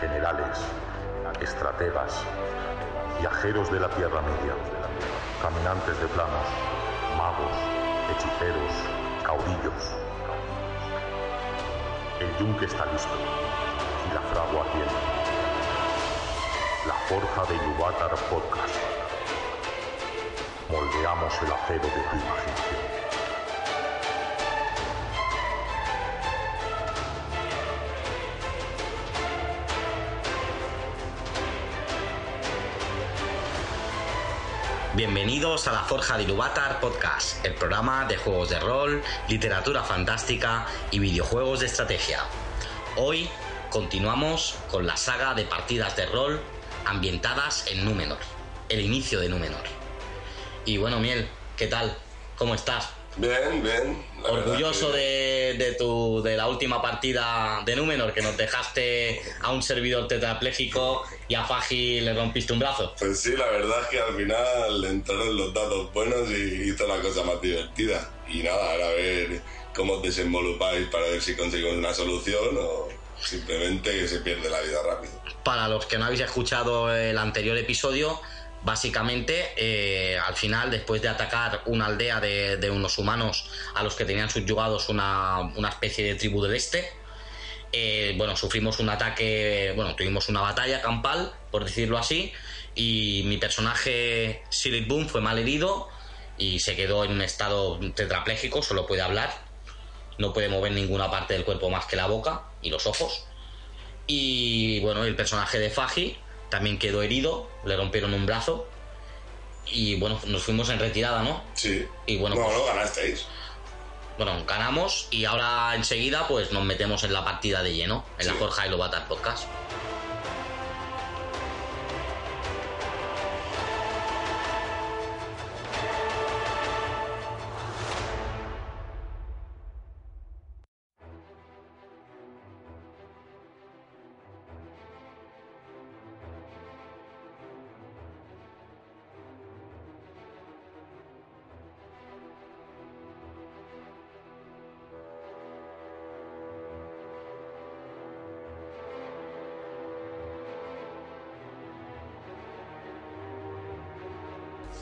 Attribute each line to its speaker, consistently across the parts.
Speaker 1: generales, estrategas, viajeros de la Tierra Media, caminantes de planos, magos, hechiceros, caudillos. El yunque está listo y la fragua tiene. La forja de Yuvatar Podcast. Moldeamos el acero de tu imaginación.
Speaker 2: Bienvenidos a la Forja de Iluvatar Podcast, el programa de juegos de rol, literatura fantástica y videojuegos de estrategia. Hoy continuamos con la saga de partidas de rol ambientadas en Númenor, el inicio de Númenor. Y bueno, Miel, ¿qué tal? ¿Cómo estás?
Speaker 3: Bien, bien. la verdad
Speaker 2: Orgulloso
Speaker 3: que-
Speaker 2: de, de tu, de la última partida de Númenor, que nos dejaste a un servidor tetrapléjico y a Faji le rompiste un brazo.
Speaker 3: Pues sí, la verdad es que al final entraron los datos buenos y hizo la cosa más divertida. Y nada, ahora a ver cómo os desenvolupáis para ver si conseguimos una solución o simplemente que se pierde la vida rápido.
Speaker 2: para los que no habéis escuchado el anterior episodio, básicamente eh, al final, después de atacar una aldea de, de unos humanos a los que tenían subyugados una, una especie de tribu del este, eh, bueno, sufrimos un ataque, bueno, tuvimos una batalla campal, por decirlo así, y mi personaje Silent Boom fue mal herido y se quedó en un estado tetrapléjico, solo puede hablar, no puede mover ninguna parte del cuerpo más que la boca y los ojos. Y bueno, el personaje de Faji también quedó herido, le rompieron un brazo. Y bueno, nos fuimos en retirada, ¿no?
Speaker 3: Sí.
Speaker 2: Y bueno,
Speaker 3: no,
Speaker 2: pues-
Speaker 3: no ganasteis.
Speaker 2: Bueno, ganamos y ahora enseguida pues nos metemos en la partida de lleno, en la
Speaker 3: Sí.
Speaker 2: Forja y Lobatar Podcast.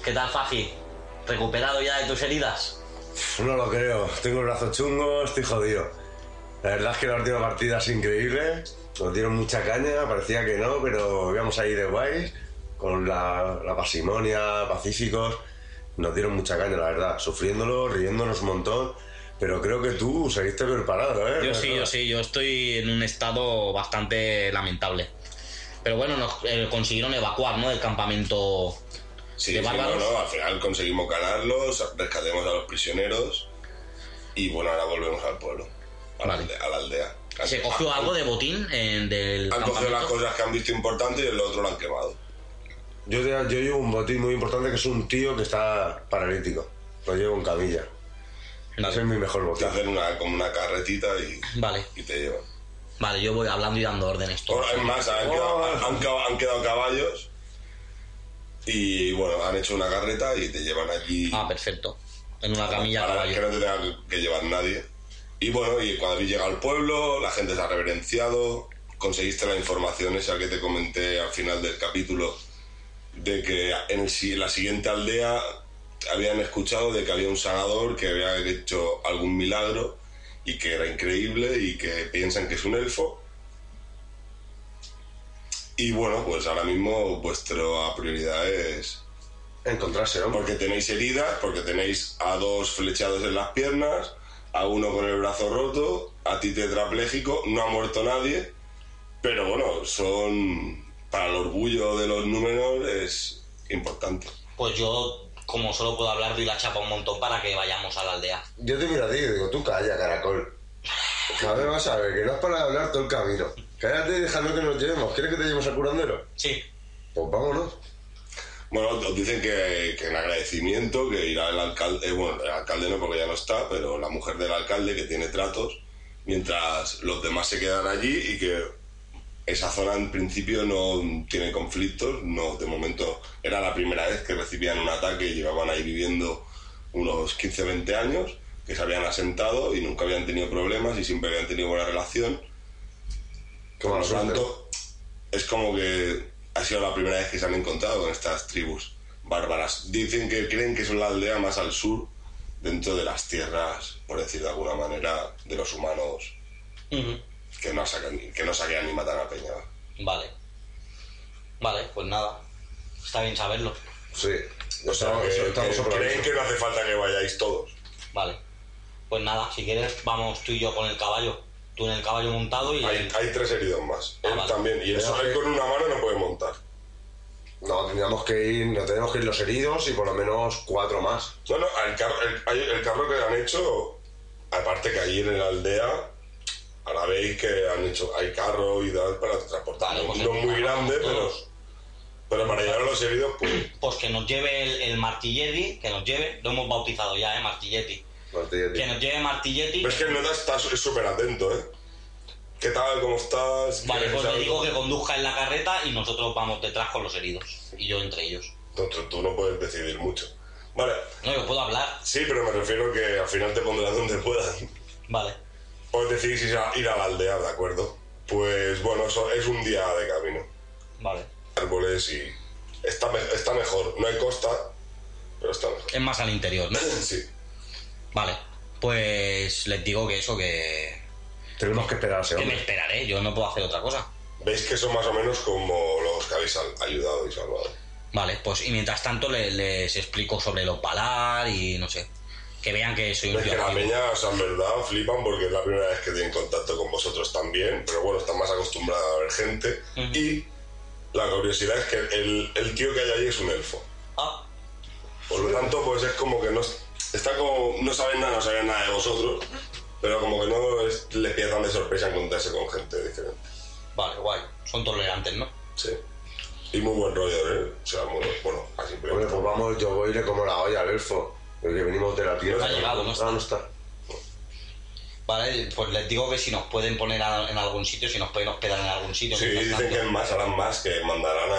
Speaker 2: ¿Qué tal, Faji? ¿Recuperado ya de tus heridas?
Speaker 4: No lo creo, tengo el brazo chungo, estoy jodido. La verdad es que la última partida es increíble, nos dieron mucha caña, parecía que no, pero íbamos ahí de guays, con la, la pasimonia, pacíficos, nos dieron mucha caña, la verdad, sufriéndolo, riéndonos un montón, pero creo que tú seguiste preparado, ¿eh?
Speaker 2: Yo sí, yo sí, yo estoy en un estado bastante lamentable. Pero bueno, nos eh, consiguieron evacuar, ¿no? Del campamento.
Speaker 3: Sí,
Speaker 2: ¿De
Speaker 3: sí,
Speaker 2: bárbaros?
Speaker 3: no, no, al final conseguimos ganarlos, rescatemos a los prisioneros y bueno, ahora volvemos al pueblo, a, la,
Speaker 2: Vale.
Speaker 3: aldea, a la aldea.
Speaker 2: ¿Se cogió
Speaker 3: Han-
Speaker 2: algo de botín eh, del
Speaker 3: Han cogido las
Speaker 2: campamento?
Speaker 3: cosas que han visto importantes y el otro lo han quemado.
Speaker 4: Yo, te- yo llevo un botín muy importante que es un tío que está paralítico, lo llevo en camilla, ese es mi mejor
Speaker 3: Te
Speaker 4: botín.
Speaker 3: hacen una, como una carretita y,
Speaker 2: Vale,
Speaker 3: y te llevan.
Speaker 2: vale, yo voy hablando y dando órdenes. todo.
Speaker 3: Ahora, es más, han quedado, han quedado- han quedado caballos y bueno, han hecho una carreta y te llevan allí
Speaker 2: Ah, perfecto. En una camilla
Speaker 3: para
Speaker 2: caballo.
Speaker 3: que no te tenga que llevar nadie. Y bueno, y cuando habéis llegado al pueblo, la gente se ha reverenciado, conseguiste la información esa que te comenté al final del capítulo, de que en, el si- en la siguiente aldea habían escuchado de que había un sanador que había hecho algún milagro y que era increíble y que piensan que es un elfo. Y bueno, pues ahora mismo vuestra prioridad es
Speaker 4: Encontrarse, hombre.
Speaker 3: porque tenéis heridas, porque tenéis a dos flechados en las piernas, a uno con el brazo roto, a ti tetrapléjico, no ha muerto nadie, pero bueno, son para el orgullo de los números es importante.
Speaker 2: Pues yo, como solo puedo hablar, doy la chapa un montón para que vayamos a la aldea.
Speaker 4: Yo te miro a ti y digo, tú calla, caracol. A ver, vas a ver, que no has parado de hablar todo el camino. Cállate y déjalo que nos llevemos. ¿Quieres que te llevemos al curandero?
Speaker 2: Sí.
Speaker 4: Pues vámonos.
Speaker 3: Bueno, os dicen que, que en agradecimiento, que irá el alcalde, eh, bueno, el alcalde no porque ya no está, pero la mujer del alcalde que tiene tratos, mientras los demás se quedan allí y que esa zona en principio no tiene conflictos, no, de momento era la primera vez que recibían un ataque y llevaban ahí viviendo unos 15-20 años, que se habían asentado y nunca habían tenido problemas y siempre habían tenido buena relación.
Speaker 4: Como
Speaker 3: Por
Speaker 4: la
Speaker 3: lo
Speaker 4: suerte.
Speaker 3: tanto, es como que ha sido la primera vez que se han encontrado con estas tribus bárbaras. Dicen que creen que son la aldea más al sur dentro de las tierras, por decir de alguna manera, de los humanos
Speaker 2: Ujú.
Speaker 3: que no sacan, que no saquean ni matan a Peña.
Speaker 2: Vale. Vale, pues nada. Está bien saberlo.
Speaker 4: Sí.
Speaker 3: O sea,
Speaker 4: estamos-
Speaker 3: que-
Speaker 4: estamos
Speaker 3: que
Speaker 4: sobre la
Speaker 3: creen
Speaker 4: mesa.
Speaker 3: que no hace falta que vayáis todos.
Speaker 2: Vale. Pues nada, si quieres, vamos tú y yo con el caballo. Tú en el caballo montado y.
Speaker 3: Hay, hay tres heridos más.
Speaker 2: Ah,
Speaker 3: Él
Speaker 2: vale.
Speaker 3: también. Y eso él
Speaker 4: Pero que-
Speaker 3: con una mano no puede montar.
Speaker 4: No, tendríamos que ir, no tenemos que ir los heridos y por lo menos cuatro más.
Speaker 3: No, no, el carro, el, hay- el carro que han hecho, aparte que allí en la aldea, ahora veis que han hecho, hay carro y tal para transportar.
Speaker 2: Vale, pues
Speaker 3: no
Speaker 2: en-
Speaker 3: muy grande, pero,
Speaker 2: todos.
Speaker 3: pero para llevar a los heridos, pues
Speaker 2: Pues que nos lleve el, el Martilletti, que nos lleve. Lo hemos bautizado ya, ¿eh? Martilletti.
Speaker 4: Martí,
Speaker 2: Que nos lleve Martilletti.
Speaker 3: Ves que el nota está su- es súper atento, ¿eh? ¿Qué tal? ¿Cómo estás?
Speaker 2: Vale,
Speaker 3: ¿Quieres
Speaker 2: pues le
Speaker 3: algo?
Speaker 2: digo que conduzca en la carreta y nosotros vamos detrás con los heridos. Y yo entre ellos.
Speaker 3: No, tú, tú no puedes decidir mucho. Vale,
Speaker 2: No, yo puedo hablar.
Speaker 3: sí, pero me refiero que al final te pondrás donde puedas.
Speaker 2: Vale.
Speaker 3: Pues decidís ir a, ir a la aldea, ¿de acuerdo? Pues bueno, eso es un día de camino.
Speaker 2: Vale.
Speaker 3: Árboles y... Está, me- está mejor. No hay costa, pero está mejor.
Speaker 2: Es más al interior, ¿no?
Speaker 3: Sí.
Speaker 2: Vale. Pues les digo que eso, que.
Speaker 4: Tenemos que esperarse,
Speaker 2: Que me
Speaker 4: hombre.
Speaker 2: esperaré. Yo no puedo hacer otra cosa.
Speaker 3: Veis que son más o menos como los que habéis al- ayudado y salvado.
Speaker 2: Vale, pues y mientras tanto le- les explico sobre los palar y no sé. Que vean que soy un
Speaker 3: Es
Speaker 2: tío
Speaker 3: que la
Speaker 2: activo.
Speaker 3: peña, o sea, en verdad, flipan porque es la primera vez que tienen contacto con vosotros también, pero bueno, están más acostumbrados a ver gente.
Speaker 2: Ujú.
Speaker 3: Y la curiosidad es que el, el tío que hay allí es un elfo.
Speaker 2: Ah,
Speaker 3: Por lo tanto, pues es como que no, es- está como, no saben nada, no saben nada de vosotros, pero como que no es- les pilla tan de sorpresa encontrarse con gente diferente.
Speaker 2: vale, guay. Son tolerantes, ¿no?
Speaker 3: Sí. Y muy buen rollo, ¿eh? O sea, muy, bueno, así
Speaker 4: Hombre, pues vamos, yo voy y le como la olla al elfo. Porque venimos de la tierra.
Speaker 2: Ha llegado, no está.
Speaker 4: Ah, no está.
Speaker 2: Vale, pues les digo que si nos pueden poner a- en algún sitio, si nos pueden hospedar en algún sitio.
Speaker 3: Sí,
Speaker 2: mientras
Speaker 3: dicen
Speaker 2: tanto.
Speaker 3: que más harán más, que mandarán a,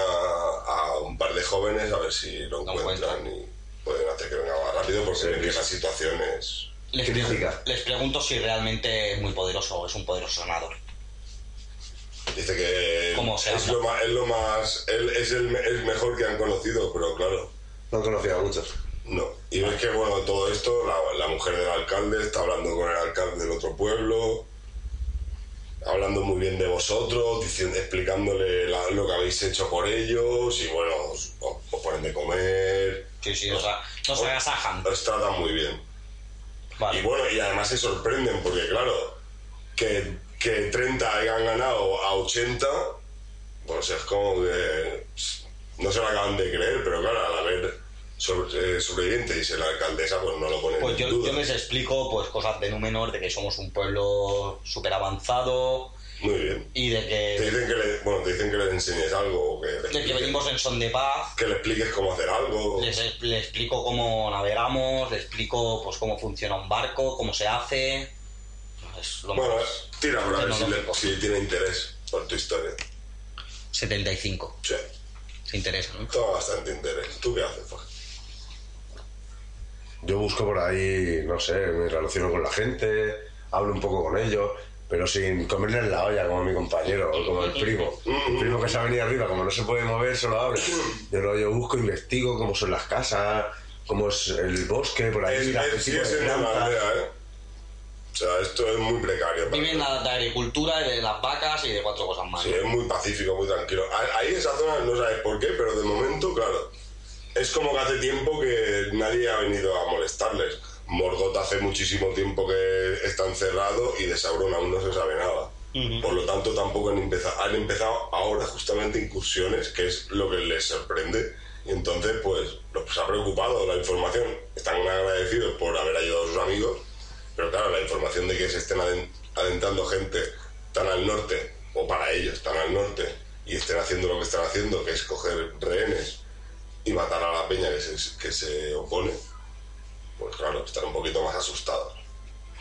Speaker 3: a un par de jóvenes a ver si lo
Speaker 2: Lo
Speaker 3: encuentran y pueden hacer que venga más rápido porque ven que la situación es...
Speaker 2: Les,
Speaker 4: Crítica.
Speaker 2: les pregunto si realmente es muy poderoso o es un poderoso sanador.
Speaker 3: Dice que
Speaker 2: ¿Cómo se
Speaker 3: es,
Speaker 2: llama?
Speaker 3: lo más, es lo más... él es el, me- el mejor que han conocido, pero claro,
Speaker 4: No conocía a muchos.
Speaker 3: no. Y ves que, bueno, todo esto, la, la mujer del alcalde está hablando con el alcalde del otro pueblo, hablando muy bien de vosotros, diciendo, explicándole la- lo que habéis hecho por ellos y, bueno, os- os- os ponen de comer...
Speaker 2: Sí, sí, o sea, nos agasajan.
Speaker 3: Los tratan muy bien. Y
Speaker 2: Vale,
Speaker 3: bueno, y además se sorprenden, porque claro, que, que 30 hayan ganado a 80, pues es como que pss, no se lo acaban de creer, pero claro, al haber sobre- eh, sobrevivientes y ser la alcaldesa, pues no lo ponen
Speaker 2: pues yo,
Speaker 3: en duda.
Speaker 2: yo les explico pues cosas de Númenor, de que somos un pueblo súper avanzado
Speaker 3: Muy bien.
Speaker 2: y de
Speaker 3: Te
Speaker 2: que,
Speaker 3: dicen que le, bueno, te dicen que les enseñes algo, o que le
Speaker 2: de que
Speaker 3: expliques-
Speaker 2: venimos en son de paz.
Speaker 3: que le expliques cómo hacer algo.
Speaker 2: Les, les explico cómo navegamos, les explico pues cómo funciona un barco, cómo se hace. Es lo
Speaker 3: Bueno,
Speaker 2: más.
Speaker 3: tira por a ver si, le-
Speaker 2: Tecnológico.
Speaker 3: si tiene interés por tu historia.
Speaker 2: 75.
Speaker 3: Sí,
Speaker 2: Se interesa, ¿no?
Speaker 3: toma bastante interés. ¿Tú qué haces, Faje?
Speaker 4: Yo busco por ahí, no sé, me relaciono con la gente, hablo un poco con ellos, pero sin comerles la olla como mi compañero o como el primo. El primo que se ha venido arriba, como no se puede mover, solo habla. Yo, no, yo busco, investigo cómo son las casas, cómo es el bosque, por ahí,
Speaker 3: Es,
Speaker 4: las
Speaker 3: es, sí
Speaker 4: tipo
Speaker 3: es
Speaker 4: de
Speaker 3: en una
Speaker 4: plantas.
Speaker 3: aldea, ¿eh? O sea, esto es muy precario. para
Speaker 2: Viven
Speaker 3: mí.
Speaker 2: la- de agricultura, de las vacas y de cuatro cosas más.
Speaker 3: Sí, es muy pacífico, muy tranquilo. A- Ahí esa zona no sabes por qué, pero de momento, claro. Es como que hace tiempo que nadie ha venido a molestarles. Morgoth hace muchísimo tiempo que está encerrado y de Sauron aún no se sabe nada. Por lo tanto, tampoco han empezado, han empezado ahora justamente incursiones, que es lo que les sorprende. Y entonces, pues, los ha preocupado la información. Están agradecidos por haber ayudado a sus amigos, pero claro, la información de que se estén aden- adentrando gente tan al norte, o para ellos tan al norte, y estén haciendo lo que están haciendo, que es coger rehenes y matar a la peña que se, que se opone, pues claro, están un poquito más asustados.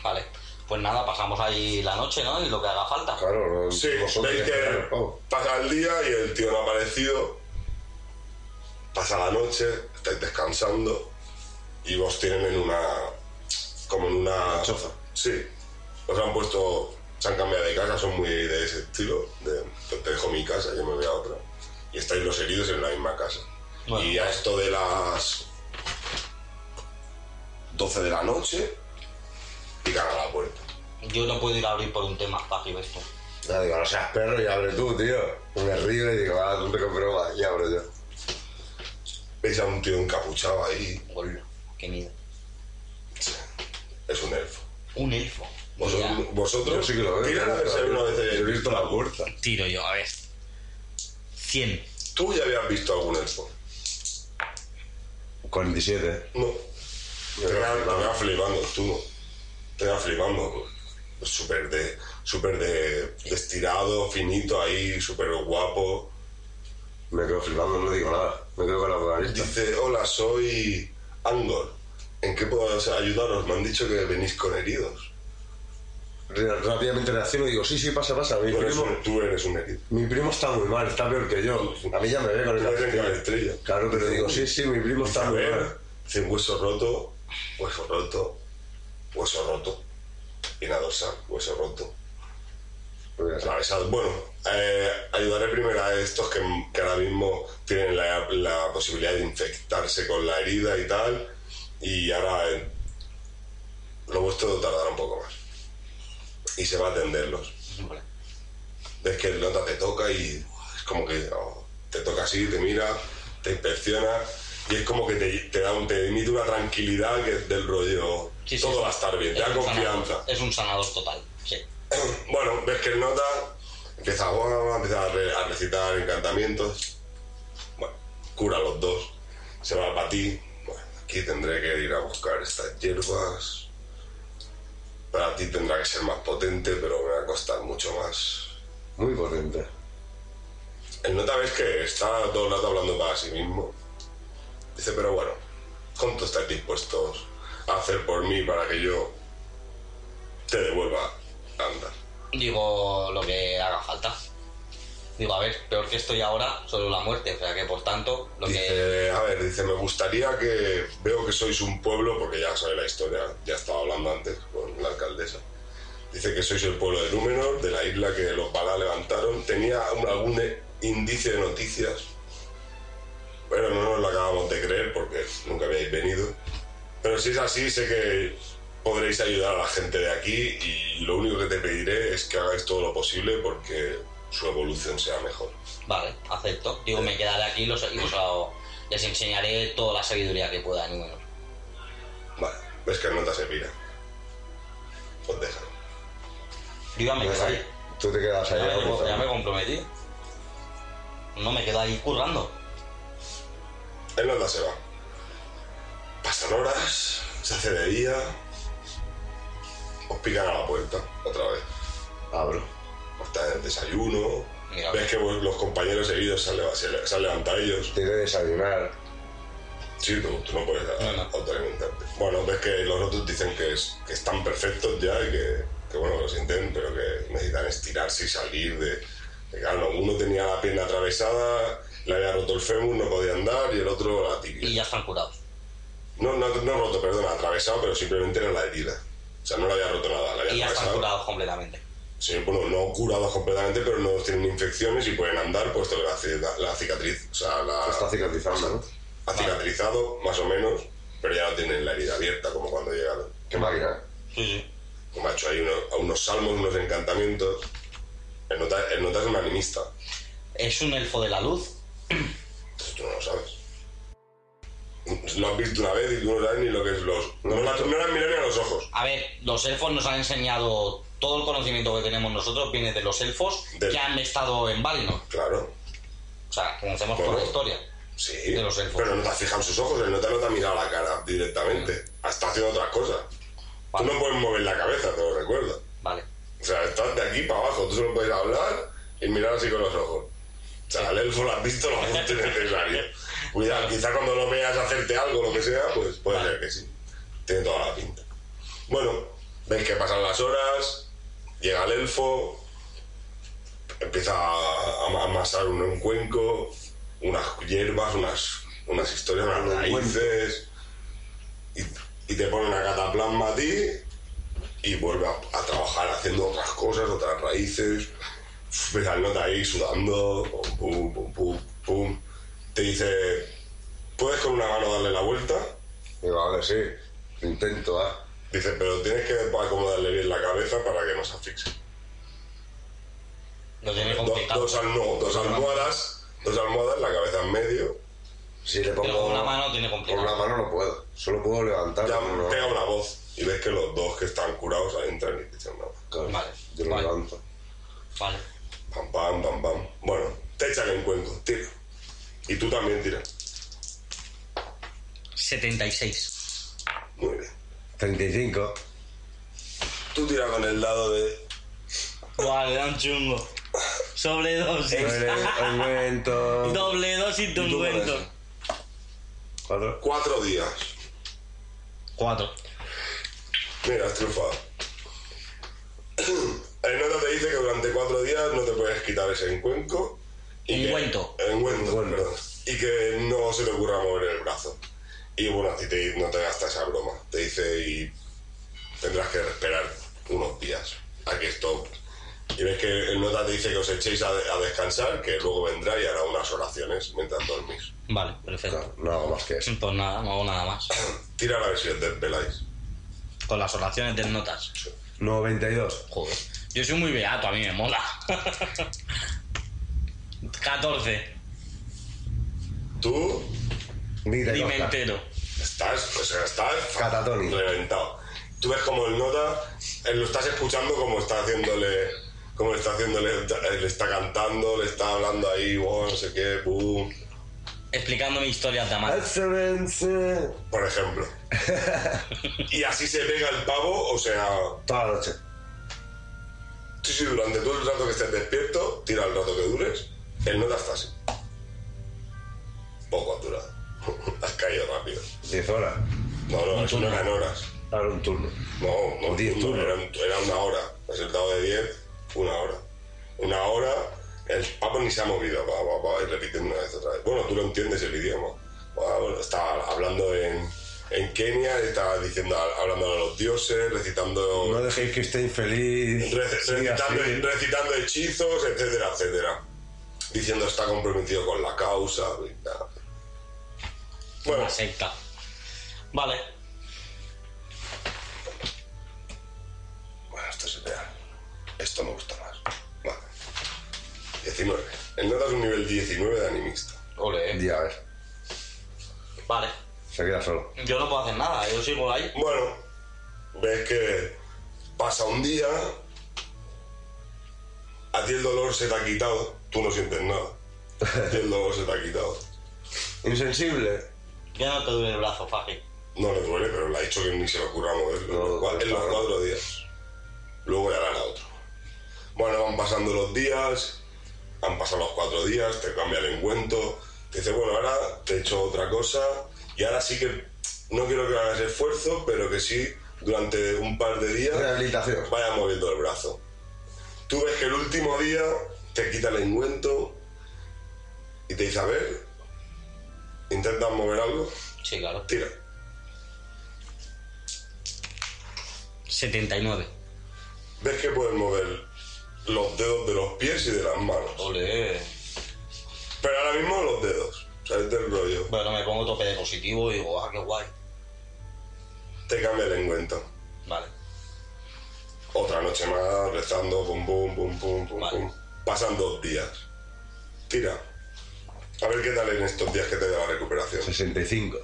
Speaker 2: Vale. Pues nada, pasamos ahí la noche, ¿no? Y lo que haga falta.
Speaker 4: Claro, no-
Speaker 3: Sí,
Speaker 4: vosotros
Speaker 3: veis que
Speaker 4: que- oh,
Speaker 3: pasa el día y el tío no ha aparecido. Pasa la noche, estáis descansando y vos tienen en una. como en una.
Speaker 4: choza.
Speaker 3: Sí. Os han puesto se han cambiado de casa, son muy de ese estilo, de te dejo mi casa, yo me voy a otra. Y estáis los heridos en la misma casa.
Speaker 2: Bueno.
Speaker 3: Y a esto de las 12 de la noche, pican a la puerta.
Speaker 2: Yo no puedo ir a abrir por un tema, papi, esto.
Speaker 4: Ya digo, no seas perro y abre tú, tío. Me río y digo, ah, tú te compruebas y abro yo.
Speaker 3: Veis a un tío encapuchado ahí,
Speaker 2: Hola, qué miedo.
Speaker 3: es un elfo.
Speaker 2: Un elfo.
Speaker 3: Vosotros,
Speaker 2: Mira,
Speaker 3: vosotros
Speaker 4: Yo sí que lo veo.
Speaker 3: tirad a ver si alguna vez
Speaker 4: Yo he
Speaker 3: habéis
Speaker 4: visto la puerta.
Speaker 2: Tiro yo, a ver. 100.
Speaker 3: Tú ya habías visto algún elfo.
Speaker 4: 47.
Speaker 3: No. Te va te va flipando, tú. Te va flipando. Súper de, súper de, de estirado, finito ahí, súper guapo.
Speaker 4: Me quedo flipando, no digo nada. Me quedo con la vocalista.
Speaker 3: Dice, hola, soy Angor. ¿En qué puedo o sea, ayudaros? Me han dicho que venís con heridos.
Speaker 4: R- Rápidamente reacciono y digo, sí, sí, pasa, pasa. Mi
Speaker 3: Tú eres
Speaker 4: primo,
Speaker 3: un, tú eres un herido.
Speaker 4: mi primo está muy mal, está peor que yo. A mí ya me ve con
Speaker 3: Tú eres en
Speaker 4: el
Speaker 3: estrella.
Speaker 4: Claro, pero digo, sí, sí, mi primo está
Speaker 3: A
Speaker 4: muy
Speaker 3: ver,
Speaker 4: mal.
Speaker 3: dice, hueso roto, hueso roto, hueso roto. Y la dorsal, hueso roto.
Speaker 4: Pues
Speaker 3: Atravesado. Bueno, eh, ayudaré primero a estos que, que ahora mismo tienen la, la posibilidad de infectarse con la herida y tal. Y ahora eh, lo vuestro tardará un poco más. Y se va a atenderlos.
Speaker 2: Vale.
Speaker 3: Ves que el nota te toca y es como que oh, te toca así, te mira, te inspecciona. Y es como que te, te da un, te emite una tranquilidad que es del rollo. oh,
Speaker 2: Sí, sí,
Speaker 3: todo
Speaker 2: sí.
Speaker 3: va a estar bien, te
Speaker 2: Es eh.
Speaker 3: da
Speaker 2: un sanador,
Speaker 3: confianza.
Speaker 2: es un sanador total, sí.
Speaker 3: Bueno, ves que el nota empieza a, empieza a, re- a recitar encantamientos. Bueno, cura a los dos. Se va para ti. Bueno, aquí tendré que ir a buscar estas hierbas. Para ti tendrá que ser más potente, pero me va a costar mucho más.
Speaker 4: Muy potente.
Speaker 3: El nota ves que está todo el rato hablando para sí mismo. Dice, pero bueno, ¿cuánto estáis dispuestos a hacer por mí para que yo te devuelva a andar?
Speaker 2: Digo lo que haga falta. Digo, a ver, peor que estoy ahora, solo la muerte. O sea que por tanto, lo que.
Speaker 3: Dice, a ver, dice, me gustaría que veo que sois un pueblo, porque ya sabe la historia, ya estaba hablando antes con la alcaldesa. Dice que sois el pueblo de Númenor, de la isla que los Balá levantaron. Tenía un- algún e- indicio de noticias, pero no nos lo acabamos de creer porque nunca habíais venido. Pero si es así, sé que podréis ayudar a la gente de aquí y lo único que te pediré es que hagáis todo lo posible porque su evolución sea mejor.
Speaker 2: Vale, acepto. Digo, me quedaré aquí y los, y los hago- les enseñaré toda la sabiduría que pueda, ni menos.
Speaker 3: Vale, ves que no te servira. Pues déjalo.
Speaker 2: Yo ya me
Speaker 3: Pues
Speaker 2: quedo ahí.
Speaker 4: Tú te quedas ahí.
Speaker 2: Ya me,
Speaker 4: agonizando.
Speaker 2: ya me comprometí. No me quedo ahí currando.
Speaker 3: El nota se va. Pasan horas, se hace de día. Os pican a la puerta, otra vez.
Speaker 4: Abro.
Speaker 3: Os traen el desayuno.
Speaker 2: Mira.
Speaker 3: Ves que vos- los compañeros heridos se han, leva- se le- se han levantado ellos.
Speaker 4: Tiene que desayunar.
Speaker 3: Sí, tú, tú no puedes
Speaker 2: No, no.
Speaker 3: autoalimentarte. Bueno, ves que los otros dicen que, es- que están perfectos ya y que, que, bueno, que lo sienten, pero que necesitan estirarse y salir de... de claro, uno tenía la pierna atravesada, le había roto el fémur, no podía andar, y el otro la tibia.
Speaker 2: Y ya están curados.
Speaker 3: No, no, no roto, perdona, atravesado, pero simplemente era la herida. O sea, no le había roto nada, la
Speaker 2: Y
Speaker 3: había
Speaker 2: ya están
Speaker 3: atravesado.
Speaker 2: curados completamente.
Speaker 3: Sí, bueno, no curados completamente, pero no tienen infecciones y pueden andar, puesto que la, ci- la cicatriz, o sea,
Speaker 2: Ah.
Speaker 3: la,
Speaker 4: Está cicatrizando, ¿no?
Speaker 3: ha cicatrizado, más o menos, pero ya no tienen la herida abierta como cuando llegaron.
Speaker 4: Qué
Speaker 2: Ah.
Speaker 4: máquina.
Speaker 2: Sí, sí.
Speaker 3: Como ha hecho ahí unos, a unos salmos, unos encantamientos. El nota, el nota es un animista,
Speaker 2: Es un elfo de la luz.
Speaker 3: eso tú no lo sabes. Lo has visto una vez y tú no sabes ni lo que es los... No, la- no le has mirado ni a los ojos.
Speaker 2: A ver, los elfos nos han enseñado todo el conocimiento que tenemos nosotros viene de los elfos
Speaker 3: Del-
Speaker 2: que han estado en Valinor.
Speaker 3: Claro,
Speaker 2: O sea, conocemos
Speaker 3: Bueno.
Speaker 2: toda la historia.
Speaker 3: Sí,
Speaker 2: De los elfos.
Speaker 3: pero no te has fijado en sus ojos, el nota no te ha mirado la cara directamente. Está haciendo otras cosas. Tú
Speaker 2: Mm. Vale.
Speaker 3: no puedes mover la cabeza, te lo recuerdo.
Speaker 2: Vale.
Speaker 3: O sea, estás de aquí para abajo, tú solo puedes hablar y mirar así con los ojos. O sea, el elfo lo has visto lo justo y necesario. Cuidado, quizá cuando lo veas hacerte algo, lo que sea, pues puede
Speaker 2: Vale.
Speaker 3: ser que sí. Tiene toda la pinta. Bueno, veis que pasan las horas, llega el elfo, empieza a a amasar un, un cuenco, unas hierbas, unas, unas historias, unas
Speaker 4: Un
Speaker 3: raíces, y, y te pone una cataplasma a ti y vuelve a, a trabajar haciendo otras cosas, otras raíces, pedalota ahí sudando, pum, pum, pum, pum, pum. Te dice, ¿puedes con una mano darle la vuelta?
Speaker 4: Digo, vale, sí, intento ah. dar.
Speaker 3: Dice, pero tienes que acomodarle bien la cabeza para que no se asfixie.
Speaker 2: Lo tiene
Speaker 3: Dos,
Speaker 2: complicado.
Speaker 3: dos, al- no, dos almohadas, dos almohadas, la cabeza en medio,
Speaker 4: Si le
Speaker 2: Pero
Speaker 4: pongo
Speaker 2: con una mano tiene
Speaker 4: con una
Speaker 2: complicado.
Speaker 4: mano no puedo, solo puedo levantar.
Speaker 3: ya
Speaker 4: con una-
Speaker 3: pega una voz y ves que los dos que están curados entran y dicen, no,
Speaker 4: Claro,
Speaker 2: Vale,
Speaker 4: Yo lo
Speaker 2: vale.
Speaker 4: levanto.
Speaker 2: Vale.
Speaker 3: pam, pam, pam, pam. Bueno, te echan en cuento, tira. Y tú también tiras.
Speaker 2: 76.
Speaker 3: Muy bien.
Speaker 4: 35.
Speaker 3: Tú tiras con el dado de
Speaker 2: Vale, da un chungo. Sobredosis.
Speaker 4: Aumento.
Speaker 2: Doble dosis de
Speaker 3: ¿Y tú con
Speaker 2: ungüento.
Speaker 3: eso?
Speaker 4: Cuatro.
Speaker 3: cuatro días.
Speaker 2: Cuatro.
Speaker 3: Mira, has triunfado. El nota te dice que durante cuatro días no te puedes quitar ese encuenco. que-
Speaker 2: Engüento.
Speaker 3: Engüento,
Speaker 4: Engüento.
Speaker 3: perdón. Y que no se te ocurra mover el brazo. Y bueno, a ti te- no te gasta esa broma. Te dice y tendrás que esperar unos días a que esto... Y ves que el nota te dice que os echéis a, a descansar, que luego vendrá y hará unas oraciones mientras dormís.
Speaker 2: Vale, perfecto.
Speaker 4: No, no hago más que eso.
Speaker 2: Pues nada, no hago nada más.
Speaker 3: Tira a ver si os desveláis.
Speaker 2: Con las oraciones de notas.
Speaker 4: 92.
Speaker 2: Joder. Yo soy muy beato, a mí me mola. 14.
Speaker 3: Tú
Speaker 4: Mira,
Speaker 2: Dime
Speaker 4: Oscar.
Speaker 2: entero.
Speaker 3: Estás, o sea, estás
Speaker 4: Catatónico.
Speaker 3: reventado. Tú ves como el nota, eh, lo estás escuchando como está haciéndole, como está haciéndole, eh, le está cantando, le está hablando ahí, wow, no sé qué, boom.
Speaker 2: Explicándome historias de amar.
Speaker 4: Excellence.
Speaker 3: por ejemplo. y así se pega el pavo, o sea,
Speaker 4: Toda la noche.
Speaker 3: sí, sí, durante todo el rato que estés despierto, tira el rato que dures, el nota está así. Poco altura. Has caído rápido.
Speaker 4: 10 horas.
Speaker 3: No, no, eso no eran horas.
Speaker 4: Ahora un turno.
Speaker 3: No, no,
Speaker 4: O diez
Speaker 3: no,
Speaker 4: turnos.
Speaker 3: Era, era una hora. Has dado de 10, una hora. Una hora, el papo ni se ha movido. Va, va, va, y repitiendo una vez otra vez. Bueno, tú lo entiendes el idioma. Va, bueno, está hablando en, en Kenia, está diciendo, hablando a los dioses, recitando
Speaker 4: No dejéis que esté infeliz.
Speaker 3: Rec-
Speaker 4: siga
Speaker 3: recitando,
Speaker 4: así.
Speaker 3: recitando hechizos, etcétera, etcétera. Diciendo está comprometido con la causa. y nada. Bueno,
Speaker 2: Una secta. Vale.
Speaker 3: Bueno, esto se vea. Esto me gusta más. Vale. 19. El nota es un nivel 19 de animista.
Speaker 2: Ole. eh.
Speaker 4: Ya ves.
Speaker 2: Vale.
Speaker 4: Se queda solo.
Speaker 2: Yo no puedo hacer nada, yo sigo ahí.
Speaker 3: Bueno, ves que pasa un día, a ti el dolor se te ha quitado, tú no sientes nada. A ti el dolor se te ha quitado.
Speaker 4: Insensible.
Speaker 2: Ya no te duele el brazo, Faji.
Speaker 3: No le duele, pero le ha dicho que ni se le ocurra moverlo.
Speaker 4: No,
Speaker 3: en los cua- en los
Speaker 4: claro.
Speaker 3: cuatro días. Luego ya harán a otro. Bueno, van pasando los días, han pasado los cuatro días, te cambia el encuentro, te dice, bueno, ahora te he hecho otra cosa y ahora sí que no quiero que hagas esfuerzo, pero que sí durante un par de días
Speaker 4: Rehabilitación.
Speaker 3: vaya moviendo el brazo. Tú ves que el último día te quita el encuentro y te dice, a ver, intentas mover algo,
Speaker 2: Sí, claro.
Speaker 3: tira.
Speaker 2: 79.
Speaker 3: ves que puedes mover los dedos de los pies y de las manos.
Speaker 2: Ole.
Speaker 3: Pero ahora mismo los dedos, ¿sabes del rollo?
Speaker 2: Bueno, me pongo tope de positivo y digo, ah, qué guay.
Speaker 3: Te cambia el encuentro.
Speaker 2: Vale.
Speaker 3: Otra noche más, rezando, pum, pum, pum, pum, pum,
Speaker 2: Vale.
Speaker 3: pum. Pasan dos días. Tira. A ver qué tal en estos días que te da la recuperación.
Speaker 4: 65.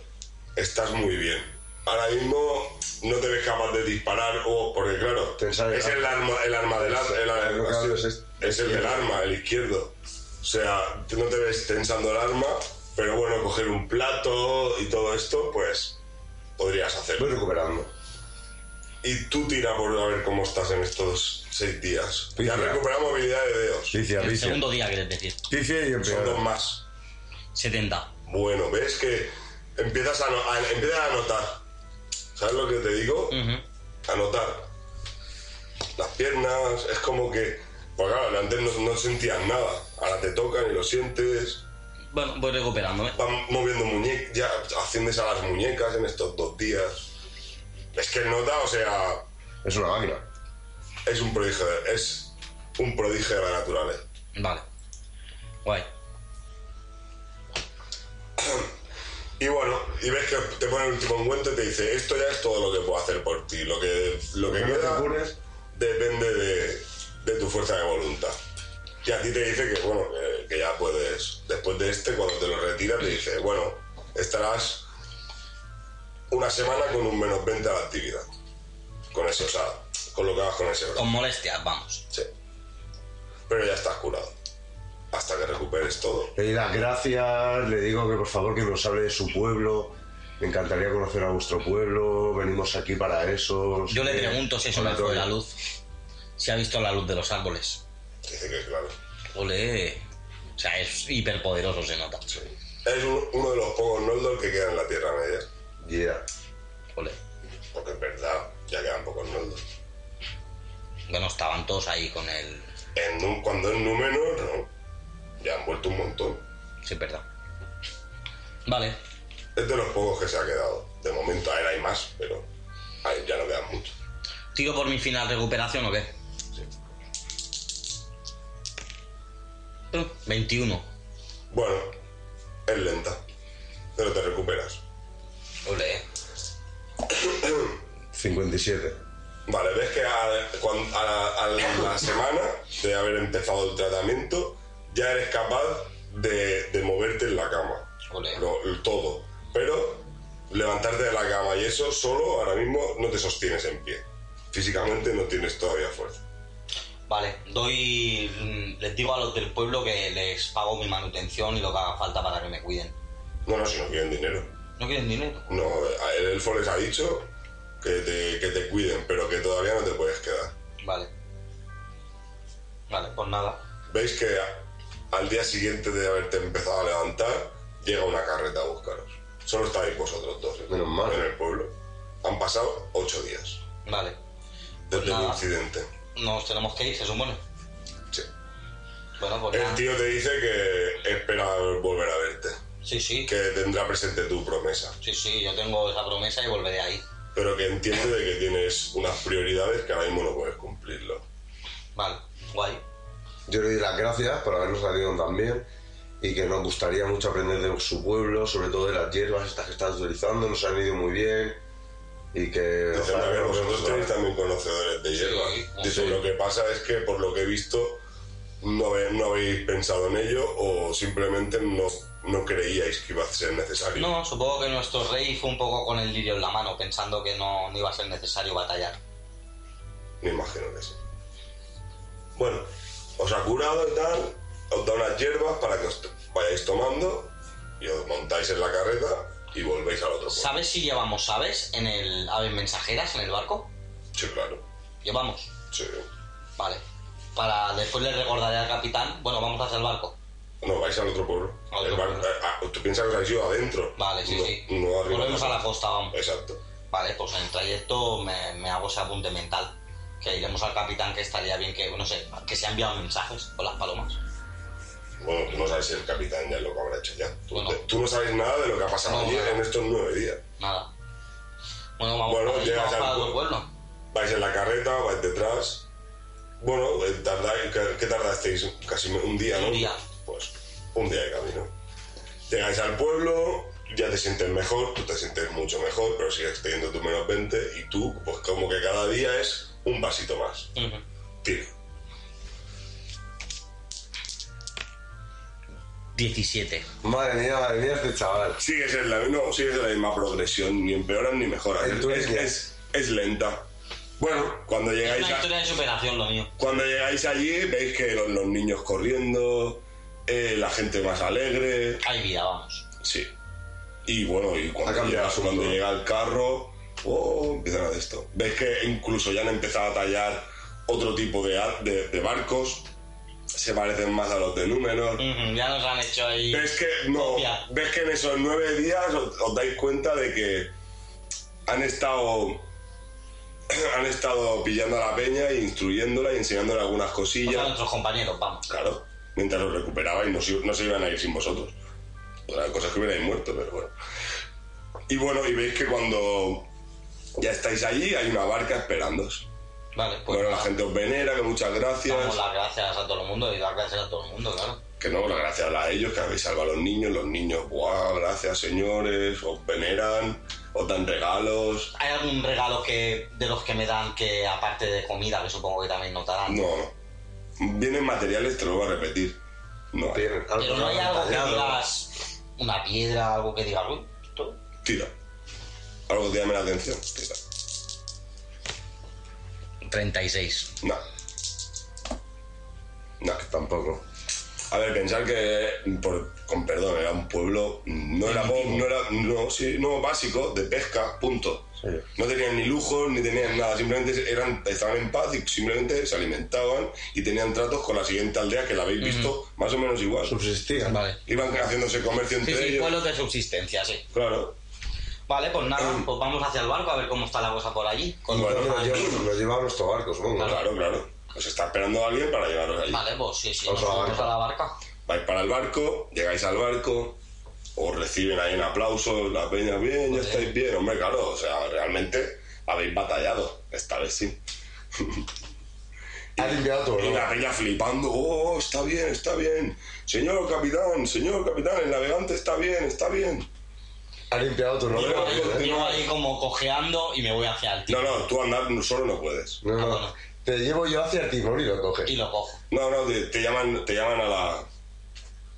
Speaker 3: Estás muy bien. Ahora mismo no te ves capaz de disparar o... Porque claro,
Speaker 4: Te sale
Speaker 3: es
Speaker 4: la-
Speaker 3: el arma, el arma del ar- el ar-
Speaker 4: Lo que hablo es este.
Speaker 3: es el del arma, el izquierdo. O sea, tú no te ves tensando el arma, pero bueno, coger un plato y todo esto, pues podrías hacerlo.
Speaker 4: Voy recuperando.
Speaker 3: Y tú tira por a ver cómo estás en estos seis días. Ya
Speaker 4: Tira.
Speaker 3: recuperamos movilidad de dedos.
Speaker 4: Vicia,
Speaker 2: El
Speaker 4: vicia.
Speaker 2: segundo día, quieres decir.
Speaker 4: Vicia y
Speaker 3: Son dos
Speaker 4: empeora.
Speaker 3: más.
Speaker 2: 70.
Speaker 3: Bueno, ves que empiezas a, no- a- empiezas a notar. ¿Sabes lo que te digo?
Speaker 2: Ujú.
Speaker 3: a notar las piernas, es como que, pues claro, antes no, no sentías nada, ahora te tocan y lo sientes,
Speaker 2: Bueno, voy recuperándome.
Speaker 3: van moviendo muñecas, ya asciendes a las muñecas en estos dos días. Es que nota, o sea,
Speaker 4: Es una máquina.
Speaker 3: Es un prodigio, de- es un prodigio de la naturaleza.
Speaker 2: Vale. Guay.
Speaker 3: Y bueno, y ves que te pone el último encuentro y te dice, esto ya es todo lo que puedo hacer por ti. Lo que, lo que
Speaker 4: Porque no te
Speaker 3: queda
Speaker 4: cures.
Speaker 3: depende de, de tu fuerza de voluntad. Y a ti te dice que, bueno, que, que ya puedes. Después de este, cuando te lo retira, te dice, bueno, estarás una semana con un menos 20 a la actividad. Con ese, o sea, con lo que hagas con ese brazo.
Speaker 2: Con molestias, vamos.
Speaker 3: Sí. Pero ya estás curado. Hasta que recuperes todo.
Speaker 4: Le doy las gracias, le digo que por favor que nos hable de su pueblo. Me encantaría conocer a vuestro pueblo, venimos aquí para eso. no sé
Speaker 2: Yo le
Speaker 4: qué.
Speaker 2: pregunto si eso
Speaker 4: Hola,
Speaker 2: le fue
Speaker 4: Troy.
Speaker 2: la luz. Si ha visto la luz de los árboles.
Speaker 3: Dice que claro.
Speaker 2: Ole. O sea, es hiperpoderoso, se nota.
Speaker 3: Es un- uno de los pocos Noldor que quedan en la Tierra Media.
Speaker 4: Yeah.
Speaker 2: Ole.
Speaker 3: Porque es verdad, ya quedan pocos Noldor.
Speaker 2: Bueno, estaban todos ahí con el.
Speaker 3: En, Nú- cuando es Númenor, no. Ya han vuelto un montón.
Speaker 2: Sí, verdad. Vale.
Speaker 3: Es de los pocos que se ha quedado. De momento a él hay más, pero a él ya no quedan muchos.
Speaker 2: ¿Tiro por mi final recuperación o qué? Eh, 21.
Speaker 3: Bueno, es lenta. Pero te recuperas.
Speaker 2: Ole.
Speaker 4: 57.
Speaker 3: Vale, ves que a, cuan- a la, a la semana de haber empezado el tratamiento, ya eres capaz de, de moverte en la cama.
Speaker 2: Ole.
Speaker 3: Lo- lo- todo. Pero levantarte de la cama y eso solo ahora mismo no te sostienes en pie. Físicamente no tienes todavía fuerza.
Speaker 2: Vale, doy. mm, Les digo a los del pueblo que les pago mi manutención y lo que haga falta para que me cuiden.
Speaker 3: No, no, si no quieren dinero.
Speaker 2: ¿No quieren dinero?
Speaker 3: No, a él el elfo les ha dicho que te, que te cuiden, pero que todavía no te puedes quedar.
Speaker 2: Vale. Vale, pues nada.
Speaker 3: Veis que a- al día siguiente de haberte empezado a levantar, llega una carreta a buscaros. Solo estáis vosotros dos. ¿eh?
Speaker 4: Menos mal.
Speaker 3: En el pueblo. Han pasado ocho días
Speaker 2: Vale.
Speaker 3: desde el
Speaker 2: Pues nada.
Speaker 3: incidente.
Speaker 2: Nos tenemos que ir, se supone.
Speaker 3: Sí.
Speaker 2: Bueno, pues
Speaker 3: El
Speaker 2: nada.
Speaker 3: tío te dice que espera volver a verte,
Speaker 2: Sí, sí.
Speaker 3: que tendrá presente tu promesa,
Speaker 2: Sí, sí, yo tengo esa promesa y volveré ahí.
Speaker 3: pero que entiende de que tienes unas prioridades que ahora mismo no puedes cumplirlo.
Speaker 2: Vale, guay.
Speaker 4: Yo le di las gracias por habernos salido tan bien y que nos gustaría mucho aprender de su pueblo, sobre todo de las hierbas estas que están utilizando, nos han ido muy bien y que...
Speaker 3: Dice,
Speaker 4: ojalá
Speaker 3: "A ver,
Speaker 4: nos
Speaker 3: vosotros tenéis también conocedores de hierba. Dice,
Speaker 2: sí.
Speaker 3: lo que pasa es que por lo que he visto no, habe- no habéis pensado en ello o simplemente no, no creíais que iba a ser necesario.
Speaker 2: No, supongo que nuestro rey fue un poco con el lirio en la mano, pensando que no, no iba a ser necesario batallar.
Speaker 3: Me imagino que sí. Bueno, os ha curado y tal, os da unas hierbas para que os t- vayáis tomando y os montáis en la carreta y volvéis al otro pueblo.
Speaker 2: ¿Sabes si llevamos aves en el aves mensajeras en el barco?
Speaker 3: Sí, claro.
Speaker 2: Llevamos.
Speaker 3: Sí.
Speaker 2: Vale. Para después le recordaré al capitán, bueno, vamos hacia el barco.
Speaker 3: No, vais al otro pueblo.
Speaker 2: Al otro
Speaker 3: El bar-
Speaker 2: pueblo.
Speaker 3: ah, ah, Tú piensas que habéis ido adentro.
Speaker 2: Vale, sí,
Speaker 3: no,
Speaker 2: sí.
Speaker 3: No arriba.
Speaker 2: Volvemos a la costa, vamos.
Speaker 3: Exacto.
Speaker 2: Vale, pues en el trayecto me, me hago ese apunte mental. Que iremos al capitán, que estaría bien que, no sé, que se ha enviado mensajes con las palomas.
Speaker 3: Bueno, tú no sabes si el capitán ya lo que habrá hecho ya. Tú,
Speaker 2: Bueno.
Speaker 3: te- tú no sabes nada de lo que ha pasado
Speaker 2: No,
Speaker 3: allí
Speaker 2: nada.
Speaker 3: en estos nueve días.
Speaker 2: Nada. Bueno, vamos,
Speaker 3: Bueno,
Speaker 2: para ahí,
Speaker 3: llegas
Speaker 2: vamos
Speaker 3: al
Speaker 2: para el
Speaker 3: pueblo.
Speaker 2: pueblo.
Speaker 3: Vais en la carreta, vais detrás. Bueno, eh, tardáis- ¿qué- ¿qué tardasteis? Casi un día, ¿no?
Speaker 2: Un día.
Speaker 3: Pues un día de camino. Llegáis al pueblo, ya te sientes mejor, tú te sientes mucho mejor, pero sigues teniendo tu menos 20 y tú, pues como que cada día es un pasito más.
Speaker 2: Ujú.
Speaker 3: Tira.
Speaker 2: 17.
Speaker 4: Madre mía, madre mía este chaval.
Speaker 3: Sigues en la, no, sigues en la misma progresión, ni empeoran ni mejoran.
Speaker 4: En tu
Speaker 3: Es,
Speaker 4: isla.
Speaker 3: es- es lenta. Bueno, cuando
Speaker 2: Es
Speaker 3: llegáis
Speaker 2: una
Speaker 3: a...
Speaker 2: historia de superación lo mío.
Speaker 3: Cuando llegáis allí veis que los, los niños corriendo, eh, la gente más alegre,
Speaker 2: Hay vida, vamos.
Speaker 3: sí. Y bueno, y
Speaker 4: Ha
Speaker 3: cuando,
Speaker 4: cambiado
Speaker 3: llega,
Speaker 4: el asunto.
Speaker 3: cuando llega el carro, oh, empiezan a de esto. Veis que incluso ya han empezado a tallar otro tipo de, ar- de, de barcos, se parecen más a los de Númenor.
Speaker 2: Ujú, Ya nos han hecho ahí.
Speaker 3: Ves que no,
Speaker 2: Copia.
Speaker 3: ves que en esos nueve días os, os dais cuenta de que han estado han estado pillando a la peña e instruyéndola y enseñándole algunas
Speaker 2: Pues
Speaker 3: cosillas.
Speaker 2: a nuestros compañeros, vamos.
Speaker 3: Claro, mientras los recuperabais no, se- no se iban a ir sin vosotros. La cosa es que hubierais muerto, pero bueno. Y bueno, y veis que cuando ya estáis allí hay una barca esperándoos.
Speaker 2: Vale, pues.
Speaker 3: bueno, la gente os venera, que muchas gracias.
Speaker 2: Damos las gracias a todo el mundo y dar gracias a todo el mundo, claro.
Speaker 3: Que no, las gracias a ellos, que habéis salvado a los niños, los niños, ¡buah! Gracias, señores, os veneran, os dan regalos.
Speaker 2: ¿Hay algún regalo que de los que me dan que aparte de comida, que supongo que también notarán?
Speaker 3: No, no. Vienen materiales, te lo voy a repetir. No, hay.
Speaker 4: Tienen algo
Speaker 2: Pero no hay algo que
Speaker 4: tallado.
Speaker 2: digas una piedra, algo que digas, uy, esto.
Speaker 3: tira. Algo que te llame la atención, tira.
Speaker 2: 36.
Speaker 3: No. No, que tampoco. A ver, pensar que, por- con perdón, era un pueblo, no era bo- no era, no, sí, no, básico, de pesca, punto.
Speaker 4: Sí.
Speaker 3: No tenían ni lujos, ni tenían nada, simplemente eran, estaban en paz y simplemente se alimentaban y tenían tratos con la siguiente aldea, que la habéis visto más o menos igual.
Speaker 4: Subsistían.
Speaker 2: Vale.
Speaker 3: Iban haciéndose comercio
Speaker 2: Sí,
Speaker 3: entre
Speaker 2: sí,
Speaker 3: ellos.
Speaker 2: pueblos de subsistencia, sí.
Speaker 3: Claro.
Speaker 2: Vale, pues nada, pues vamos hacia el barco a ver cómo está la cosa por allí. Con-
Speaker 3: Bueno,
Speaker 4: Entonces nos
Speaker 3: ahí-
Speaker 4: lleva- nos llevaba nuestro barco, supongo.
Speaker 3: Claro, claro. Os está esperando alguien para llevaros allí.
Speaker 2: Vale, pues sí, sí,
Speaker 4: Vamos
Speaker 2: nos
Speaker 4: a la
Speaker 2: vamos a
Speaker 4: barca.
Speaker 2: la barca.
Speaker 3: Vais para el barco, llegáis al barco, os reciben ahí un aplauso, la peña, bien, ya estáis bien, hombre, claro, o sea, realmente habéis batallado, esta vez sí.
Speaker 4: Ha limpiado todo,
Speaker 3: Y
Speaker 4: ¿no?
Speaker 3: la peña flipando, oh, está bien, está bien, señor capitán, señor capitán, el navegante está bien, está bien.
Speaker 4: Ha limpiado todo, ¿no?
Speaker 3: Yo creo que-
Speaker 2: Llego ahí como cojeando y me voy hacia el tío.
Speaker 3: No, no, tú andar solo no puedes.
Speaker 4: No,
Speaker 2: Ah,
Speaker 4: no.
Speaker 2: bueno.
Speaker 4: Te llevo yo hacia el timón y lo coges.
Speaker 2: Y lo cojo.
Speaker 3: No, no, te, te llaman, te llaman a la...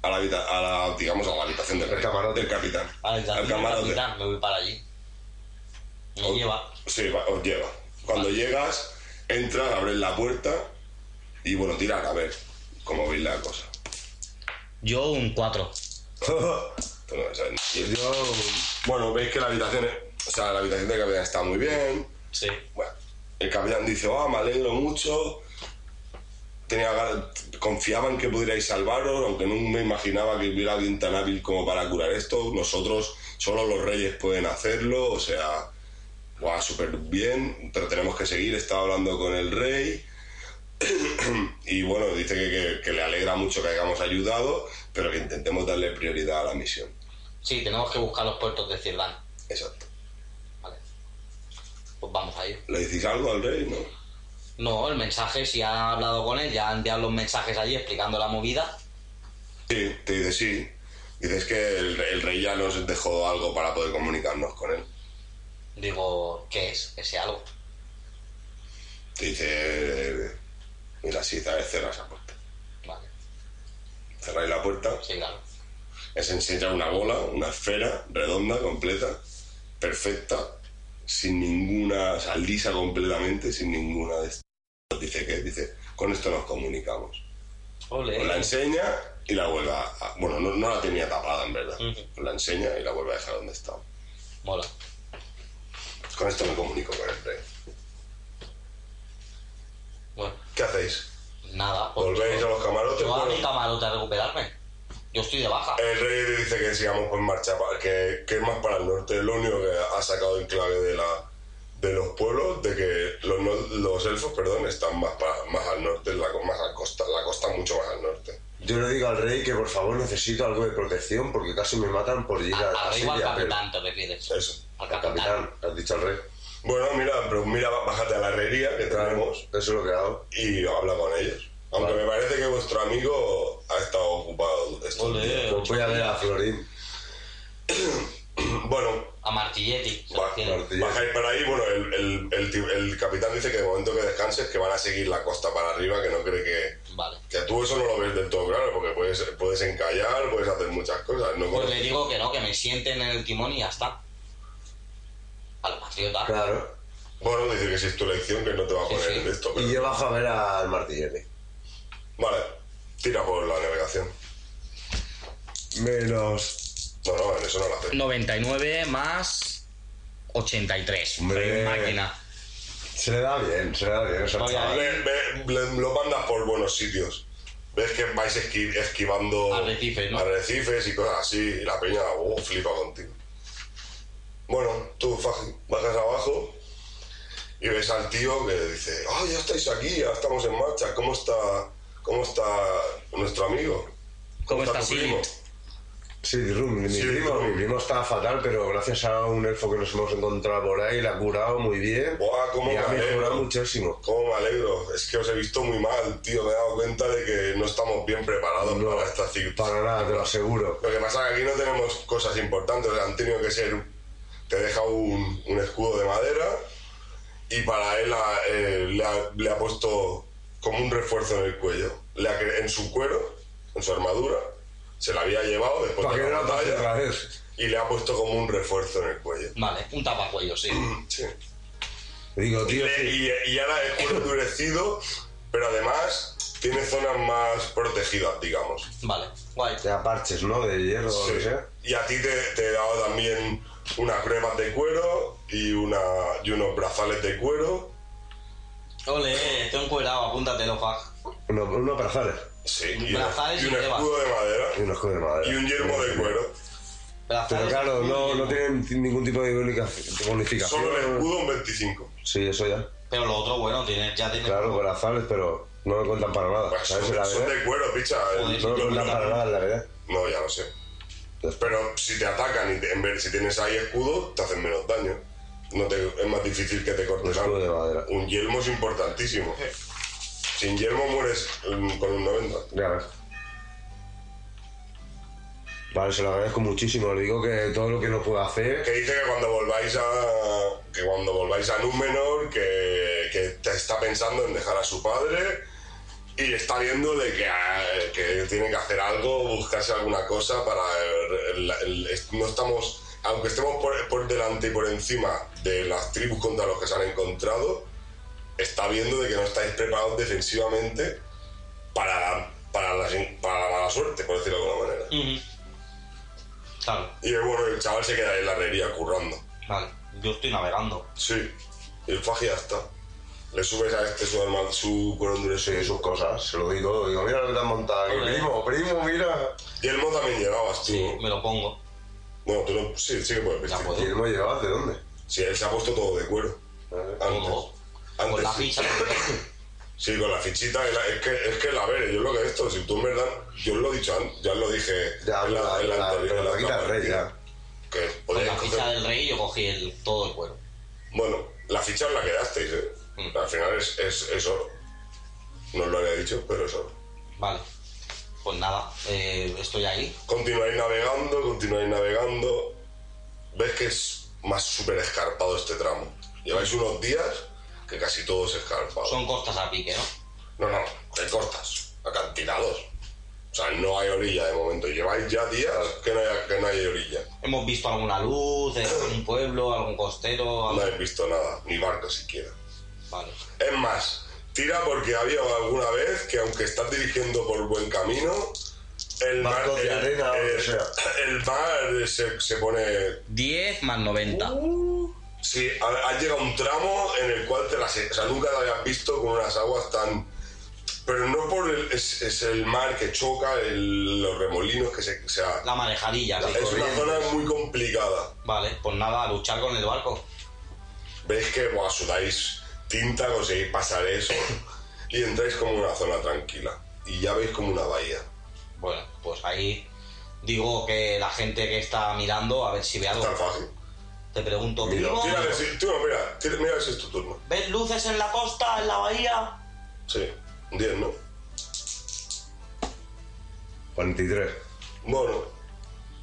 Speaker 3: A la, habita- a la, digamos, a la habitación del,
Speaker 4: Al camarote.
Speaker 3: del capitán.
Speaker 2: Vale, ya
Speaker 3: Al
Speaker 2: me voy a
Speaker 3: camarote.
Speaker 2: quitar, me voy para allí. Me
Speaker 3: Ok.
Speaker 2: lleva.
Speaker 3: Sí, va- os lleva. Cuando llegas, entras, abres la puerta y bueno, tirar a ver cómo veis la cosa.
Speaker 2: Yo un 4.
Speaker 3: Tú no sabes. Y-
Speaker 4: yo...
Speaker 3: Bueno, veis que la habitación, es- o sea, la habitación del capitán está muy bien.
Speaker 2: Sí.
Speaker 3: Bueno, el capitán dice, ah, me alegro mucho. Tenía, gan- confiaba en que pudierais salvaros, aunque no me imaginaba que hubiera alguien tan hábil como para curar esto. Nosotros, solo los reyes pueden hacerlo, o sea, guau, súper bien, pero tenemos que seguir. Estaba hablando con el rey y bueno, dice que, que- que le alegra mucho que hayamos ayudado, pero que intentemos darle prioridad a la misión.
Speaker 2: Sí, tenemos que buscar los puertos de Cirdan.
Speaker 3: Exacto.
Speaker 2: Vale. Pues vamos a ir.
Speaker 3: ¿Le decís algo al rey? No.
Speaker 2: No, el mensaje, si han hablado con él, ya han enviado los mensajes allí explicando la movida.
Speaker 3: Sí, te dice sí. Dices que el, el rey ya nos dejó algo para poder comunicarnos con él.
Speaker 2: Digo, ¿qué es ese algo?
Speaker 3: Te dice, mira, sí, tal vez cerra esa puerta.
Speaker 2: Vale, pues
Speaker 3: Cerráis la puerta,
Speaker 2: sí, claro.
Speaker 3: es enseña una bola, una esfera redonda, completa, perfecta, sin ninguna, o sea, lisa completamente, sin ninguna de estas. Dice que, dice, con esto nos comunicamos.
Speaker 2: Ole.
Speaker 3: Os la enseña y la vuelve a... a- Bueno, no, no la tenía tapada, en verdad.
Speaker 2: Ujú.
Speaker 3: Os la enseña y la vuelve a dejar donde estaba.
Speaker 2: Mola.
Speaker 3: Con esto me comunico con el rey.
Speaker 2: Bueno,
Speaker 3: ¿Qué hacéis?
Speaker 2: nada. pues
Speaker 3: Volvéis a
Speaker 2: yo,
Speaker 3: los camarotes.
Speaker 2: yo a
Speaker 3: bueno. Eh,
Speaker 2: mi camarote a recuperarme. Yo estoy de baja.
Speaker 3: El rey dice que sigamos en marcha, pa- que, que es más para el norte. Es lo único que ha sacado en clave de, la, de los pueblos, de que los, no- los elfos perdón, están más, para, más al norte, la, co- más a costa, la costa mucho más al norte.
Speaker 4: Yo le digo al rey que por favor necesito algo de protección porque casi me matan por ir a,
Speaker 2: Arriba
Speaker 4: a
Speaker 2: al
Speaker 4: Siria, pero-
Speaker 2: capitán, te refieres.
Speaker 3: Eso.
Speaker 2: Al
Speaker 4: Al
Speaker 2: capitán.
Speaker 4: capitán, has dicho al rey.
Speaker 3: Bueno, mira, pero mira, bájate a la herrería que tenemos
Speaker 4: Eso es lo que hago.
Speaker 3: y habla con ellos. Aunque
Speaker 4: Vale.
Speaker 3: me parece que vuestro amigo ha estado ocupado estos días.
Speaker 2: Ole.
Speaker 4: Pues voy a ver a Florín.
Speaker 3: Bueno,
Speaker 2: A Martilletti. se
Speaker 3: Va-
Speaker 2: refiere.
Speaker 4: Martilletti.
Speaker 3: Bajáis para ahí, bueno, el, el- el ti- el capitán dice que de momento que descanses, que van a seguir la costa para arriba, que no cree que...
Speaker 2: Vale.
Speaker 3: Que tú eso no lo ves del todo claro, porque puedes, puedes encallar, puedes hacer muchas cosas. No
Speaker 2: Pues
Speaker 3: conoces-
Speaker 2: le digo que no, que me sienten en el timón y ya está. A los patriotas.
Speaker 4: Claro.
Speaker 3: Bueno, dice que si es tu elección, que no te va a
Speaker 2: Sí,
Speaker 3: poner
Speaker 2: sí.
Speaker 3: en esto. pero-
Speaker 4: Y yo bajo a ver al martillete.
Speaker 3: Vale, tira por la navegación.
Speaker 4: Menos.
Speaker 3: No, no, en eso no lo haces.
Speaker 2: 99 más 83. Soy
Speaker 4: Hombre.
Speaker 2: máquina.
Speaker 4: Se le da bien, se le da bien. se le
Speaker 2: Vale,
Speaker 4: da bien.
Speaker 3: Ve- ve- le- lo mandas por buenos sitios. Ves que vais esqui- esquivando
Speaker 2: Arrecifes, ¿no?
Speaker 3: arrecifes y cosas así, y la peña uh, flipa contigo. Bueno, tú Faji, bajas abajo y ves al tío que dice, ah, ya estáis aquí, ya estamos en marcha, ¿cómo está, cómo está nuestro amigo?
Speaker 2: ¿Cómo está
Speaker 3: tu
Speaker 2: Sigurd?
Speaker 3: primo?
Speaker 4: Sí, Rum, mi
Speaker 3: Sí,
Speaker 4: primo,
Speaker 3: Rum.
Speaker 4: mi primo está fatal, pero gracias a un elfo que nos hemos encontrado por ahí, la ha curado muy bien
Speaker 3: Buah, cómo
Speaker 4: y ha
Speaker 3: me
Speaker 2: eh.
Speaker 3: alegro.
Speaker 4: mejorado muchísimo.
Speaker 3: ¿Cómo me alegro? Es que os he visto muy mal, tío. Me he dado cuenta de que no estamos bien preparados
Speaker 4: No,
Speaker 3: para estas circunstancias.
Speaker 4: Para nada, te lo aseguro.
Speaker 3: Lo que pasa es que aquí no tenemos cosas importantes. o sea, han tenido que ser. Te deja un, un escudo de madera y para él ha- eh, le, ha, le ha puesto como un refuerzo en el cuello. Le ha cre- en su cuero, en su armadura. Se la había llevado después
Speaker 4: Para que
Speaker 3: de
Speaker 4: no
Speaker 3: la
Speaker 4: la pase otra
Speaker 3: batalla
Speaker 4: vez.
Speaker 3: y le ha puesto como un refuerzo en el cuello.
Speaker 2: Vale, un tapacuello, sí.
Speaker 3: Sí.
Speaker 4: Le digo, tío, sí.
Speaker 3: Y, y ahora es cuero endurecido, pero además tiene zonas más protegidas, digamos.
Speaker 2: Vale, guay.
Speaker 4: Te da parches, ¿no? De hierro o lo que
Speaker 3: Sí.
Speaker 4: sea.
Speaker 3: Y a ti te, te he dado también unas cremas de cuero y, una, y unos brazales de cuero.
Speaker 2: Ole, estoy encuerado, apúntatelo, Fag.
Speaker 4: Uno- Unos brazales
Speaker 3: Sí, y,
Speaker 2: Brazales
Speaker 3: y
Speaker 2: y
Speaker 3: un
Speaker 2: llevas.
Speaker 3: escudo de madera.
Speaker 4: y unos escudo de madera.
Speaker 3: Y un yermo de cuero.
Speaker 4: Pero claro, no, no tienen t- ningún tipo de bonifica- bonificación.
Speaker 3: Solo el escudo un 25.
Speaker 4: Sí, eso ya.
Speaker 2: Pero lo otro, bueno, tiene, ya tiene.
Speaker 4: Claro, brazales, pero no me cuentan para nada.
Speaker 3: Pues
Speaker 4: ¿Sabes? La
Speaker 3: son, son
Speaker 4: verdad.
Speaker 3: de cuero, picha.
Speaker 2: Joder,
Speaker 4: No me
Speaker 2: son de-
Speaker 4: cuentan para nada, la verdad.
Speaker 3: No, ya lo sé. Pero si te atacan y te- en vez, si tienes ahí escudo, te hacen menos daño. No te, es más difícil que te
Speaker 4: Un
Speaker 3: cortes
Speaker 4: escudo de
Speaker 3: algo.
Speaker 4: madera.
Speaker 3: Un yelmo es importantísimo. Sin yelmo mueres mm, con un 90.
Speaker 4: Ya ves. Vale, se lo agradezco muchísimo. Le digo que todo lo que no pueda hacer.
Speaker 3: que dice que cuando volváis a que cuando volváis a Númenor que, que te está pensando en dejar a su padre y está viendo de que, ah, que tiene que hacer algo buscarse alguna cosa para el- el- el- no estamos aunque estemos por, por delante y por encima de las tribus contra los que se han encontrado está viendo de que no estáis preparados defensivamente para para la, para la mala suerte por decirlo de alguna manera
Speaker 2: Ujú. Claro,
Speaker 3: y bueno el chaval se queda ahí en la herrería currando
Speaker 2: vale. Yo estoy navegando.
Speaker 3: Sí, el faji ya está. Le subes a este su arma, su cuero endurecido
Speaker 4: Sí,
Speaker 3: y su...
Speaker 4: sus cosas. Se lo digo todo. Digo, mira lo que te han montado aquí,
Speaker 2: Joder.
Speaker 4: primo, primo, mira.
Speaker 3: Y el mo también llevabas tú.
Speaker 2: Sí,
Speaker 3: ¿no?
Speaker 2: me lo pongo.
Speaker 3: Bueno, tú no... Sí, sí que puedes
Speaker 2: Ya
Speaker 3: vestir.
Speaker 2: puedo.
Speaker 4: ¿Y él me llevaba? ¿De dónde?
Speaker 3: Sí, él se ha puesto todo de cuero. Antes.
Speaker 2: Todo.
Speaker 3: Antes
Speaker 2: Con la
Speaker 3: sí.
Speaker 2: ficha.
Speaker 3: Sí, con la fichita. y la- Es que, es que la veré, yo lo que esto, si tú en verdad, yo os lo he dicho antes, ya os lo dije
Speaker 4: Ya,
Speaker 3: en la, en la anterior.
Speaker 4: pero
Speaker 3: en la
Speaker 4: la quita el rey,
Speaker 3: partida,
Speaker 4: ya.
Speaker 3: Que
Speaker 2: Con
Speaker 3: podías
Speaker 2: la
Speaker 3: coger-
Speaker 2: ficha del rey yo cogí el, todo el cuero.
Speaker 3: Bueno, la ficha os la quedasteis, ¿eh?
Speaker 2: Mm.
Speaker 3: Al final es, es, es oro. No os lo había dicho, pero es oro.
Speaker 2: Vale. Pues nada, eh, estoy ahí.
Speaker 3: Continuáis navegando, continuáis navegando. Ves que es más súper escarpado este tramo. Lleváis unos días que casi todo es escarpado.
Speaker 2: Son costas a pique, ¿no?
Speaker 3: No, no, hay costas, acantilados. O sea, no hay orilla de momento. Lleváis ya días que no hay, que no hay orilla.
Speaker 2: Hemos visto alguna luz, en algún pueblo, algún costero.
Speaker 3: No
Speaker 2: algo-
Speaker 3: habéis visto nada, ni barco siquiera.
Speaker 2: Vale.
Speaker 3: Es más, tira porque había alguna vez que aunque estás dirigiendo por buen camino, el mar,
Speaker 4: Barcos de
Speaker 3: el,
Speaker 4: arena o lo que
Speaker 3: el-
Speaker 4: sea.
Speaker 3: el mar se- se pone
Speaker 2: 10 más 90.
Speaker 3: Sí, ha- has llegado a un tramo en el cual te las, o sea, nunca te habías visto con unas aguas tan... Pero no por el, es, es el mar que choca, el- los remolinos que se... O sea,
Speaker 2: La marejadilla, sí.
Speaker 3: es una
Speaker 2: corriente.
Speaker 3: zona muy complicada.
Speaker 2: Vale, pues nada, a luchar con el barco.
Speaker 3: Veis que buah, sudáis tinta, conseguís pasar eso y entráis como en una zona tranquila. Y ya veis como una bahía.
Speaker 2: Bueno, pues ahí digo que la gente que está mirando, a ver si ve algo.
Speaker 3: Tan fácil.
Speaker 2: Te pregunto,
Speaker 4: Mira,
Speaker 2: primo,
Speaker 3: Tira, a ver si- tú, mira, tira- mira si es tu turno.
Speaker 2: ¿ves luces en la costa, en la bahía?
Speaker 3: Sí, un 10, ¿no?
Speaker 4: 43.
Speaker 3: Bueno,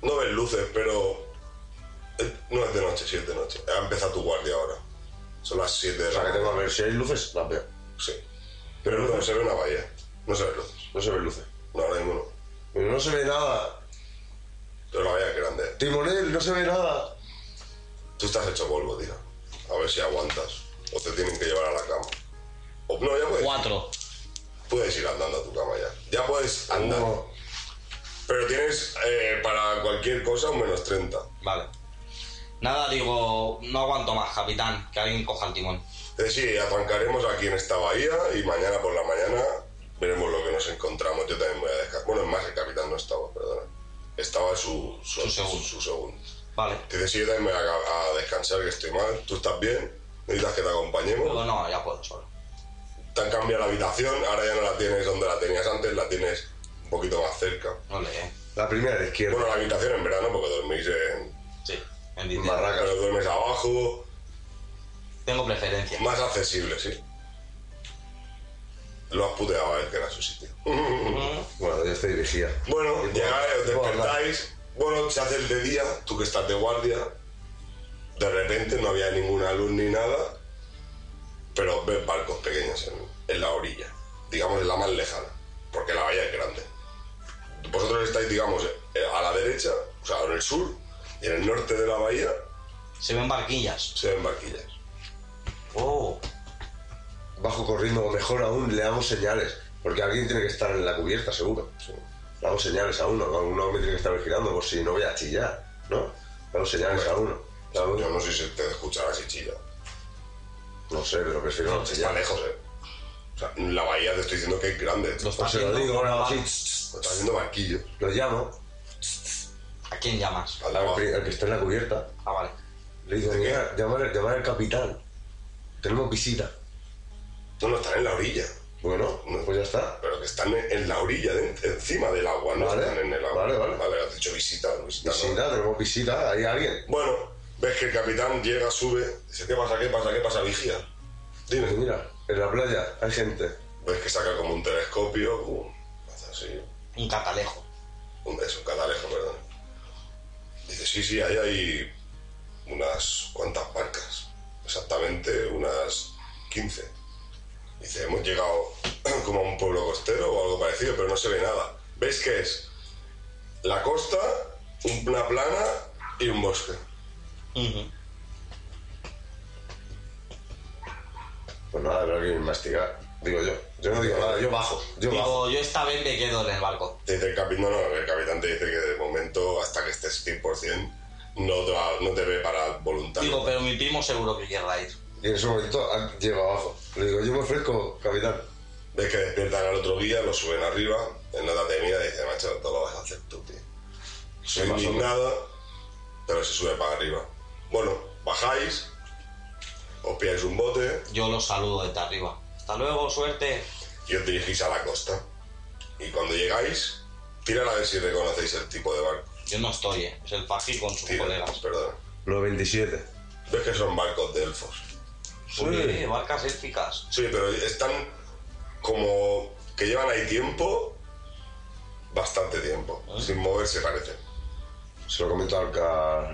Speaker 3: no ves luces, pero eh, no es de noche, sí es de noche. Ha empezado tu guardia ahora. Son las 7 de
Speaker 4: O sea,
Speaker 3: la
Speaker 4: que tengo
Speaker 3: mañana.
Speaker 4: a ver si hay luces, las veo.
Speaker 3: Sí. Pero no se ve una valla. No se ve luces.
Speaker 4: No se ven luces.
Speaker 3: No, ahora mismo no.
Speaker 4: Pero no se ve nada.
Speaker 3: Pero la valla es grande.
Speaker 4: Timonel, no se ve nada.
Speaker 3: Tú estás hecho polvo, tira. A ver si aguantas. O te tienen que llevar a la cama. O no, ya puedes,
Speaker 2: Cuatro.
Speaker 3: puedes ir andando a tu cama ya. Ya puedes andar.
Speaker 4: No.
Speaker 3: Pero tienes eh, para cualquier cosa un menos 30.
Speaker 2: Vale. Nada, digo, no aguanto más, capitán, que alguien coja el timón.
Speaker 3: Eh, sí, atancaremos aquí en esta bahía y mañana por la mañana veremos lo que nos encontramos. Yo también voy a dejar. Bueno, es más, el capitán no estaba, perdona. Estaba su, su,
Speaker 2: Su segundo.
Speaker 3: su- su segundo.
Speaker 2: Vale.
Speaker 3: Dice, sí, yo también me voy a, a descansar, que estoy mal. ¿Tú estás bien? ¿Necesitas que te acompañemos?
Speaker 2: Digo, no, ya puedo solo.
Speaker 3: Te han cambiado la habitación, ahora ya no la tienes donde la tenías antes, la tienes un poquito más cerca.
Speaker 2: No ¿eh? le.
Speaker 4: La primera de izquierda.
Speaker 3: Bueno, la habitación en verano porque dormís
Speaker 2: Sí, en
Speaker 3: en
Speaker 2: Disney.
Speaker 3: barracas, pero duermes abajo,
Speaker 2: Tengo preferencia.
Speaker 3: más accesible, sí. Lo has puteado a él que era su sitio.
Speaker 4: Bueno, yo estoy vigía.
Speaker 3: Bueno,
Speaker 4: Y puedo-
Speaker 3: llegáis, os
Speaker 4: puedo hablar.
Speaker 3: despertáis. Bueno, se hace el de día, tú que estás de guardia. De repente no había ninguna luz ni nada, pero ves barcos pequeños en, en la orilla, digamos en la más lejana, porque la bahía es grande. Vosotros estáis, digamos, eh, a la derecha, o sea, en el sur, y en el norte de la bahía
Speaker 2: Se ven barquillas.
Speaker 3: se ven barquillas.
Speaker 2: Oh,
Speaker 4: Bajo corriendo, o mejor aún, le damos señales. Porque alguien tiene que estar en la cubierta, seguro. Le damos señales a uno. Un hombre tiene que estar vigilando, por si no voy a chillar, ¿no? Le damos señales a uno. Claro,
Speaker 3: Yo no sé si te escuchará si chilla.
Speaker 4: No sé, pero prefiero no
Speaker 3: Está
Speaker 4: chillar.
Speaker 3: lejos, eh. O sea, la bahía te estoy diciendo que es grande.
Speaker 2: los
Speaker 4: Pues se lo
Speaker 2: haciendo-
Speaker 4: digo ahora sí.
Speaker 3: Está haciendo barquillo.
Speaker 4: Lo llamo
Speaker 2: ¿A quién llamas?
Speaker 3: Al de
Speaker 4: al
Speaker 3: abajo.
Speaker 4: pri- al que está en la cubierta.
Speaker 2: Ah, vale.
Speaker 4: Le digo, mira, llamar, al- llamar al capitán. Tenemos visita.
Speaker 3: No, no, están en la orilla.
Speaker 4: Bueno, pues ya está.
Speaker 3: Pero que están en en la orilla, de- encima del agua, no
Speaker 4: Vale.
Speaker 3: están en el agua.
Speaker 4: Vale, vale.
Speaker 3: has dicho visita, no visita, ¿no?
Speaker 4: Visita, tenemos visita, hay alguien.
Speaker 3: Bueno, ves que el capitán llega, sube, dice, ¿qué pasa, qué pasa, qué pasa? Vigía.
Speaker 4: Pues
Speaker 3: Dime.
Speaker 4: mira, en la playa hay gente.
Speaker 3: Ves que saca como un telescopio, pum, hace así,
Speaker 2: Un catalejo.
Speaker 3: un, es un catalejo, perdón. Dice, sí, sí, ahí hay unas cuantas barcas, exactamente unas 15. Dice, hemos llegado como a un pueblo costero o algo parecido, pero no se ve nada. ¿Veis qué es? La costa, un- una plana y un bosque.
Speaker 2: Ujú.
Speaker 4: Pues nada, habrá que investigar. Digo yo. Yo no digo nada, yo bajo. Yo bajo.
Speaker 2: Digo, yo esta vez me quedo en el barco.
Speaker 3: Te dice el capitán, no, no, el capitán te dice que de momento, hasta que estés 100%, no te, va- no te ve para voluntario.
Speaker 2: Digo, pero mi primo seguro que querrá ir.
Speaker 4: Y en ese momento ah, llego abajo. Le digo, yo me ofrezco, capitán.
Speaker 3: Ves que despiertan al otro guía, lo suben arriba, el nota te mira y dice, macho, todo lo vas a hacer tú, tío. Soy
Speaker 4: pasó?
Speaker 3: indignado, pero se sube para arriba. Bueno, bajáis, os pilláis un bote
Speaker 2: Yo los saludo desde arriba. Hasta luego, suerte.
Speaker 3: y os dirigís a la costa. Y cuando llegáis, tiran a ver si reconocéis el tipo de barco.
Speaker 2: Yo no estoy, ¿eh? es el Faji con sus
Speaker 3: Tiran,
Speaker 2: colegas.
Speaker 3: perdón.
Speaker 4: 97.
Speaker 3: Ves que son barcos de elfos.
Speaker 4: Sí.
Speaker 2: Uy, eh, barcas élficas.
Speaker 3: Sí, pero están como que llevan ahí tiempo, bastante tiempo, sin moverse parece.
Speaker 4: Se lo comento al, ca-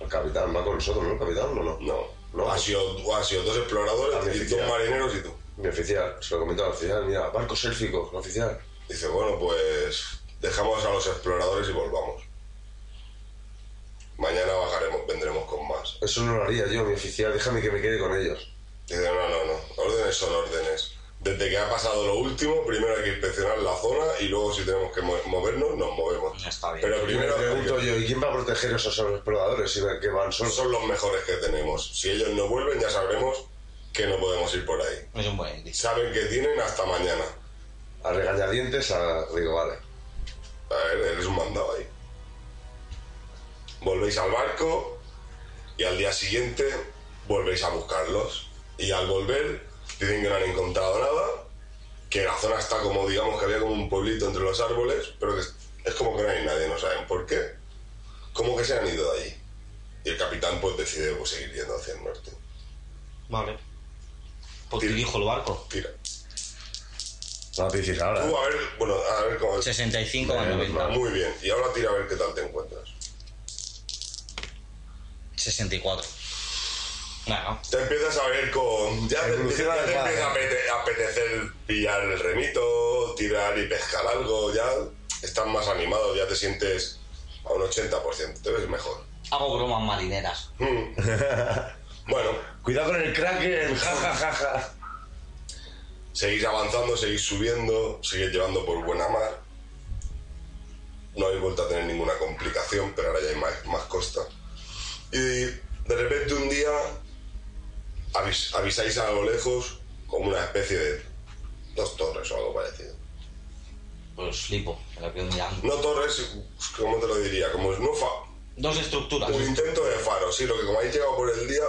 Speaker 4: al capitán. Va con nosotros, ¿no, capitán? ¿O no?
Speaker 3: No,
Speaker 4: No.
Speaker 3: Han, sido, han sido dos exploradores,
Speaker 4: También
Speaker 3: y dos
Speaker 4: oficial.
Speaker 3: marineros y tú.
Speaker 4: Mi oficial. Se lo comento al oficial. Mira, barco sélfico, oficial.
Speaker 3: Dice, bueno, pues dejamos a los exploradores y volvamos. Mañana bajaremos, vendremos con más.
Speaker 4: Eso no lo haría yo, mi oficial. Déjame que me quede con ellos.
Speaker 3: Dice, no, no, no, órdenes son órdenes. Desde que ha pasado lo último, primero hay que inspeccionar la zona y luego si tenemos que mo- movernos, nos movemos.
Speaker 2: Está bien.
Speaker 3: Pero
Speaker 4: Y me
Speaker 3: primero
Speaker 4: pregunto yo, ¿y quién va a proteger a esos exploradores si ven que van solos?
Speaker 3: son los mejores que tenemos. Si ellos no vuelven, ya sabremos que no podemos ir por ahí.
Speaker 2: Es un buen índice.
Speaker 3: Saben que tienen hasta mañana.
Speaker 4: A regañadientes, a... digo, vale.
Speaker 3: A ver, eres un mandado ahí. Volvéis al barco y al día siguiente volvéis a buscarlos. Y al volver dicen que no han encontrado nada, que la zona está como, digamos, que había como un pueblito entre los árboles, pero que es, es como que no hay nadie, no saben por qué. Como que se han ido de allí. Y el capitán pues decide pues, seguir yendo hacia el norte.
Speaker 2: Vale. Pues
Speaker 3: Tira.
Speaker 2: dirijo el barco.
Speaker 3: Tira.
Speaker 4: No dices ahora.
Speaker 3: Tú, a ver, bueno, a ver cómo...
Speaker 2: 65 a
Speaker 4: Menos
Speaker 2: 90.
Speaker 4: mal.
Speaker 3: Muy bien. Y ahora tira a ver qué tal te encuentras.
Speaker 2: 64. Bueno,
Speaker 3: Te empiezas a ver con. Ya te,
Speaker 4: Evoluciona
Speaker 3: ya te
Speaker 4: de padre.
Speaker 3: empieza a apete- a apetecer pillar el remito, tirar y pescar algo, ya estás más animado, ya te sientes a un 80%, te ves mejor.
Speaker 2: hago bromas marineras.
Speaker 3: Mm. bueno,
Speaker 4: Cuidado con el kraken, ja, ja, ja, ja.
Speaker 3: seguís avanzando, seguís subiendo, sigues llevando por buena mar. No habéis vuelto a tener ninguna complicación, pero ahora ya hay más, más costa. Y de repente un día avis- avisáis a lo lejos como una especie de dos torres o algo parecido.
Speaker 2: Pues flipo. me lo quedo mirando.
Speaker 3: No torres, ¿cómo te lo diría? Como es no fa-
Speaker 2: Dos estructuras.
Speaker 3: un intento de faro, sí, lo que como habéis llegado por el día,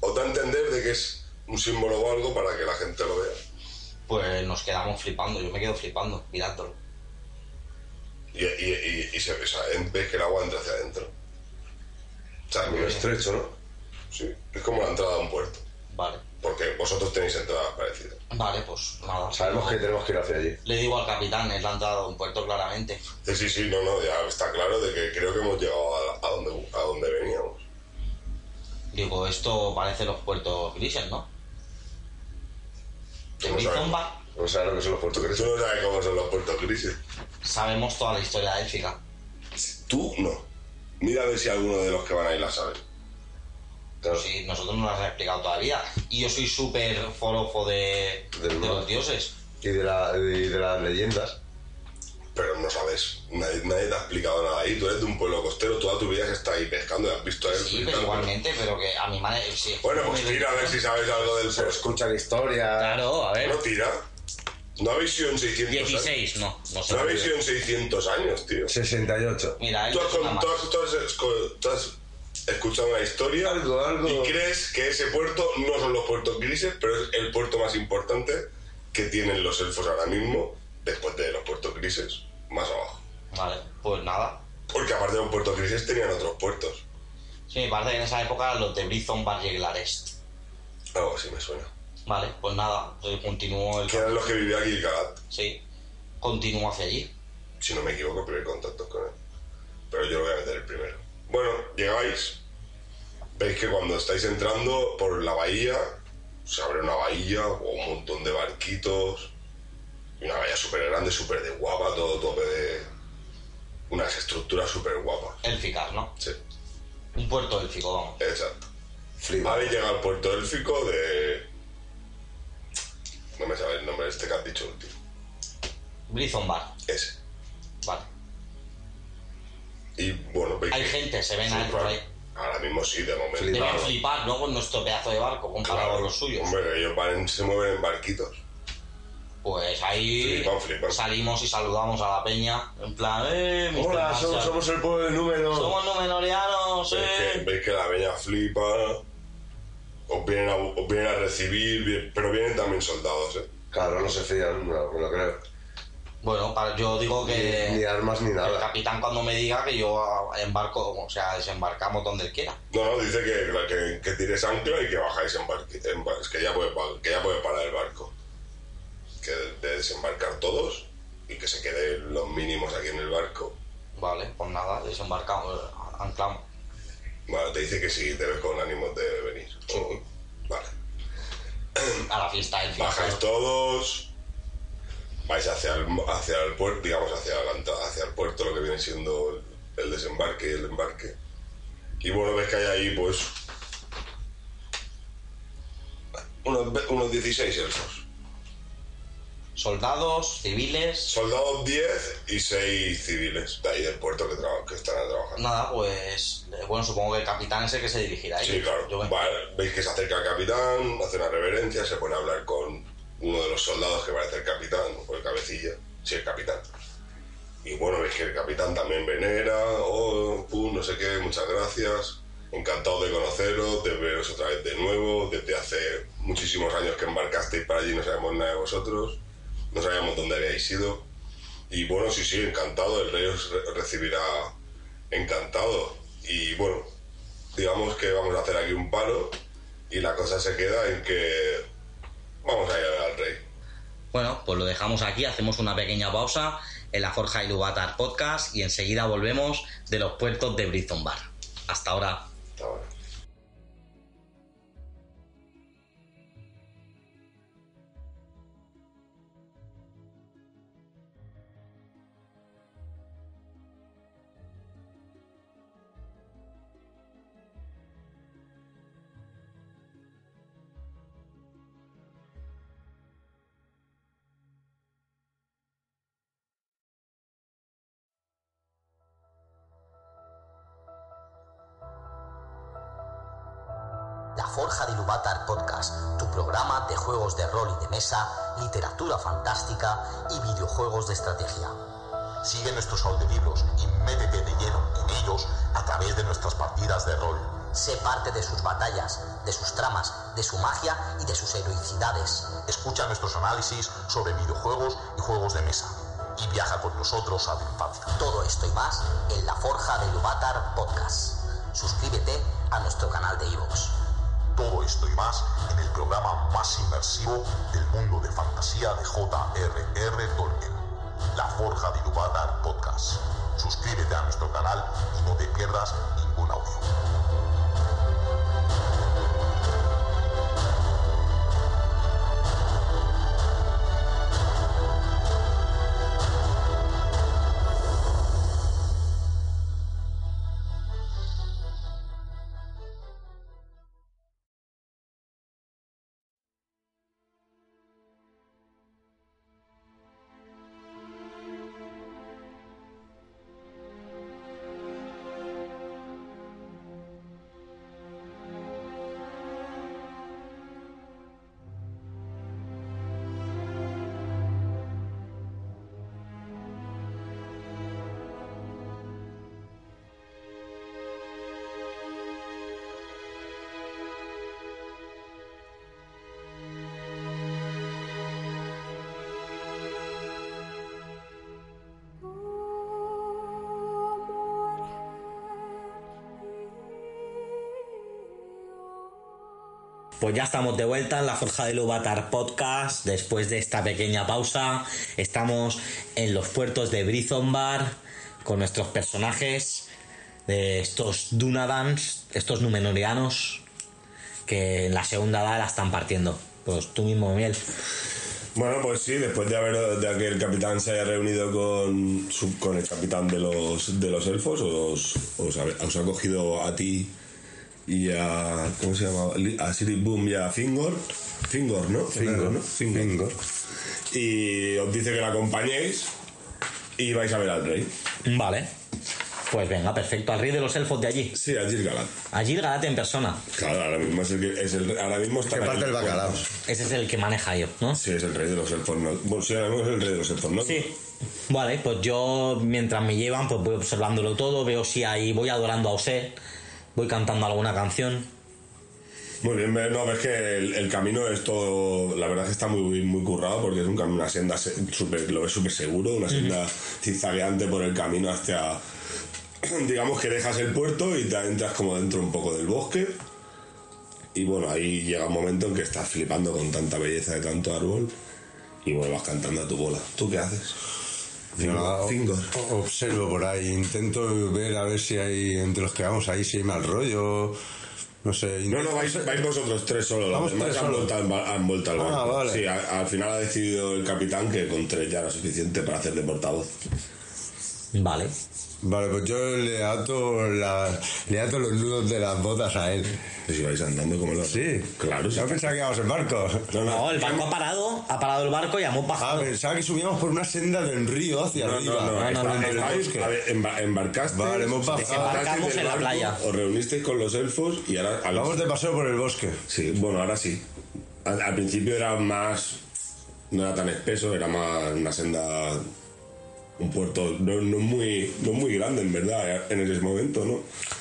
Speaker 3: os da a entender de que es un símbolo o algo para que la gente lo vea.
Speaker 2: Pues nos quedamos flipando. Yo me quedo flipando, mirándolo.
Speaker 3: Y Y, y, y, y se o sea, ves que el agua entra hacia adentro. O sea,
Speaker 4: Muy
Speaker 3: mira,
Speaker 4: estrecho, ¿no?
Speaker 3: sí, es como la entrada a un puerto.
Speaker 2: Vale.
Speaker 3: Porque vosotros tenéis entradas parecidas.
Speaker 2: Vale, pues nada.
Speaker 4: Sabemos que tenemos que ir hacia allí.
Speaker 2: Le digo al capitán, él ha entrado a un puerto claramente.
Speaker 3: Sí, sí, sí, no, no, ya está claro de que creo que hemos llegado a, a donde, a donde veníamos.
Speaker 2: Digo, esto parece los puertos grises, ¿no? De
Speaker 3: Vamos a ver.
Speaker 2: Bizomba
Speaker 4: No sabes lo que son los puertos
Speaker 3: Tú
Speaker 4: grises.
Speaker 3: no sabes cómo son los puertos grises.
Speaker 2: sabemos toda la historia élfica.
Speaker 3: Tú no. Mira a ver si alguno de los que van ahí la sabe.
Speaker 4: Claro.
Speaker 2: Sí, nosotros no las has explicado todavía. Y yo soy súper forofo de,
Speaker 4: Del
Speaker 2: de
Speaker 4: mar.
Speaker 2: los dioses.
Speaker 4: Y de, la, y de las leyendas.
Speaker 3: Pero no sabes, nadie, nadie te ha explicado nada ahí. Tú eres de un pueblo costero, toda tu vida has estado ahí pescando y has visto a él.
Speaker 2: Sí,
Speaker 3: flipando.
Speaker 2: pero igualmente, pero que a mi madre... Sí, es
Speaker 3: Bueno,
Speaker 2: como
Speaker 3: pues
Speaker 2: mi-
Speaker 3: tira a ver si sabes algo del
Speaker 4: Se
Speaker 3: pueblo.
Speaker 4: escuchan historias.
Speaker 2: Claro, a
Speaker 3: No
Speaker 2: ver.
Speaker 3: tira. No habéis sido en 600 años.
Speaker 2: 16, no, no sé.
Speaker 3: No habéis sido en 600 años, tío.
Speaker 4: 68.
Speaker 2: Mira, él
Speaker 3: Tú has,
Speaker 2: es una
Speaker 3: con-
Speaker 2: ma-
Speaker 3: tú has- tú has esco- tú has escuchado una historia
Speaker 4: Algo, algo.
Speaker 3: y crees que ese puerto no son los puertos grises, pero es el puerto más importante que tienen los elfos ahora mismo, después de los puertos grises, más abajo.
Speaker 2: Vale, pues nada.
Speaker 3: Porque aparte de los puertos grises tenían otros puertos.
Speaker 2: Sí, me parece que en esa época los de Brizomba y Glarest.
Speaker 3: Algo así me suena.
Speaker 2: Vale, pues nada, eh, continúo el...
Speaker 3: Que eran los que vivían aquí Gilgalad,
Speaker 2: Sí, continúo hacia allí.
Speaker 3: si no me equivoco, primer contacto con él. Pero yo lo voy a meter el primero. Bueno, llegáis. Veis que cuando estáis entrando por la bahía, se abre una bahía o un montón de barquitos. Y una bahía súper grande, súper de guapa, todo tope de. Unas estructuras súper guapas.
Speaker 2: Élficas, ¿no?
Speaker 3: Sí,
Speaker 2: Un puerto élfico, vamos.
Speaker 3: exacto.
Speaker 4: Flipa.
Speaker 3: Habéis llegado al puerto élfico de. No me sabe el nombre de este que has dicho último.
Speaker 2: Brizombar,
Speaker 3: Ese.
Speaker 2: vale.
Speaker 3: Y bueno, veis
Speaker 2: Hay
Speaker 3: que-
Speaker 2: gente, ¿eh? se ven
Speaker 3: Sí,
Speaker 2: ahí por
Speaker 3: claro.
Speaker 2: ahí.
Speaker 3: Ahora mismo sí, de momento.
Speaker 4: Sí,
Speaker 2: Deben
Speaker 4: claro.
Speaker 2: flipar, ¿no? Con nuestro pedazo de barco comparado
Speaker 3: Claro,
Speaker 2: con los suyos.
Speaker 3: Hombre, ellos van, en- se mueven en barquitos.
Speaker 2: Pues ahí
Speaker 3: Flipan, flipan.
Speaker 2: salimos y saludamos a la peña. En plan, ¡eh! Mr.
Speaker 4: Hola,
Speaker 2: Marshall!
Speaker 4: somos, somos el pueblo de número.
Speaker 2: Somos numenorianos,
Speaker 3: Veis, que,
Speaker 2: ¡eh!
Speaker 3: veis que la peña flipa. Os vienen a, os vienen a recibir, vi- pero vienen también soldados, ¿eh?
Speaker 4: Claro, no se fían, no me lo creo.
Speaker 2: Bueno, para- yo digo
Speaker 5: Eh,
Speaker 2: que
Speaker 4: Ni, ni armas ni
Speaker 2: el
Speaker 4: nada.
Speaker 2: capitán cuando me diga que yo ah, embarco, o sea, desembarcamos donde él quiera.
Speaker 3: No, no, dice que, que, que tires ancla y que bajáis en barquito. que, ya puede, pa- que ya puede parar el barco. Que de desembarcar todos y que se queden los mínimos aquí en el barco.
Speaker 2: Vale, pues nada, desembarcamos, anclamos.
Speaker 3: Bueno, te dice que sí, te ves con ánimos de venir. Vale.
Speaker 2: A la fiesta del
Speaker 3: Bajáis todos, vais hacia el, hacia el puerto, digamos hacia, la entra- hacia el puerto, lo que viene siendo el, el desembarque y el embarque. Y bueno, ves que hay ahí, pues, unos, ve- unos 16 elfos.
Speaker 2: Soldados, civiles.
Speaker 3: Soldados 10 y 6 civiles de ahí del puerto que, traba- que están trabajando.
Speaker 2: Nada, pues. eh, Bueno, supongo que el capitán es el que se dirigirá ahí.
Speaker 3: Sí, claro.
Speaker 2: Yo me-
Speaker 3: Vale, veis que se acerca el capitán, hace una reverencia, se pone a hablar con uno de los soldados que parece el capitán, o el cabecilla, sí, el capitán. Y bueno, veis que el capitán también venera, oh, pum, no sé qué, muchas gracias, encantado de conoceros, de veros otra vez de nuevo, desde hace muchísimos años que embarcasteis para allí, no sabemos nada de vosotros, no sabíamos dónde habíais ido. Y bueno, sí, sí, encantado, el rey os re- recibirá encantado. Y bueno, digamos que vamos a hacer aquí un paro y la cosa se queda en que vamos a ir al rey.
Speaker 2: Bueno, pues lo dejamos aquí, hacemos una pequeña pausa en la Forja Iluvatar Podcast y enseguida volvemos de los puertos de Briston Bar. Hasta ahora.
Speaker 3: Hasta ahora.
Speaker 2: La Forja de Iluvatar Podcast, tu programa de juegos de rol y de mesa, literatura fantástica y videojuegos de estrategia.
Speaker 6: Sigue nuestros audiolibros y métete de lleno en ellos a través de nuestras partidas de rol.
Speaker 7: Sé parte de sus batallas, de sus tramas, de su magia y de sus heroicidades.
Speaker 6: Escucha nuestros análisis sobre videojuegos y juegos de mesa.
Speaker 1: y viaja con nosotros a tu infancia.
Speaker 7: Todo esto y más en La Forja de Lubatar Podcast. Suscríbete a nuestro canal de iVoox.
Speaker 1: Todo esto y más en el programa más inmersivo del mundo de fantasía de J.R.R. Tolkien. La Forja de Ilúvatar Podcast. Suscríbete a nuestro canal y no te pierdas ningún audio.
Speaker 5: Pues ya estamos de vuelta en la Forja del Ubatar Podcast. Después de esta pequeña pausa, estamos en los puertos de Brizombar con nuestros personajes de estos Dunadans, estos Númenóreanos, que en la segunda edad la están partiendo. Pues tú mismo, Miel.
Speaker 3: Bueno, pues sí, después de haber de que el capitán se haya reunido con, su- con el capitán de los, de los elfos, os, os, habe- os ha cogido a ti y a. ¿Cómo se llama? A Siri Boom y a Fingor. Fingor, ¿no? Fingor, ¿no? Fingor. Y os dice que la acompañéis y vais a ver al rey.
Speaker 5: Vale. Pues venga, perfecto. Al rey de los elfos de allí.
Speaker 3: Sí, a Gilgalad.
Speaker 5: Allí el Galate en persona.
Speaker 3: Claro, ahora mismo es el que. Es el, ahora mismo está.
Speaker 4: Que
Speaker 3: en
Speaker 4: parte el bacalao.
Speaker 5: Ese es el que maneja yo, ¿no?
Speaker 3: Sí, es el rey de los elfos. ¿no? Bueno, sí, ahora mismo es el rey de los elfos, ¿no?
Speaker 5: Sí. Vale, pues yo mientras me llevan, pues voy observándolo todo, veo si ahí voy adorando a Osé, voy cantando alguna canción.
Speaker 3: Muy bien, ve- no, ves que el, el camino es todo, la verdad es que está muy, muy currado porque es un camino, una senda, se- súper- lo ves súper seguro, una senda zigzagueante por el camino hacia, digamos que dejas el puerto y te entras como dentro un poco del bosque y bueno, ahí llega un momento en que estás flipando con tanta belleza de tanto árbol y bueno, vas cantando a tu bola. ¿Tú qué haces?
Speaker 4: Yo
Speaker 3: Fingor.
Speaker 4: o- Observo por ahí, intento ver a ver si hay entre los que vamos ahí, si hay mal rollo. No sé.
Speaker 3: No,
Speaker 4: intento-
Speaker 3: no, vais, vais vosotros tres solos. Los
Speaker 4: Vamos
Speaker 3: demás
Speaker 4: tres
Speaker 3: han
Speaker 4: solos.
Speaker 3: vuelto, al ba- han vuelto al
Speaker 4: Ah,
Speaker 3: barco.
Speaker 4: vale.
Speaker 3: Sí, a- al final ha decidido el capitán que con tres ya era suficiente para hacer de portavoz.
Speaker 5: Vale.
Speaker 4: Vale, pues yo le ato, la- le ato los nudos de las botas a él.
Speaker 3: Pues si vais andando como los.
Speaker 4: Sí.
Speaker 3: Claro, sí.
Speaker 4: Yo pensaba que íbamos en barco.
Speaker 3: No, no.
Speaker 5: No, el barco ha parado, ha parado el barco y hemos
Speaker 4: Ah,
Speaker 5: bajado.
Speaker 4: pensaba que subíamos por una senda del río hacia
Speaker 3: No,
Speaker 4: arriba.
Speaker 3: no, no,
Speaker 5: no, no,
Speaker 3: está-
Speaker 4: entre el
Speaker 3: estáis-
Speaker 4: bosque.
Speaker 3: a ver, emba- embarcasteis,
Speaker 4: Vale, hemos bajado.
Speaker 5: Desembarcamos
Speaker 3: del
Speaker 5: en la
Speaker 3: barco,
Speaker 5: playa.
Speaker 3: Os reunisteis con los elfos y ahora. al-
Speaker 4: Vamos de paseo por el bosque.
Speaker 3: Sí, bueno, ahora sí. Al, al principio era más. No era tan espeso, era más una senda. Un puerto no, no muy, no muy grande, en verdad, en ese momento, ¿no?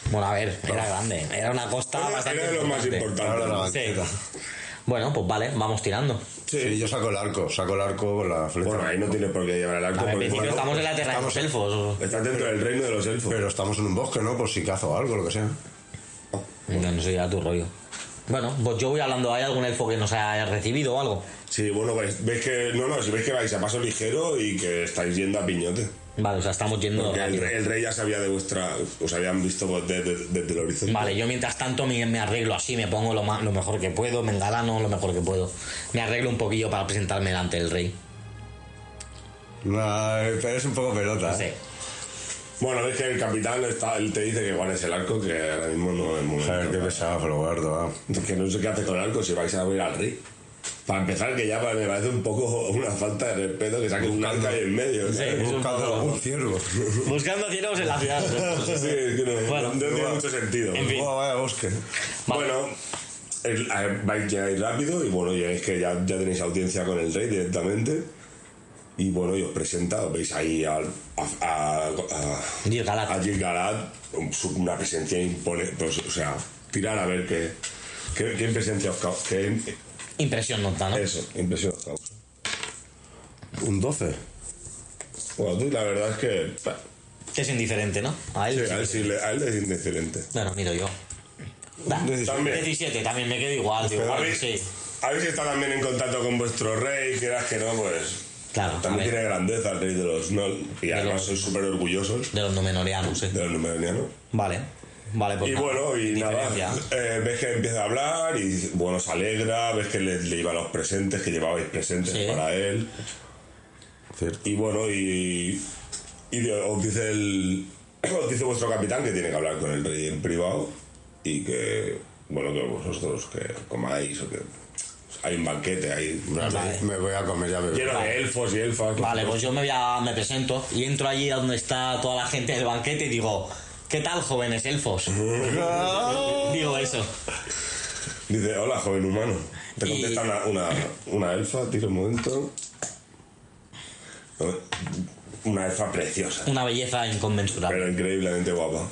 Speaker 5: Bueno, a ver, era grande, era una costa
Speaker 3: Era-
Speaker 5: bastante.
Speaker 3: era de lo más importante.
Speaker 4: Ahora la
Speaker 3: ¿no?
Speaker 4: banqueta.
Speaker 5: Sí. Bueno, pues vale, vamos tirando.
Speaker 4: Sí. yo saco el arco, saco el arco con la flecha.
Speaker 3: Bueno, ahí no tienes por qué llevar el
Speaker 5: A
Speaker 3: arco.
Speaker 5: ver, en
Speaker 3: porque,
Speaker 5: principio
Speaker 3: bueno,
Speaker 5: estamos en la tierra de los elfos.
Speaker 3: Estás dentro del reino de los elfos.
Speaker 4: Pero estamos en un bosque, ¿no? Por si cazo algo, lo que sea.
Speaker 5: No, no sé ya tu rollo. Bueno, pues yo voy hablando, ¿hay algún elfo que nos haya recibido o algo?
Speaker 3: Sí, bueno, vais- veis que. No, no, si veis que vais a paso ligero y que estáis yendo a piñote.
Speaker 5: Vale, o sea, estamos yendo
Speaker 3: Porque el,
Speaker 5: rápido.
Speaker 3: el rey ya sabía de vuestra. Os habían visto pues, desde, desde el horizonte.
Speaker 5: Vale, yo mientras tanto me, me arreglo así, me pongo lo, ma- lo mejor que puedo, me engalano lo mejor que puedo. Me arreglo un poquillo para presentarme delante del rey.
Speaker 4: No, pero es un poco pelota.
Speaker 5: No sé.
Speaker 4: ¿eh?
Speaker 3: Bueno, veis que el capitán está, él te dice que guardes el arco, que ahora mismo no es el momento.
Speaker 4: Joder, qué pesado, pero guardo, va.
Speaker 3: Que no sé qué hace con el arco si vais a abrir al rey. Para empezar, que ya me parece un poco una falta de respeto que saque un arco ahí en medio.
Speaker 5: Sí.
Speaker 3: ¿sabes?
Speaker 5: Es un
Speaker 4: Buscando
Speaker 5: poco-
Speaker 4: algún ciervo.
Speaker 5: Buscando cielos en la ciudad.
Speaker 3: Sí, es que no,
Speaker 5: Bueno.
Speaker 3: no tiene mucho sentido.
Speaker 5: En fin.
Speaker 4: Buah, vaya bosque.
Speaker 5: Vale.
Speaker 3: Bueno, el- a ver, vais, llegáis rápido y bueno, ya es que ya, ya tenéis audiencia con el rey directamente. Y bueno, y os presenta, os veis ahí al- a, a, a,
Speaker 5: Gilgalad.
Speaker 3: a Gilgalad, un- su- una presencia imponente. Pues, o sea, tirar a ver qué, qué, qué impresencia os causa.
Speaker 5: Impresión nota, ¿no?
Speaker 3: Eso, impresión os causa.
Speaker 4: Un 12.
Speaker 8: Bueno, tú la verdad es que. pa,
Speaker 5: Te es indiferente, ¿no? A él.
Speaker 8: sí, a él sí le- a él le es indiferente.
Speaker 5: Bueno, miro yo. Bah,
Speaker 8: También.
Speaker 5: 17, también me quedo igual, digo,
Speaker 8: Pero a
Speaker 5: bueno,
Speaker 8: ver-
Speaker 5: sí.
Speaker 8: A ver si está también en contacto con vuestro rey, quieras que no, pues.
Speaker 5: Claro, a
Speaker 8: También
Speaker 5: ver,
Speaker 8: tiene grandeza el rey de los Nol, y además son súper orgullosos
Speaker 5: de los nomenorianos, sí.
Speaker 8: de los Númenóreanos.
Speaker 5: Vale, vale, pues
Speaker 8: Y
Speaker 5: nada,
Speaker 8: bueno, y
Speaker 5: indiferencia.
Speaker 8: nada, eh, ves que empieza a hablar y bueno, se alegra, ves que le, le iba los presentes, que llevabais presentes
Speaker 5: Sí.
Speaker 8: para él. Y bueno, y, y de- os dice el os dice vuestro capitán que tiene que hablar con el rey en privado y que bueno que vosotros que comáis o que hay un banquete ahí.
Speaker 5: Vale.
Speaker 4: Me voy a comer ya, bebé.
Speaker 8: Lleno de elfos y elfas.
Speaker 5: Vale, pues yo me, voy a- me presento y entro allí a donde está toda la gente del banquete y digo, ¿qué tal, jóvenes elfos? digo eso.
Speaker 8: Dice, hola, joven humano. Te
Speaker 5: Y-
Speaker 8: contesta una, una, una elfa, tira un momento. Una elfa preciosa,
Speaker 5: Una belleza inconmensurable.
Speaker 8: pero increíblemente guapa.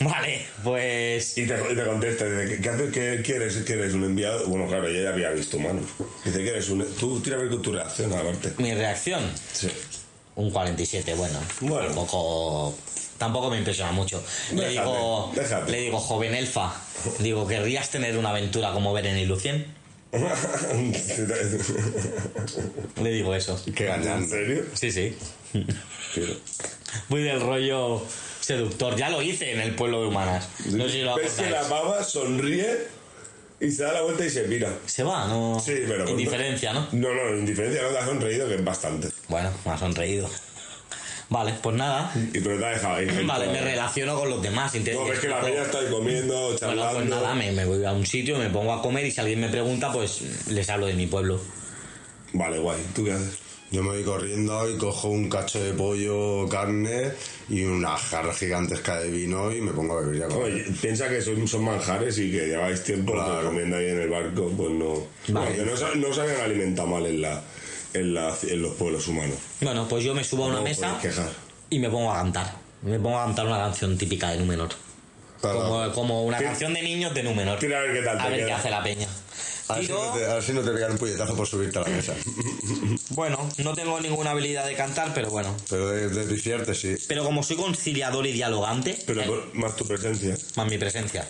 Speaker 5: Vale, pues...
Speaker 8: Y te, y te contesta, dice, ¿qué, qué haces? ¿Qué quieres? ¿Qué eres? ¿Un enviado? Bueno, claro, ella ya había visto humanos. Dice, ¿qué eres? Un... Tú tira a ver con tu reacción, aparte.
Speaker 5: Mi reacción,
Speaker 8: Sí.
Speaker 5: un 47, bueno.
Speaker 8: Bueno.
Speaker 5: Tampoco, tampoco me impresiona mucho. le,
Speaker 8: Déjate,
Speaker 5: digo,
Speaker 8: déjate.
Speaker 5: le digo, joven elfa, digo, ¿querrías tener una aventura como Beren y Lucien? Le digo eso.
Speaker 4: Qué gañán.
Speaker 8: ¿En serio?
Speaker 5: Sí, sí.
Speaker 8: Tira.
Speaker 5: Muy del rollo seductor. Ya lo hice en el pueblo de Humanas. No sé si lo
Speaker 8: Ves que la
Speaker 5: acordáis.
Speaker 8: baba sonríe y se da la vuelta y se mira.
Speaker 5: Se va, ¿no?
Speaker 8: Sí, pero-
Speaker 5: Indiferencia, ¿no?
Speaker 8: No, no, indiferencia, no te has sonreído, que es bastante.
Speaker 5: Bueno, me ha sonreído. Vale, pues nada.
Speaker 8: Y pero te ha dejado ahí.
Speaker 5: Vale, me
Speaker 8: Claro.
Speaker 5: relaciono con los demás. intento-
Speaker 8: No, ves que la peña está ahí comiendo,
Speaker 5: Bueno,
Speaker 8: charlando.
Speaker 5: pues nada, me, me voy a un sitio, me pongo a comer y si alguien me pregunta, pues les hablo de mi pueblo.
Speaker 8: Vale, guay. ¿Tú qué haces?
Speaker 4: Yo me voy corriendo y cojo un cacho de pollo, carne y una jarra gigantesca de vino y me pongo a beber ya. con-
Speaker 8: Oye, piensa que son, son manjares y que lleváis tiempo
Speaker 4: Claro.
Speaker 8: que comiendo ahí en el barco, pues no.
Speaker 5: Vale.
Speaker 8: Porque no, se- no se habían alimentado mal en, la, en, la, en los pueblos humanos.
Speaker 5: Bueno, pues yo me subo a una
Speaker 8: No
Speaker 5: mesa
Speaker 8: podéis quejar.
Speaker 5: y me pongo a cantar. Me pongo a cantar una canción típica de Númenor.
Speaker 4: Claro.
Speaker 5: Como, como una
Speaker 8: Sí.
Speaker 5: canción de niños de Númenor.
Speaker 8: Tira a ver Ah. qué tal te
Speaker 5: A ver qué
Speaker 8: queda.
Speaker 5: hace la peña.
Speaker 4: A ver, si
Speaker 5: Tiro-
Speaker 4: no te, a ver si no te pegan un puñetazo por subirte a la mesa.
Speaker 5: Bueno, no tengo ninguna habilidad de cantar, pero bueno.
Speaker 4: Pero de, de pifiarte, sí.
Speaker 5: Pero como soy conciliador y dialogante,
Speaker 8: Pero por- más tu presencia.
Speaker 5: más mi presencia.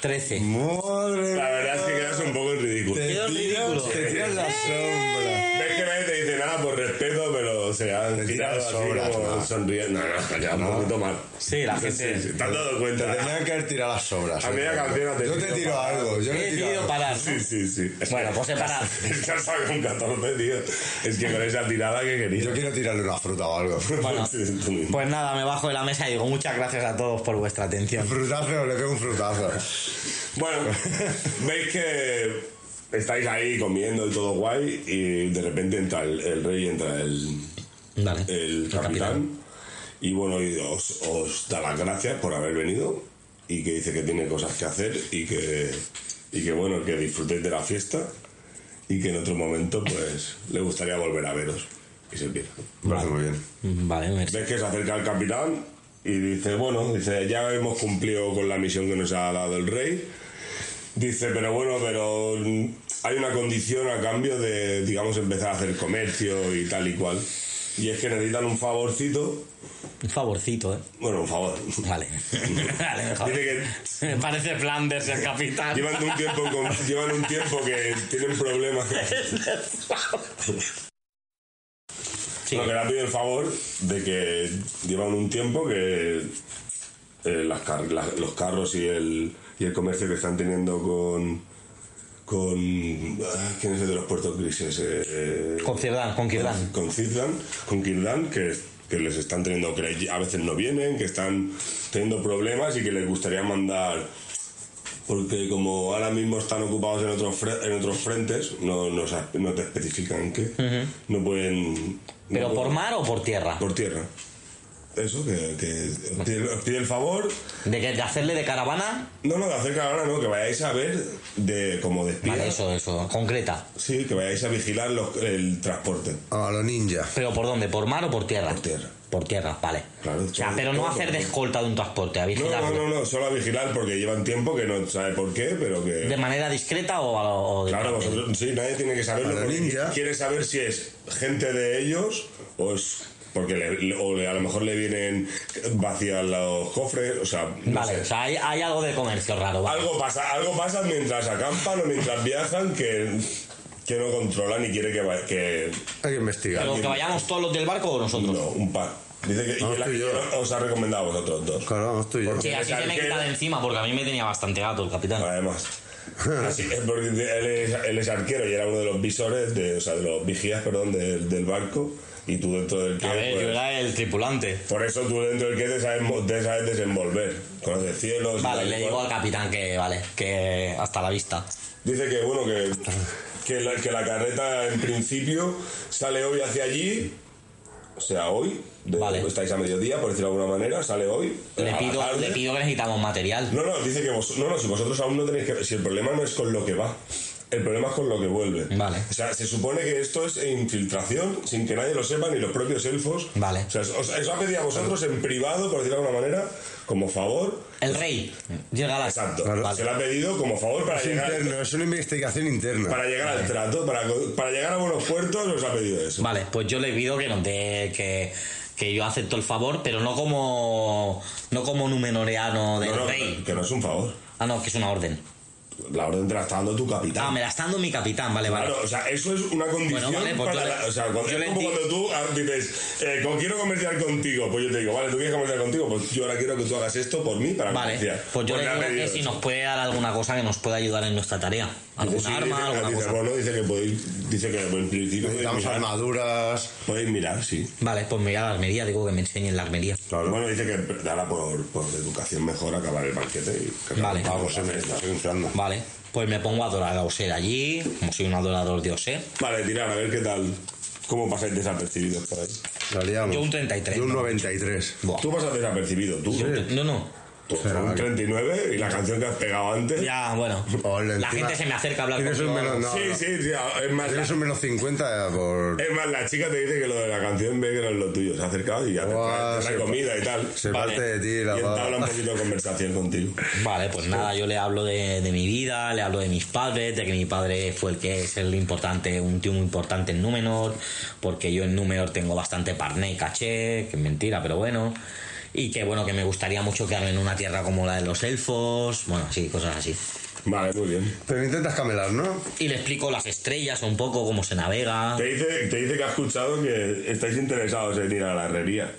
Speaker 5: 13.
Speaker 4: Madre
Speaker 8: La verdad es que quedas un poco en ridículo.
Speaker 5: Qué ridículo.
Speaker 4: Te tiran la sombra.
Speaker 8: Ves que nadie te dice nada por respeto, pero o sea, han
Speaker 4: tiras
Speaker 8: tirado así
Speaker 4: sobras,
Speaker 8: como
Speaker 4: ¿no?
Speaker 8: sonriendo. No, no, te ha quedado un poquito mal.
Speaker 5: Sí, la gente.
Speaker 8: Sí, sí, ¿Te has dado
Speaker 4: Te
Speaker 8: cuenta?
Speaker 4: tenían que haber tirado las sobras.
Speaker 8: A
Speaker 4: eh.
Speaker 8: media canción te
Speaker 4: Yo te
Speaker 8: tiro
Speaker 4: tiro
Speaker 8: para-
Speaker 4: algo. Yo
Speaker 5: He
Speaker 4: le tiro
Speaker 5: decidido
Speaker 4: algo.
Speaker 5: parar. ¿no?
Speaker 8: Sí, sí, sí.
Speaker 5: Bueno, pues he parado.
Speaker 8: Es que has sacado un 14, tío. Es que con esa tirada que
Speaker 4: Yo
Speaker 8: quería.
Speaker 4: quiero tirarle una fruta o algo.
Speaker 5: Bueno.
Speaker 8: Sí, tú mismo.
Speaker 5: Pues nada, me bajo de la mesa y digo muchas gracias a todos por vuestra atención.
Speaker 4: Frutazo, le pego un frutazo.
Speaker 8: Bueno, veis que estáis ahí comiendo y todo guay y de repente entra el, el rey, entra el,
Speaker 5: Vale.
Speaker 8: el
Speaker 5: El
Speaker 8: capitán,
Speaker 5: capitán.
Speaker 8: y bueno, y os, os da las gracias por haber venido y que dice que tiene cosas que hacer y que, y que bueno, que disfrutéis de la fiesta y que en otro momento pues le gustaría volver a veros y se pira.
Speaker 4: Me parece muy bien.
Speaker 5: Mm, Vale, me-
Speaker 8: Ves que se acerca el capitán y dice, bueno, dice, ya hemos cumplido con la misión que nos ha dado el rey. Dice, pero bueno, pero mm, hay una condición a cambio de, digamos, empezar a hacer comercio y tal y cual. Y es que necesitan un favorcito.
Speaker 5: un favorcito, ¿eh?
Speaker 8: Bueno, un favor.
Speaker 5: Vale. vale, mejor.
Speaker 8: Dice que
Speaker 5: Me parece Flanders el capitán.
Speaker 8: llevan un tiempo, con- llevan un tiempo que tienen problemas.
Speaker 5: Sí.
Speaker 8: Lo que le ha pedido el favor de que llevan un tiempo que eh, las car- la- los carros y el, y el comercio que están teniendo con. con. ah, ¿Quién es el de los puertos grises? Eh,
Speaker 5: Con Cierdan, con Cierdan.
Speaker 8: Con Citlan, con Kirdan, que, que les están teniendo. que a veces no vienen, que están teniendo problemas y que les gustaría mandar. Porque como ahora mismo están ocupados en otros fre- en otros frentes, no, no, sa- no te especifican qué, no pueden...
Speaker 5: ¿Pero
Speaker 8: no
Speaker 5: por
Speaker 8: pueden-
Speaker 5: mar o por tierra?
Speaker 8: por tierra. Eso, que, que os pide, os pide el favor.
Speaker 5: ¿De, que- de hacerle de caravana?
Speaker 8: No, no, de acerca ahora no, que vayáis a ver de, como de espías.
Speaker 5: Vale, eso, eso. Concreta.
Speaker 8: Sí, que vayáis a vigilar los- el transporte.
Speaker 4: A lo ninja.
Speaker 5: ¿Pero por dónde? ¿Por mar o por tierra?
Speaker 8: Por tierra.
Speaker 5: Por tierra, vale.
Speaker 8: Claro,
Speaker 5: o sea,
Speaker 8: todo-
Speaker 5: pero no
Speaker 8: todo
Speaker 5: hacer de
Speaker 8: por-
Speaker 5: escolta de un transporte, a
Speaker 8: No,
Speaker 5: vigilarlo.
Speaker 8: no, no, no, solo a vigilar porque llevan tiempo que no sabe por qué, pero que...
Speaker 5: ¿De manera discreta o, a lo- o de
Speaker 8: Claro,
Speaker 5: parte?
Speaker 8: vosotros, sí, nadie tiene que saberlo.
Speaker 4: Para
Speaker 8: porque
Speaker 4: ninja.
Speaker 8: Quiere saber si es gente de ellos o es Porque le- le- o le- a lo mejor le vienen vacías los cofres, o sea, no
Speaker 5: Vale,
Speaker 8: sé.
Speaker 5: o sea, hay, hay algo de comercio raro. vale.
Speaker 8: Algo pasa, algo pasa mientras acampan o mientras viajan que, que no controlan y quiere que, va- que
Speaker 4: Hay que investigar.
Speaker 5: Pero que vayamos todos los del barco o nosotros.
Speaker 8: no, un par. Dice que y
Speaker 4: Vamos
Speaker 8: la-
Speaker 4: tú y yo.
Speaker 8: os ha recomendado a vosotros dos.
Speaker 4: Claro, vamos tú y yo.
Speaker 5: Sí, así se me quita de encima porque a mí me tenía bastante gato el capitán.
Speaker 8: Además. Así es porque él es, él es arquero y era uno de los visores, de, o sea, de los vigías, perdón, del- del barco. Y tú dentro del que.
Speaker 5: A ver,
Speaker 8: pues,
Speaker 5: yo era el tripulante.
Speaker 8: Por eso tú dentro del que te sabes, mo- te sabes desenvolver. Conoces cielos. y
Speaker 5: Vale,
Speaker 8: tal y
Speaker 5: le
Speaker 8: cual.
Speaker 5: digo al capitán que vale, que hasta la vista.
Speaker 8: Dice que, bueno, que, que, la, que la carreta en principio sale hoy hacia allí. O sea, hoy. de-
Speaker 5: Vale.
Speaker 8: Estáis a mediodía, por decirlo de alguna manera. Sale hoy. a
Speaker 5: Le
Speaker 8: la
Speaker 5: pido,
Speaker 8: tarde.
Speaker 5: le pido que necesitamos material.
Speaker 8: No, no, dice que vos, no, no, si vosotros aún no tenéis que. Si el problema no es con lo que va, el problema es con lo que vuelve.
Speaker 5: Vale.
Speaker 8: O sea, se supone que esto es infiltración sin que nadie lo sepa, ni los propios elfos.
Speaker 5: Vale.
Speaker 8: O sea, os, os ha pedido a vosotros en privado, por decirlo de alguna manera, como favor.
Speaker 5: El rey llega a la
Speaker 8: Pues, Exacto.
Speaker 4: Claro.
Speaker 8: Se lo ha pedido como favor para
Speaker 4: Es
Speaker 8: llegar,
Speaker 4: interno, es una investigación interna.
Speaker 8: para llegar al trato, para, para llegar a buenos puertos, os ha pedido eso.
Speaker 5: Vale, pues yo le pido que nos dé que, que yo acepto el favor, pero no como no como numenoreano del
Speaker 8: No, no,
Speaker 5: rey.
Speaker 8: que no es un favor.
Speaker 5: Ah, no, que es una orden.
Speaker 8: La orden te la está dando tu capitán.
Speaker 5: Ah, me la está dando mi capitán, vale, vale.
Speaker 8: Claro, o sea, eso es una condición
Speaker 5: Bueno, vale, pues
Speaker 8: para
Speaker 5: yo
Speaker 8: la-
Speaker 5: le-
Speaker 8: o sea, cuando,
Speaker 5: yo
Speaker 8: es
Speaker 5: le
Speaker 8: como
Speaker 5: enti-
Speaker 8: cuando tú ah, dices, eh, como quiero comerciar contigo, pues yo te digo, vale, tú quieres comerciar contigo, pues yo ahora quiero que tú hagas esto por mí para
Speaker 5: Vale,
Speaker 8: comerciar.
Speaker 5: pues yo
Speaker 8: Pues
Speaker 5: le
Speaker 8: ha
Speaker 5: digo que
Speaker 8: pedido
Speaker 5: si
Speaker 8: eso.
Speaker 5: nos puede dar alguna cosa que nos pueda ayudar en nuestra tarea.
Speaker 8: Dice,
Speaker 5: Alguna
Speaker 8: sí,
Speaker 5: arma,
Speaker 8: dice,
Speaker 5: alguna
Speaker 8: dice,
Speaker 5: cosa.
Speaker 8: Bueno, dice que podéis, dice que en principio podéis
Speaker 4: Necesitamos
Speaker 8: mirar,
Speaker 4: armaduras.
Speaker 8: podéis mirar, sí.
Speaker 5: Vale, pues me voy a la armería, digo que me enseñen la armería.
Speaker 8: Bueno, dice que dará por, por educación mejor acabar el banquete y que
Speaker 5: Vale.
Speaker 8: vamos, se me está entrando.
Speaker 5: Vale, pues me pongo a adorar a Oser allí, como soy un adorador de Oser.
Speaker 8: Vale, tirar a ver qué tal, cómo pasáis desapercibidos por ahí.
Speaker 4: Lo liamos.
Speaker 5: Yo un 33,
Speaker 4: Yo un
Speaker 5: ¿no?
Speaker 4: 93.
Speaker 5: Buah.
Speaker 8: Tú pasas desapercibido, tú.
Speaker 5: No, no.
Speaker 8: Tú,
Speaker 4: Será
Speaker 8: un
Speaker 4: que-
Speaker 8: 39 y la canción que has pegado antes.
Speaker 5: Ya, bueno.
Speaker 4: Ole,
Speaker 5: La
Speaker 4: encima-
Speaker 5: gente se me acerca a hablar
Speaker 4: Tienes un
Speaker 5: conmigo.
Speaker 4: menos, no,
Speaker 8: sí,
Speaker 4: no.
Speaker 8: sí, sí, es más, la,
Speaker 4: Tienes un menos 50 por...
Speaker 8: es más, la chica te dice que lo de la canción ve que no es lo tuyo, se ha acercado y ya te
Speaker 4: Guau,
Speaker 8: trae, te trae
Speaker 4: se-
Speaker 8: comida y tal.
Speaker 4: Se
Speaker 5: Vale.
Speaker 4: parte de ti la
Speaker 8: y entabla un
Speaker 4: baba.
Speaker 8: poquito de conversación contigo.
Speaker 5: Vale, pues nada, yo le hablo de, de mi vida, le hablo de mis padres, de que mi padre fue el que es el importante, un tío muy importante en Númenor, porque yo en Númenor tengo bastante parné y caché, que es mentira, pero bueno. Y que bueno, que me gustaría mucho quedarme en una tierra como la de los elfos, bueno, sí, cosas así.
Speaker 8: Vale, muy bien.
Speaker 4: Pero intentas camelar, ¿no?
Speaker 5: Y le explico las estrellas un poco, cómo se
Speaker 4: Ah.
Speaker 5: navega.
Speaker 8: Te dice, te dice que ha escuchado que estáis interesados en ir a la herrería.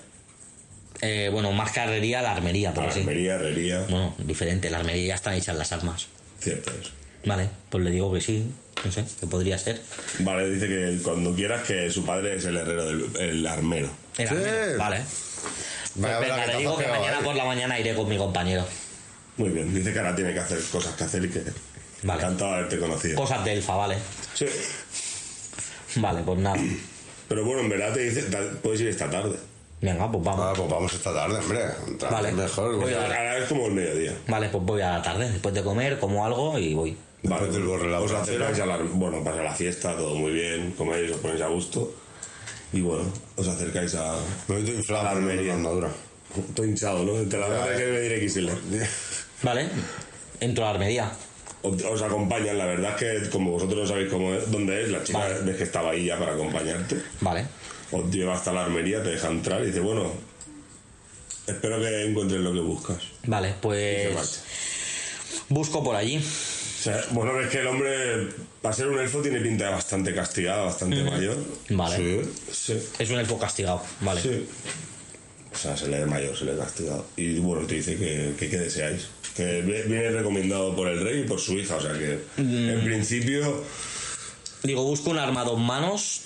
Speaker 5: Eh, bueno, más carrería, la armería,
Speaker 8: A
Speaker 5: pero
Speaker 8: la
Speaker 4: Ah,
Speaker 5: sí.
Speaker 8: herrería, herrería.
Speaker 5: Bueno, diferente, la armería ya están hechas las armas.
Speaker 8: Cierto es.
Speaker 5: Vale, pues le digo que sí, no sé, que podría ser.
Speaker 8: Vale, dice que cuando quieras que su padre es el herrero, del, el armero.
Speaker 5: El
Speaker 4: Sí.
Speaker 5: armero, Vale.
Speaker 4: Vaya
Speaker 5: Pues
Speaker 4: verdad
Speaker 5: venga,
Speaker 4: que
Speaker 5: le
Speaker 4: te
Speaker 5: digo
Speaker 4: has
Speaker 5: que
Speaker 4: pegado,
Speaker 5: mañana
Speaker 4: ¿eh?
Speaker 5: por la mañana iré con mi compañero.
Speaker 8: Muy bien, dice que ahora tiene que hacer cosas que hacer y que...
Speaker 5: Vale.
Speaker 8: Encantado de haberte conocido.
Speaker 5: Cosas de elfa, vale.
Speaker 8: Sí.
Speaker 5: Vale, pues nada.
Speaker 8: Pero bueno, en verdad te dice, puedes ir esta tarde.
Speaker 5: Venga, pues
Speaker 4: Ah,
Speaker 5: vamos.
Speaker 4: pues vamos esta tarde, hombre. Entra-
Speaker 5: Vale.
Speaker 4: Mejor. pues.
Speaker 5: Voy a-
Speaker 4: Después
Speaker 5: Claro.
Speaker 8: Ahora es como el mediodía.
Speaker 5: Vale, pues voy a la tarde, después de comer, como algo y voy.
Speaker 4: del borre la
Speaker 8: Os
Speaker 4: otra
Speaker 8: acercáis a la, bueno, pasa la fiesta, todo muy bien, coméis, os ponéis a gusto. Y bueno, os acercáis a.
Speaker 4: Me meto inflado
Speaker 8: a
Speaker 4: pero
Speaker 8: la
Speaker 4: no con
Speaker 8: armería.
Speaker 4: la armadura.
Speaker 8: Estoy hinchado, ¿no? Entre la verdad que me diré XL.
Speaker 5: Vale, entro a la armería.
Speaker 8: Os os acompañan, la verdad es que como vosotros no sabéis cómo es, dónde es, la chica
Speaker 5: Vale.
Speaker 8: ves que estaba ahí ya para acompañarte.
Speaker 5: Vale.
Speaker 8: Os lleva hasta la armería, te deja entrar y dice, bueno, espero que encuentres lo que buscas.
Speaker 5: Vale,
Speaker 8: Y se
Speaker 5: pues
Speaker 8: marcha.
Speaker 5: busco por allí.
Speaker 8: O sea, bueno, es que el hombre, para ser un elfo, tiene pinta de bastante castigado, bastante mayor.
Speaker 5: Vale.
Speaker 8: Sí.
Speaker 5: Es un elfo castigado, vale.
Speaker 8: Sí. O sea, se le ve mayor, se le ve castigado. Y bueno, te dice que, que, que deseáis. Que ve- viene recomendado por el rey y por su hija. O sea que, en principio,
Speaker 5: Digo, busco un arma dos manos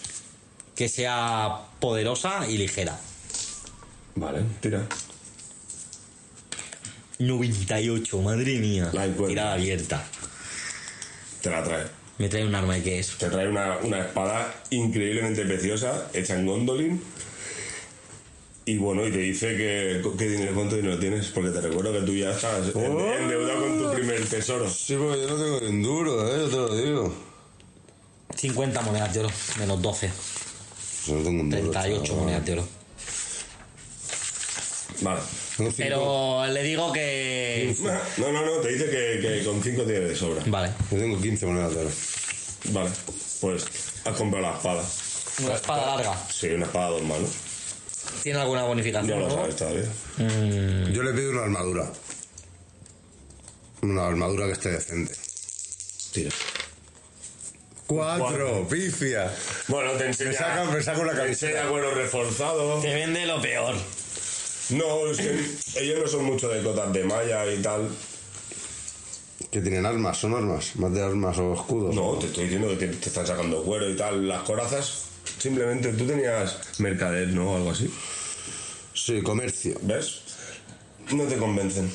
Speaker 5: que sea poderosa y ligera.
Speaker 8: vale, tira.
Speaker 5: 98, madre mía.
Speaker 8: La encuentro.
Speaker 5: Tirada abierta.
Speaker 8: Te la trae.
Speaker 5: Me trae un arma de qué es.
Speaker 8: Te trae una, una espada increíblemente preciosa, hecha en gondolin. Y bueno, y te dice que, que dinero, cuánto dinero tienes, porque te recuerdo que tú ya estás en-
Speaker 4: ¡Oh!
Speaker 8: endeudado con tu primer tesoro.
Speaker 4: Sí, porque yo no tengo ni un duro, ¿eh? Yo te lo digo.
Speaker 5: 50 monedas de oro, menos 12.
Speaker 4: Yo no tengo un duro.
Speaker 5: 38
Speaker 4: chaval.
Speaker 5: monedas de oro.
Speaker 8: Vale.
Speaker 4: Tengo cinco-
Speaker 5: Pero le digo que.
Speaker 8: No, no, no, te dice que, que con 5 tienes de sobra.
Speaker 5: Vale.
Speaker 4: Yo tengo 15 monedas de oro.
Speaker 5: Mm.
Speaker 8: Vale, pues has comprado la espada.
Speaker 5: Una espada larga.
Speaker 8: Sí, una espada a dos manos.
Speaker 5: ¿Tiene alguna
Speaker 8: No
Speaker 5: bonificación?
Speaker 8: lo
Speaker 5: no?
Speaker 8: sabes todavía.
Speaker 4: Yo le pido una armadura. Una armadura que esté decente.
Speaker 8: Tira.
Speaker 4: Cuatro, pifia.
Speaker 8: Bueno, te enseña.
Speaker 4: Me saca- me saca una
Speaker 8: te
Speaker 4: camiseta.
Speaker 8: enseña cuero reforzado.
Speaker 5: Te vende lo peor.
Speaker 8: No, es que ellos no son mucho de cotas de malla y tal.
Speaker 4: Que tienen armas, son armas, más de armas o escudos.
Speaker 8: No, te estoy diciendo que te, te están sacando cuero y tal. Las corazas, simplemente tú tenías mercader, ¿no? O algo así.
Speaker 4: Sí, comercio.
Speaker 8: ¿Ves? No te convencen.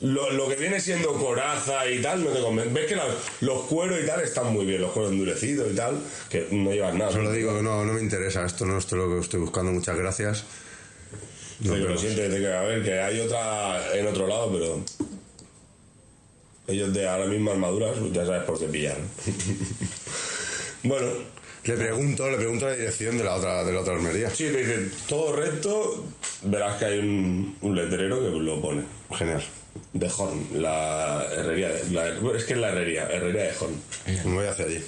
Speaker 8: Lo, lo que viene siendo coraza y tal, no te convencen. ¿Ves que la- los cueros y tal están muy bien? Los cueros endurecidos y tal, que no llevas nada.
Speaker 4: Solo digo que no, no me interesa, esto no es lo que estoy buscando, muchas gracias.
Speaker 8: Sí, que lo siento, que te queda- a ver, que hay otra en otro lado, pero. Ellos de ahora mismo armaduras, ya sabes por qué pillan. bueno,
Speaker 4: Le pregunto, le pregunto la dirección de la otra, de la otra armería.
Speaker 8: sí, te dice todo recto, verás que hay un, un letrero que lo pone.
Speaker 4: Genial.
Speaker 8: De Horn, la herrería. de- la- es que es la herrería, herrería de Horn.
Speaker 4: Me voy hacia allí.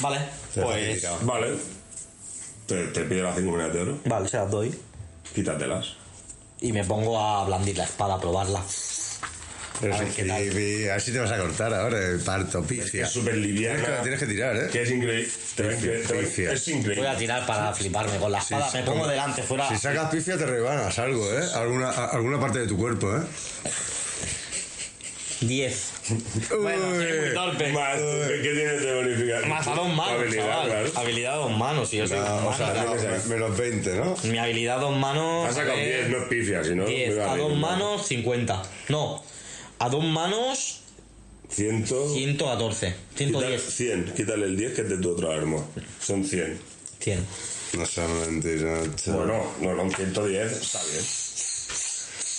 Speaker 5: Vale, pues.
Speaker 4: facilita.
Speaker 8: Vale. Te, te pide las 5 monedas de oro,
Speaker 5: Vale, se las doy.
Speaker 8: quítatelas.
Speaker 5: Y me pongo a blandir la espada, a probarla.
Speaker 4: Eres
Speaker 5: A ver
Speaker 4: un
Speaker 5: qué tal.
Speaker 4: hippie, a ver si te vas a cortar ahora, el parto,
Speaker 8: Que
Speaker 4: pifia.
Speaker 8: es súper liviana.
Speaker 4: Tienes que- la tienes que tirar, ¿eh?
Speaker 8: Que es increíble. Te ves que- te ves-
Speaker 4: Pifia.
Speaker 8: es
Speaker 5: Voy a
Speaker 8: increíble.
Speaker 5: tirar para fliparme con la espada.
Speaker 4: sí,
Speaker 5: me pongo
Speaker 4: como-
Speaker 5: delante, fuera.
Speaker 4: Si sacas pifia te rebanas algo, ¿eh? Alguna, a- alguna parte de tu cuerpo, ¿eh?
Speaker 5: 10. Bueno, soy muy torpe.
Speaker 8: Más, ¿Qué tienes de bonificar?
Speaker 5: Más a dos manos,
Speaker 8: Habilidad,
Speaker 5: chaval.
Speaker 8: claro.
Speaker 5: Habilidad a dos manos, si yo soy
Speaker 4: Ah,
Speaker 5: humano,
Speaker 4: o sea,
Speaker 5: claro.
Speaker 4: menos, menos 20, ¿no?
Speaker 5: Mi habilidad a dos manos.
Speaker 8: Has sacado
Speaker 5: a ver,
Speaker 8: 10, no es pifia, sino.
Speaker 5: 10. eh, A dos manos, 50. No. A dos manos,
Speaker 8: 100.
Speaker 5: 114. 110.
Speaker 8: 100. Quítale el 10 que es de tu otro arma. Son 100.
Speaker 5: 100.
Speaker 4: No sea mentira, chaval.
Speaker 8: Bueno, no, no, 110 está bien.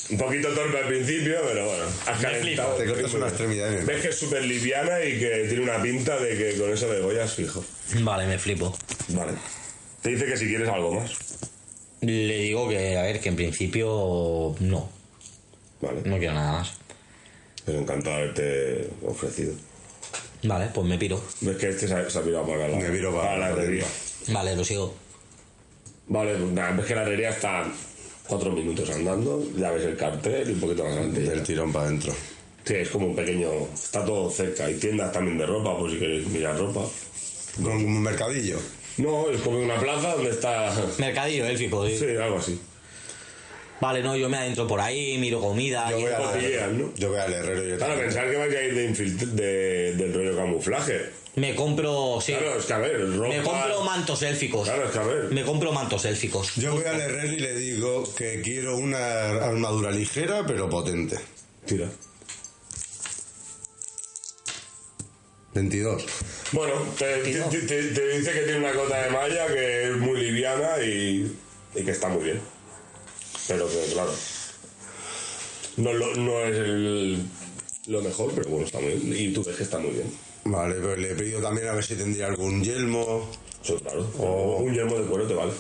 Speaker 8: Un poquito torpe al principio, pero bueno. Has calentado.
Speaker 4: Te cortas una extremidad ¿eh? y me-
Speaker 8: Ves que es súper liviana y que tiene una pinta de que con eso de Goya es fijo.
Speaker 5: Vale, me flipo.
Speaker 8: Vale. Te dice que si quieres algo más.
Speaker 5: Le digo que, a ver, que en principio no.
Speaker 8: Vale.
Speaker 5: No quiero nada más.
Speaker 8: Pero encantado de haberte ofrecido.
Speaker 5: Vale, pues me piro.
Speaker 8: Ves que este se ha, se ha pirado para la,
Speaker 4: Me piro para-
Speaker 8: la
Speaker 4: para
Speaker 8: herrería.
Speaker 4: arriba.
Speaker 5: Vale, lo sigo.
Speaker 8: Vale, pues nada, ves que la herrería está cuatro minutos andando. Ya ves el cartel y un poquito más adelante.
Speaker 4: Del
Speaker 8: ya.
Speaker 4: tirón para adentro.
Speaker 8: Sí, es como un pequeño. Está todo cerca. Hay tiendas también de ropa, por si queréis mirar ropa.
Speaker 4: Como un mercadillo.
Speaker 8: No, es como una plaza donde está.
Speaker 5: Mercadillo élfico. sí.
Speaker 8: Sí, algo así.
Speaker 5: Vale, no, yo me adentro por ahí, miro comida.
Speaker 4: Yo voy,
Speaker 5: miro-
Speaker 8: Cotillean, ¿no?
Speaker 4: al, yo voy al herrero y
Speaker 8: Claro, pensar que vais a ir de infilt- de- del rollo camuflaje.
Speaker 5: Me compro, sí.
Speaker 8: Claro, es que a ver, ropa.
Speaker 5: me compro mantos élficos.
Speaker 8: Claro, es que a ver.
Speaker 5: Me compro mantos élficos.
Speaker 4: Yo voy al herrero y le digo que quiero una armadura ligera pero potente.
Speaker 8: Tira.
Speaker 4: 22.
Speaker 8: Bueno, te, te- te- te dice que tiene una cota de malla que es muy liviana y, y que está muy bien. Pero que, claro, no, lo- no es el- lo mejor, pero bueno, está muy bien. Y tú ves que está muy bien.
Speaker 4: Vale, pues le pido también a ver si tendría algún yelmo.
Speaker 8: Eso, claro.
Speaker 4: Oh.
Speaker 8: Un yermo de cuero te vale.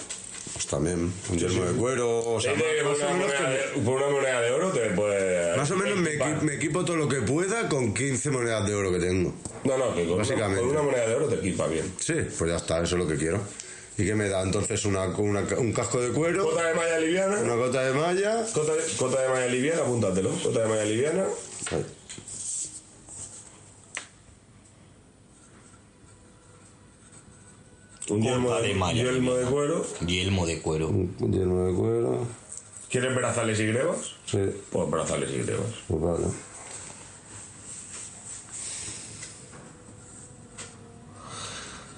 Speaker 4: Pues también, un yelmo de cuero. O sea,
Speaker 8: Te dice que
Speaker 4: más, más
Speaker 8: por
Speaker 4: o
Speaker 8: una
Speaker 4: menos
Speaker 8: moneda
Speaker 4: que-
Speaker 8: de- por una moneda de oro te puede.
Speaker 4: más o menos me,
Speaker 8: equipar.
Speaker 4: equi- me equipo todo lo que pueda con 15 monedas de oro que tengo.
Speaker 8: No, no, que con,
Speaker 4: Básicamente.
Speaker 8: Una, con una moneda de oro te equipa bien.
Speaker 4: Sí, pues ya está, eso es lo que quiero. ¿Y qué me da entonces? Una, una- un casco de cuero,
Speaker 8: Cota de malla liviana.
Speaker 4: una gota de malla.
Speaker 8: Cota, cota de malla liviana, apúntatelo. Cota de malla liviana. Un
Speaker 5: Cota
Speaker 8: yelmo
Speaker 5: de
Speaker 8: de,
Speaker 5: malla
Speaker 8: yelmo de cuero.
Speaker 5: Yelmo de cuero.
Speaker 4: Un yelmo de cuero.
Speaker 8: ¿Quieres brazales y grebas?
Speaker 4: Sí,
Speaker 8: Pues brazales y grebas.
Speaker 4: pues vale.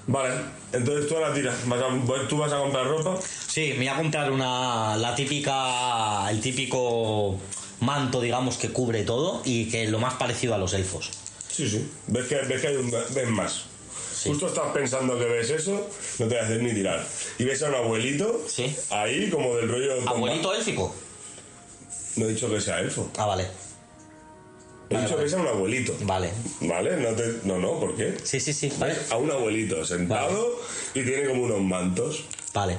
Speaker 8: Vale, entonces tú ahora tiras. Vas a- pues tú vas a comprar ropa.
Speaker 5: Sí, me voy a comprar una. La típica. El típico manto, digamos, que cubre todo y que es lo más parecido a los elfos.
Speaker 8: Sí, sí. Ves que, ves que hay un, ves más. Justo estás pensando que ves eso, no te voy a hacer ni tirar. Y ves a un abuelito
Speaker 5: Sí.
Speaker 8: ahí, como del rollo. comba-
Speaker 5: ¿Abuelito élfico?
Speaker 8: No he dicho que sea elfo.
Speaker 5: Ah, vale.
Speaker 8: He dicho que sea un abuelito.
Speaker 5: Vale.
Speaker 8: Vale, no, te, no, no, ¿por qué?
Speaker 5: Sí, sí, sí. Vale.
Speaker 8: ¿Ves? A un abuelito sentado y tiene como unos mantos.
Speaker 5: Vale.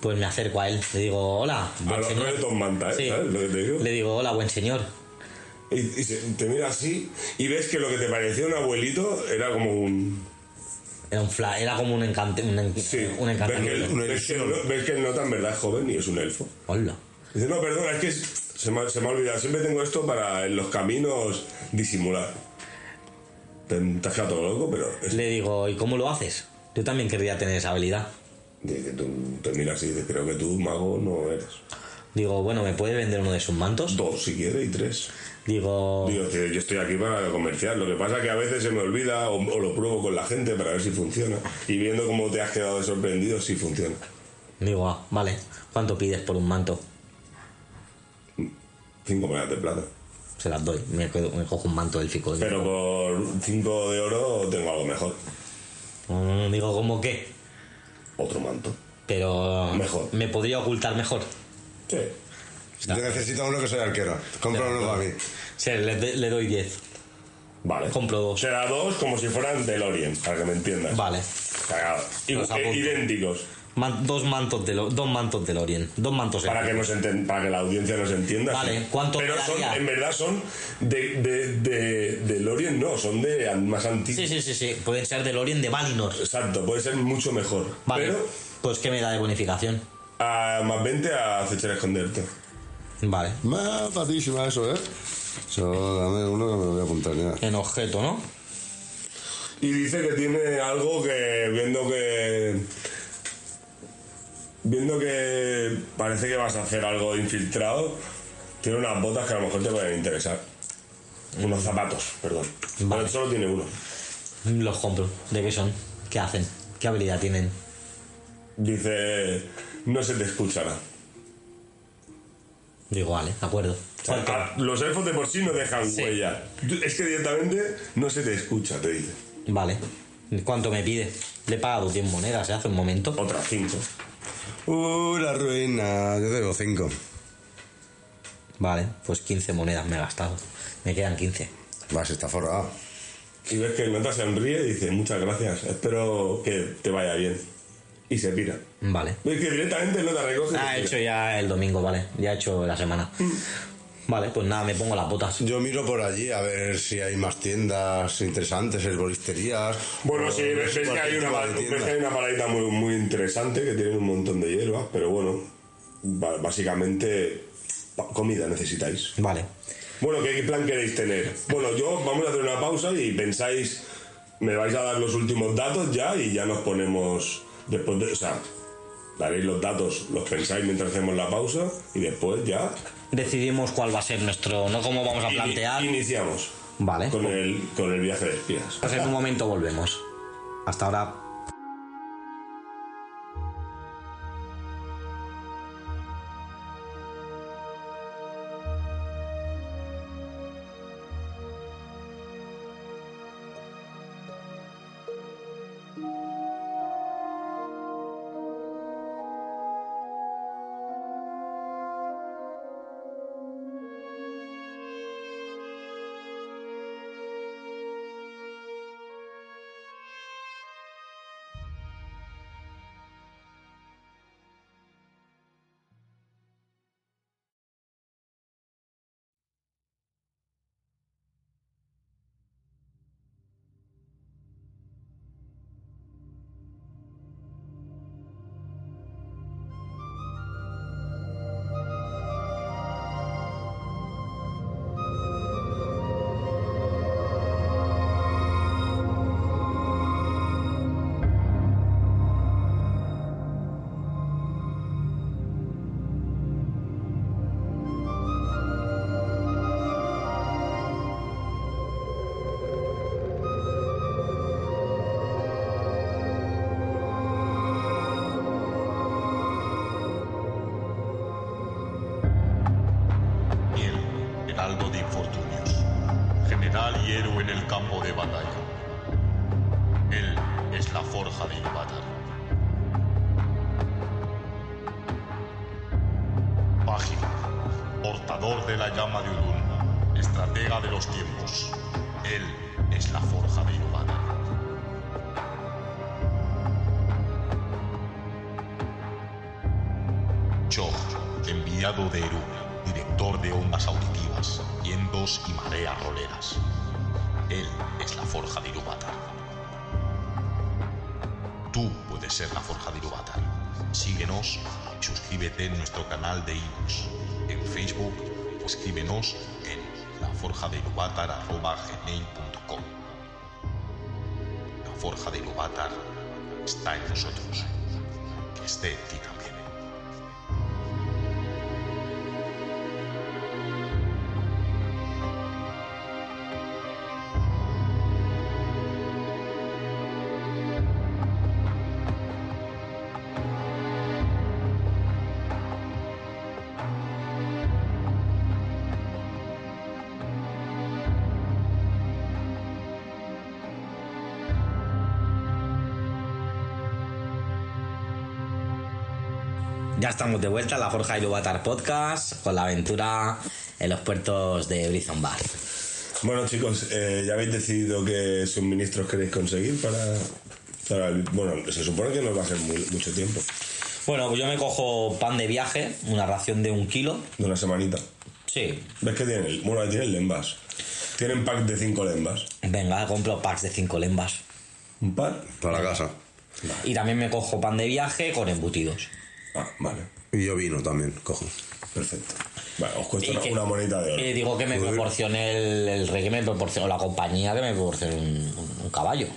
Speaker 5: Pues me acerco a él. Le digo, hola.
Speaker 8: A
Speaker 5: buen
Speaker 8: los
Speaker 5: Pues señor.
Speaker 8: retos manta, ¿eh?
Speaker 5: Sí.
Speaker 8: ¿Sabes lo que te digo?
Speaker 5: Le digo, hola, buen señor.
Speaker 8: Y, y se- te mira así y ves que lo que te parecía un abuelito era como un.
Speaker 5: Era, un fla- era como un, encante, un, en-
Speaker 8: Sí.
Speaker 5: un
Speaker 8: ves, que
Speaker 5: encantamiento.
Speaker 8: el, ves, que el, ves que el nota en verdad es joven y es un elfo.
Speaker 5: Hola.
Speaker 8: Dice, no, perdona, es que es- se me, ha- se me ha olvidado. Siempre tengo esto para en los caminos disimular. Te te has quedado todo loco, pero es-
Speaker 5: Le digo, ¿y cómo lo haces? Yo también querría tener esa habilidad.
Speaker 8: dice, tú te miras y dices, creo que tú, mago, no eres.
Speaker 5: Digo, bueno, ¿me puede vender uno de sus mantos?
Speaker 8: Dos si quiere y tres.
Speaker 5: Digo,
Speaker 8: Digo, tío, yo estoy aquí para comerciar. Lo que pasa es que a veces se me olvida o, o lo pruebo con la gente para ver si funciona. Y viendo cómo te has quedado de sorprendido, sí funciona.
Speaker 5: digo, ah, vale, ¿cuánto pides por un manto?
Speaker 8: Cinco monedas de plata.
Speaker 5: Se las doy, me, quedo- me cojo un manto élfico.
Speaker 8: Pero por cinco de oro tengo algo mejor.
Speaker 5: Mm, digo, ¿cómo qué?
Speaker 8: Otro manto.
Speaker 5: Pero
Speaker 8: Mejor.
Speaker 5: me podría ocultar mejor.
Speaker 8: Sí.
Speaker 9: Yo necesito uno que soy arquero. Compra uno para mí.
Speaker 5: Se, le, le doy 10.
Speaker 8: Vale.
Speaker 5: Compro dos.
Speaker 8: Será dos como si fueran del Orient, para que me entiendas.
Speaker 5: Vale.
Speaker 8: Cagado. I-
Speaker 5: Los apunto.
Speaker 8: idénticos.
Speaker 5: Man- dos mantos del dos mantos del Orient. Dos mantos
Speaker 8: Para que, nos enten- para que la audiencia nos entienda.
Speaker 5: Vale,
Speaker 8: sí.
Speaker 5: ¿cuánto
Speaker 8: Pero son,
Speaker 5: quedaría?
Speaker 8: en verdad son de, de, de, del Orient, no, son de an- más
Speaker 5: Sí,
Speaker 8: antiguos.
Speaker 5: sí, sí, sí. Pueden ser del Orient de Valinor.
Speaker 8: Exacto, puede ser mucho mejor.
Speaker 5: Vale.
Speaker 8: Pero
Speaker 5: Pues ¿qué me da de bonificación?
Speaker 8: a más 20 a acechar a esconderte.
Speaker 5: Vale.
Speaker 9: Más patísima eso, ¿eh? Yo, dame uno que me lo voy a apuntar ya.
Speaker 5: En objeto, ¿no?
Speaker 8: Y dice que tiene algo que viendo que. Viendo que parece que vas a hacer algo infiltrado, tiene unas botas que a lo mejor te pueden interesar. Unos zapatos, perdón.
Speaker 5: Vale.
Speaker 8: Pero solo tiene uno.
Speaker 5: Los compro. ¿De qué son? ¿Qué hacen? ¿Qué habilidad tienen?
Speaker 8: Dice. No se te escuchará.
Speaker 5: Digo, vale, de acuerdo.
Speaker 8: O sea, a- Ah, los elfos de por sí no dejan
Speaker 5: Sí.
Speaker 8: huella. Tú- Es que directamente no se te escucha, te dice.
Speaker 5: Vale. ¿Cuánto me pide? Le he pagado 10 monedas, ¿eh? Hace un momento.
Speaker 8: Otras cinco.
Speaker 9: Uh, la ruina. Yo tengo cinco.
Speaker 5: Vale, pues 15 monedas me he gastado. Me quedan 15.
Speaker 9: Vas, está forrado.
Speaker 8: Y ves que el nota sonríe y dice, muchas gracias, espero que te vaya bien. Y se pira.
Speaker 5: Vale.
Speaker 8: Ves que directamente el nota recoge. y
Speaker 5: Ah,
Speaker 8: se
Speaker 5: he
Speaker 8: pira.
Speaker 5: hecho ya el domingo, vale. Ya he hecho la semana. Vale, pues nada, me pongo las botas.
Speaker 9: Yo miro por allí a ver si hay más tiendas interesantes, herboristerías.
Speaker 8: Bueno,
Speaker 9: o
Speaker 8: sí, ves, ves que hay
Speaker 9: cualquier
Speaker 8: una,
Speaker 9: tipo de
Speaker 8: pala- ves
Speaker 9: tienda.
Speaker 8: que hay una paladita muy, muy interesante que tiene un montón de hierbas, pero bueno, ba- básicamente pa- comida necesitáis.
Speaker 5: Vale.
Speaker 8: Bueno, ¿qué plan queréis tener? Bueno, yo vamos a hacer una pausa y pensáis, me vais a dar los últimos datos ya y ya nos ponemos después de, o sea, daréis los datos, los pensáis mientras hacemos la pausa y después ya
Speaker 5: Decidimos cuál va a ser nuestro, no cómo vamos a
Speaker 8: ini-
Speaker 5: plantear.
Speaker 8: iniciamos
Speaker 5: Vale.
Speaker 8: con el, con el viaje de espías.
Speaker 5: Pues en un momento volvemos. Hasta ahora.
Speaker 6: Y él, heraldo de infortunios, general y héroe en el campo de batalla. Él es la forja de Ilúvatar. Página, portador de la llama de Udun, estratega de los tiempos. Él es la forja de Ilúvatar. Chog, enviado de Eru, director de ondas auditivas, vientos y mareas roleras. Él es la forja de Ilúvatar. Tú puedes ser la Forja de Ilúvatar. Síguenos y suscríbete en nuestro canal de iVoox. En Facebook, escríbenos en laforjadeilúvatar.com. La Forja de Ilúvatar está en nosotros. Que esté en ti también.
Speaker 5: Ya estamos de vuelta en la Forja Iluvatar Podcast con la aventura en los puertos de Brizon Bar.
Speaker 8: Bueno, chicos, eh, ¿ya habéis decidido qué suministros queréis conseguir para, para el- Bueno, se supone que no va a ser muy- mucho tiempo,
Speaker 5: Bueno, pues yo me cojo pan de viaje, una ración de un kilo.
Speaker 8: de una semanita.
Speaker 5: Sí.
Speaker 8: ¿Ves que tienen? Bueno, tienen lembas. Tienen pack de 5 lembas.
Speaker 5: Venga, compro packs de 5 lembas.
Speaker 8: ¿Un par?
Speaker 9: Para la casa.
Speaker 5: Y también me cojo pan de viaje con embutidos.
Speaker 8: Ah, vale.
Speaker 9: Y yo vino también, cojo.
Speaker 8: Perfecto. Vale, os cuesta
Speaker 5: Y
Speaker 8: una,
Speaker 5: que-
Speaker 8: una moneda de oro.
Speaker 5: Eh, digo que me proporcione el, el rey, que me proporcione, o la compañía que me proporcione un, un- un caballo.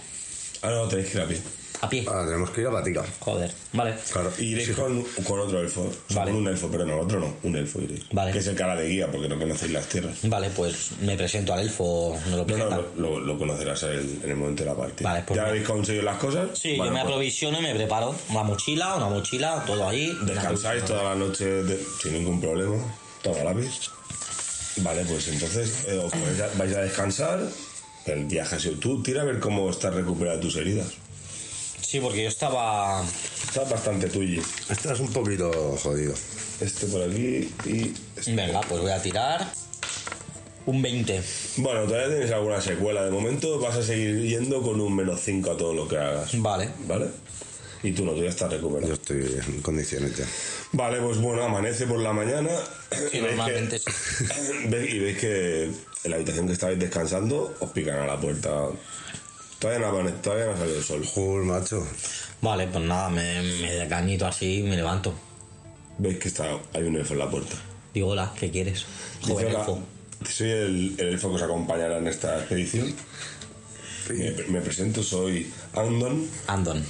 Speaker 8: Ah, no, tenéis que ir a pie.
Speaker 5: A pie.
Speaker 9: Ahora Ah, tenemos que ir a Batica.
Speaker 5: Joder. Vale.
Speaker 9: Claro.
Speaker 8: Y iréis con, con otro elfo. O sea,
Speaker 5: Vale.
Speaker 8: con un elfo, pero no, otro no. Un elfo iréis.
Speaker 5: Vale.
Speaker 8: Que es el cara de guía, porque no conocéis las tierras.
Speaker 5: Vale, pues me presento al elfo. No lo
Speaker 8: No, no,
Speaker 5: presentan.
Speaker 8: lo- lo, lo conocerás en el, en el momento de la partida.
Speaker 5: Vale, pues
Speaker 8: ¿Ya
Speaker 5: no.
Speaker 8: habéis conseguido las cosas?
Speaker 5: Sí,
Speaker 8: Bueno,
Speaker 5: yo me
Speaker 8: pues
Speaker 5: aprovisiono y me preparo. Una mochila, una mochila, todo ahí.
Speaker 8: Descansáis toda la noche de- sin ningún problema. Todo lápiz. Vale, pues entonces eh, os vais a, vais a descansar. El viaje ha sido tú. Tira a ver cómo estás recuperando tus heridas.
Speaker 5: Sí, porque yo estaba.
Speaker 8: Estás bastante tuyo.
Speaker 9: Estás un poquito jodido.
Speaker 8: Este por aquí y... este.
Speaker 5: Venga, pues voy a tirar. Un 20.
Speaker 8: Bueno, todavía tienes alguna secuela. De momento vas a seguir yendo con un menos 5 a todo lo que hagas.
Speaker 5: Vale.
Speaker 8: ¿Vale? Y tú no, tú ya estás recuperado.
Speaker 9: Yo estoy en condiciones ya.
Speaker 8: Vale, pues bueno, amanece por la mañana.
Speaker 5: Sí,
Speaker 8: veis
Speaker 5: normalmente
Speaker 8: que- veis- y veis que en la habitación que estabais descansando os pican a la puerta. Todavía no, amane- todavía no ha salido el sol.
Speaker 9: Joder, macho.
Speaker 5: Vale, pues nada, me, me decañito así y me levanto.
Speaker 8: Veis que está, hay un elfo en la puerta.
Speaker 5: Digo, hola, ¿qué quieres?
Speaker 8: Dice,
Speaker 5: Joven
Speaker 8: "Hola,
Speaker 5: elfo.
Speaker 8: Soy el, el elfo que os acompañará en esta expedición. Me, me presento, soy Andon.
Speaker 5: Andon.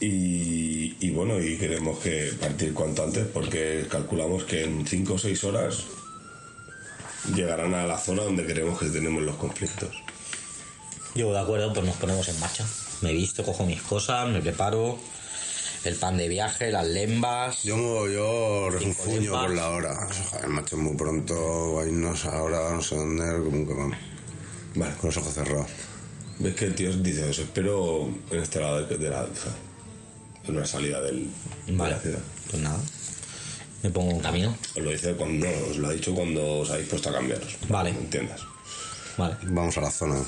Speaker 8: Y, y bueno, y queremos que partir cuanto antes porque calculamos que en 5 o 6 horas llegarán a la zona donde creemos que tenemos los conflictos.
Speaker 5: Yo, de acuerdo, pues nos ponemos en marcha. Me visto, cojo mis cosas, me preparo. El pan de viaje, las lembas.
Speaker 9: Yo, mo- yo refunfuño
Speaker 5: Cinco
Speaker 9: por
Speaker 5: de
Speaker 9: la hora. Joder, macho, muy pronto. A irnos ahora, no sé dónde, como que vamos.
Speaker 8: Vale,
Speaker 9: Con los ojos cerrados.
Speaker 8: ves que el tío dice eso, espero en este lado de, de la o sea, en una salida del, de
Speaker 5: Vale.
Speaker 8: la ciudad.
Speaker 5: Pues nada. Me pongo en camino.
Speaker 8: Os lo dice cuando os lo ha dicho cuando os habéis puesto a cambiaros.
Speaker 5: Vale.
Speaker 8: ¿Me entiendas?
Speaker 5: Vale.
Speaker 9: Vamos a la zona.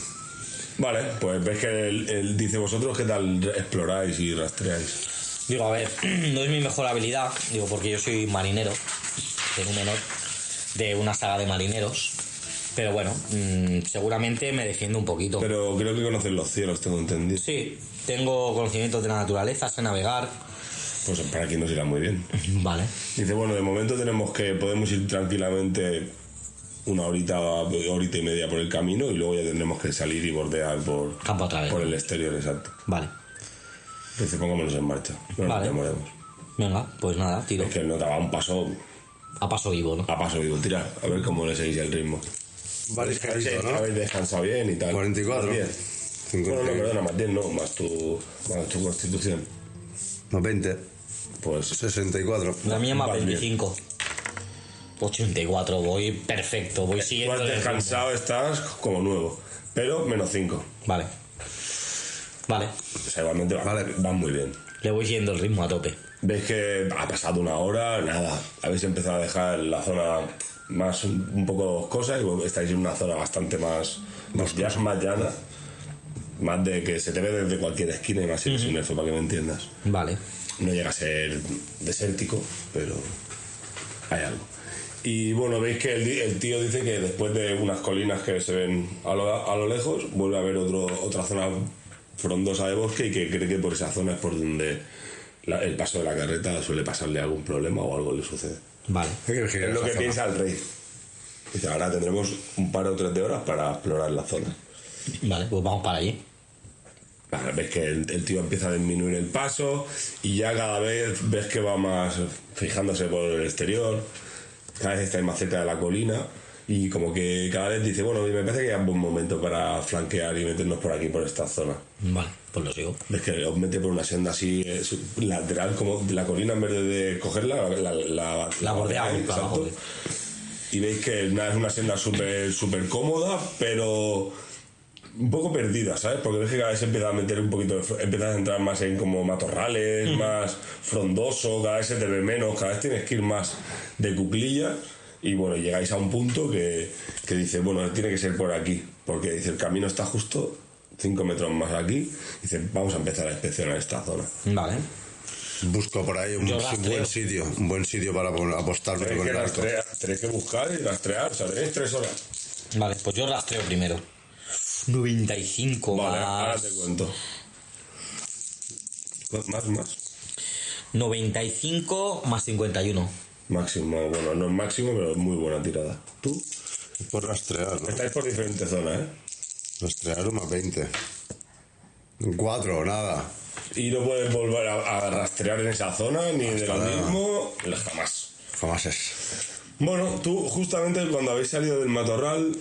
Speaker 8: Vale, pues ves que él, él dice vosotros qué tal exploráis y rastreáis.
Speaker 5: Digo, a ver, no es mi mejor habilidad, digo, porque yo soy marinero, de un menor, de una saga de marineros. Pero bueno, mm, seguramente me defiendo un poquito.
Speaker 8: Pero creo que conocen los cielos, tengo entendido.
Speaker 5: Sí, tengo conocimientos de la naturaleza, sé navegar.
Speaker 8: Pues para aquí nos irá muy bien.
Speaker 5: Vale.
Speaker 8: Dice, bueno, de momento tenemos que, podemos ir tranquilamente una horita, horita y media por el camino y luego ya tendremos que salir y bordear por,
Speaker 5: Campo otra vez.
Speaker 8: por el exterior, exacto.
Speaker 5: Vale.
Speaker 8: Dice, pongámonos en marcha, no nos
Speaker 5: Vale.
Speaker 8: demoremos.
Speaker 5: Venga, pues nada, tiro.
Speaker 8: Es que él no daba un paso,
Speaker 5: A paso vivo, ¿no?
Speaker 8: a paso digo, tira, a ver cómo le seguís el ritmo.
Speaker 9: Vale,
Speaker 8: Sí, Habéis descansado bien y tal.
Speaker 9: 44.
Speaker 8: Bien. Bueno, no,
Speaker 9: 50,
Speaker 8: perdona, más 10 no, más tu, más tu constitución.
Speaker 9: no, 20,
Speaker 8: Pues
Speaker 9: 64.
Speaker 5: La mía más
Speaker 8: Vas bien.
Speaker 5: 25. 84, voy perfecto, voy
Speaker 8: tú
Speaker 5: siguiendo.
Speaker 8: has
Speaker 5: el ritmo.
Speaker 8: descansado, estás como nuevo, pero menos 5.
Speaker 5: Vale. Vale.
Speaker 8: O sea, igualmente va-
Speaker 9: Vale.
Speaker 8: vas muy bien.
Speaker 5: Le voy yendo el ritmo a tope.
Speaker 8: Ves que ha pasado una hora, nada. Habéis empezado a dejar la zona más un, un poco oscosa y estáis en una zona bastante más, más, ya es más llana. Más de que se te ve desde cualquier esquina y más si eres un elfo, para que me entiendas.
Speaker 5: Vale.
Speaker 8: No llega a ser desértico, pero hay algo. Y bueno, veis que el, di- el tío dice que después de unas colinas que se ven a lo, a lo lejos, vuelve a ver otro, otra zona frondosa de bosque y que cree que por esa zona es por donde la- el paso de la carreta suele pasarle algún problema o algo le sucede.
Speaker 5: Vale.
Speaker 9: Hay que vigilar
Speaker 8: Es lo
Speaker 9: esa
Speaker 8: que
Speaker 9: zona.
Speaker 8: piensa el rey. Dice, ahora tendremos un par o tres de horas para explorar la zona.
Speaker 5: Vale, pues vamos para allí.
Speaker 8: Claro, ves que el, el tío empieza a disminuir el paso y ya cada vez ves que va más fijándose por el exterior, cada vez estáis más cerca de la colina y como que cada vez dice, bueno, me parece que ya es buen momento para flanquear y meternos por aquí, por esta zona.
Speaker 5: Vale, pues lo sigo.
Speaker 8: Ves que os mete por una senda así eh, su- lateral, como de la colina en vez de cogerla, la, la, la,
Speaker 5: La bordeamos,
Speaker 8: bordeáis,
Speaker 5: claro,
Speaker 8: exacto.
Speaker 5: joder.
Speaker 8: Y veis que una- es una senda súper súper cómoda, pero un poco perdida, ¿sabes? Porque ves que cada vez se empieza a meter un poquito, de fr- empiezas a entrar más en como matorrales, más frondoso, cada vez se te ve menos, cada vez tienes que ir más de cuclilla. Y bueno, llegáis a un punto que, que dice, bueno, tiene que ser por aquí, porque dice, el camino está justo 5 metros más aquí. Dice, vamos a empezar a inspeccionar esta zona.
Speaker 5: Vale.
Speaker 9: Busco por ahí un
Speaker 5: Yo
Speaker 9: un
Speaker 5: rastreo.
Speaker 9: buen sitio, un buen sitio para pon- apostarme
Speaker 8: Tenéis
Speaker 9: con
Speaker 8: que,
Speaker 9: el arco.
Speaker 8: rastrear, tenéis que buscar y rastrear, o sea, tenéis 3 horas.
Speaker 5: Vale, pues yo rastreo primero. 95
Speaker 8: Vale, ahora
Speaker 5: más.
Speaker 8: te cuento. Más, más.
Speaker 5: 95 más 51.
Speaker 8: Máximo, bueno, no es máximo, pero es muy buena tirada. Tú
Speaker 9: Por rastrear, ¿no?
Speaker 8: estáis por diferentes zonas, ¿eh?
Speaker 9: Rastrear más 20. Cuatro, nada.
Speaker 8: Y no puedes volver a, a rastrear en esa zona ni de lo mismo, jamás.
Speaker 9: Jamás es.
Speaker 8: Bueno, tú justamente cuando habéis salido del matorral,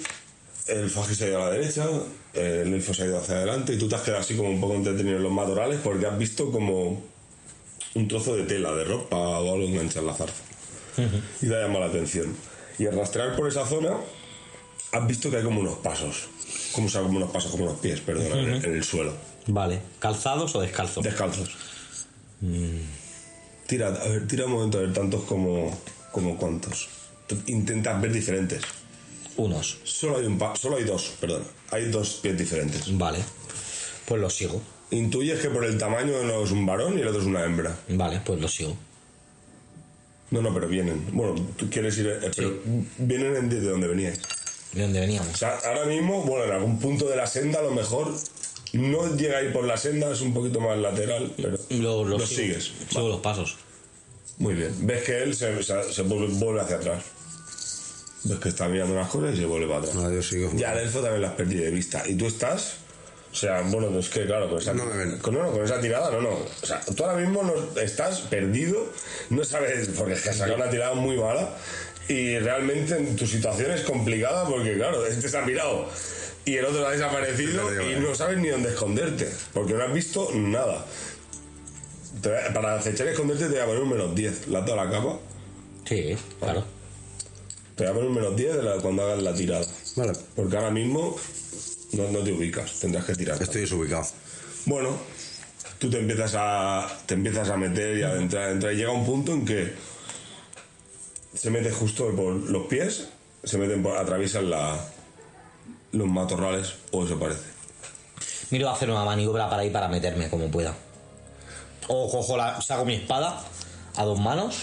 Speaker 8: el Faji se ha ido a la derecha, el elfo se ha ido hacia adelante y tú te has quedado así como un poco entretenido en los matorrales porque has visto como un trozo de tela, de ropa o algo enganchar la zarza. Y te ha llamado la atención. Y al rastrear por esa zona, has visto que hay como unos pasos. Como, o sea, como unos pasos, como unos pies, perdona, en, el, en el suelo.
Speaker 5: Vale. ¿Calzados o descalzos?
Speaker 8: Descalzos. Mm. Tira, a ver, tira un momento a ver tantos como, como cuantos. Tú Intentas ver diferentes.
Speaker 5: Unos.
Speaker 8: Solo hay un pa- solo hay dos, perdón. Hay dos pies diferentes.
Speaker 5: Vale. Pues lo sigo.
Speaker 8: Intuyes que por el tamaño uno es un varón y el otro es una hembra.
Speaker 5: Vale, pues lo sigo.
Speaker 8: No, no, pero vienen. Bueno, tú quieres ir. eh, pero vienen en- de donde venías.
Speaker 5: ¿De dónde
Speaker 8: O
Speaker 5: veníamos?
Speaker 8: sea, ahora mismo, bueno, en algún punto de la senda, a lo mejor no llega a ir por la senda, es un poquito más lateral, pero.
Speaker 5: Lo, lo
Speaker 8: lo
Speaker 5: sigo.
Speaker 8: sigues.
Speaker 5: Sigo los pasos.
Speaker 8: Muy bien. Ves que él se, se- se vuelve, vuelve hacia atrás. Ves que está mirando unas cosas y se vuelve para atrás.
Speaker 9: Nada, yo sigo.
Speaker 8: Ya el elfo también las perdí de vista. Y tú estás. O sea, bueno, es que claro, con esa,
Speaker 9: No me ven.
Speaker 8: con, no, no, con esa tirada, no, no. O sea, tú ahora mismo no- estás perdido, no sabes, porque es que has sacado una tirada muy mala. Y realmente en tu situación es complicada porque, claro, este se ha mirado y el otro ha desaparecido
Speaker 9: Te digo,
Speaker 8: y
Speaker 9: eh.
Speaker 8: no sabes ni dónde esconderte, porque no has visto nada. Te voy a- Para acechar y esconderte te voy a poner un menos 10. ¿Le has dado la capa?
Speaker 5: Sí, claro.
Speaker 8: Te voy a poner un menos 10 de la- cuando hagas la tirada.
Speaker 9: Vale.
Speaker 8: Porque ahora mismo no, no te ubicas, tendrás que tirar.
Speaker 9: Estoy desubicado.
Speaker 8: Bueno, tú te empiezas a te empiezas a meter y a entrar, entrar y llega un punto en que se mete justo por los pies, se meten por, atraviesan la, los matorrales o eso parece.
Speaker 5: Miro a hacer una maniobra para ir para meterme como pueda. O cojo la, saco mi espada a dos manos.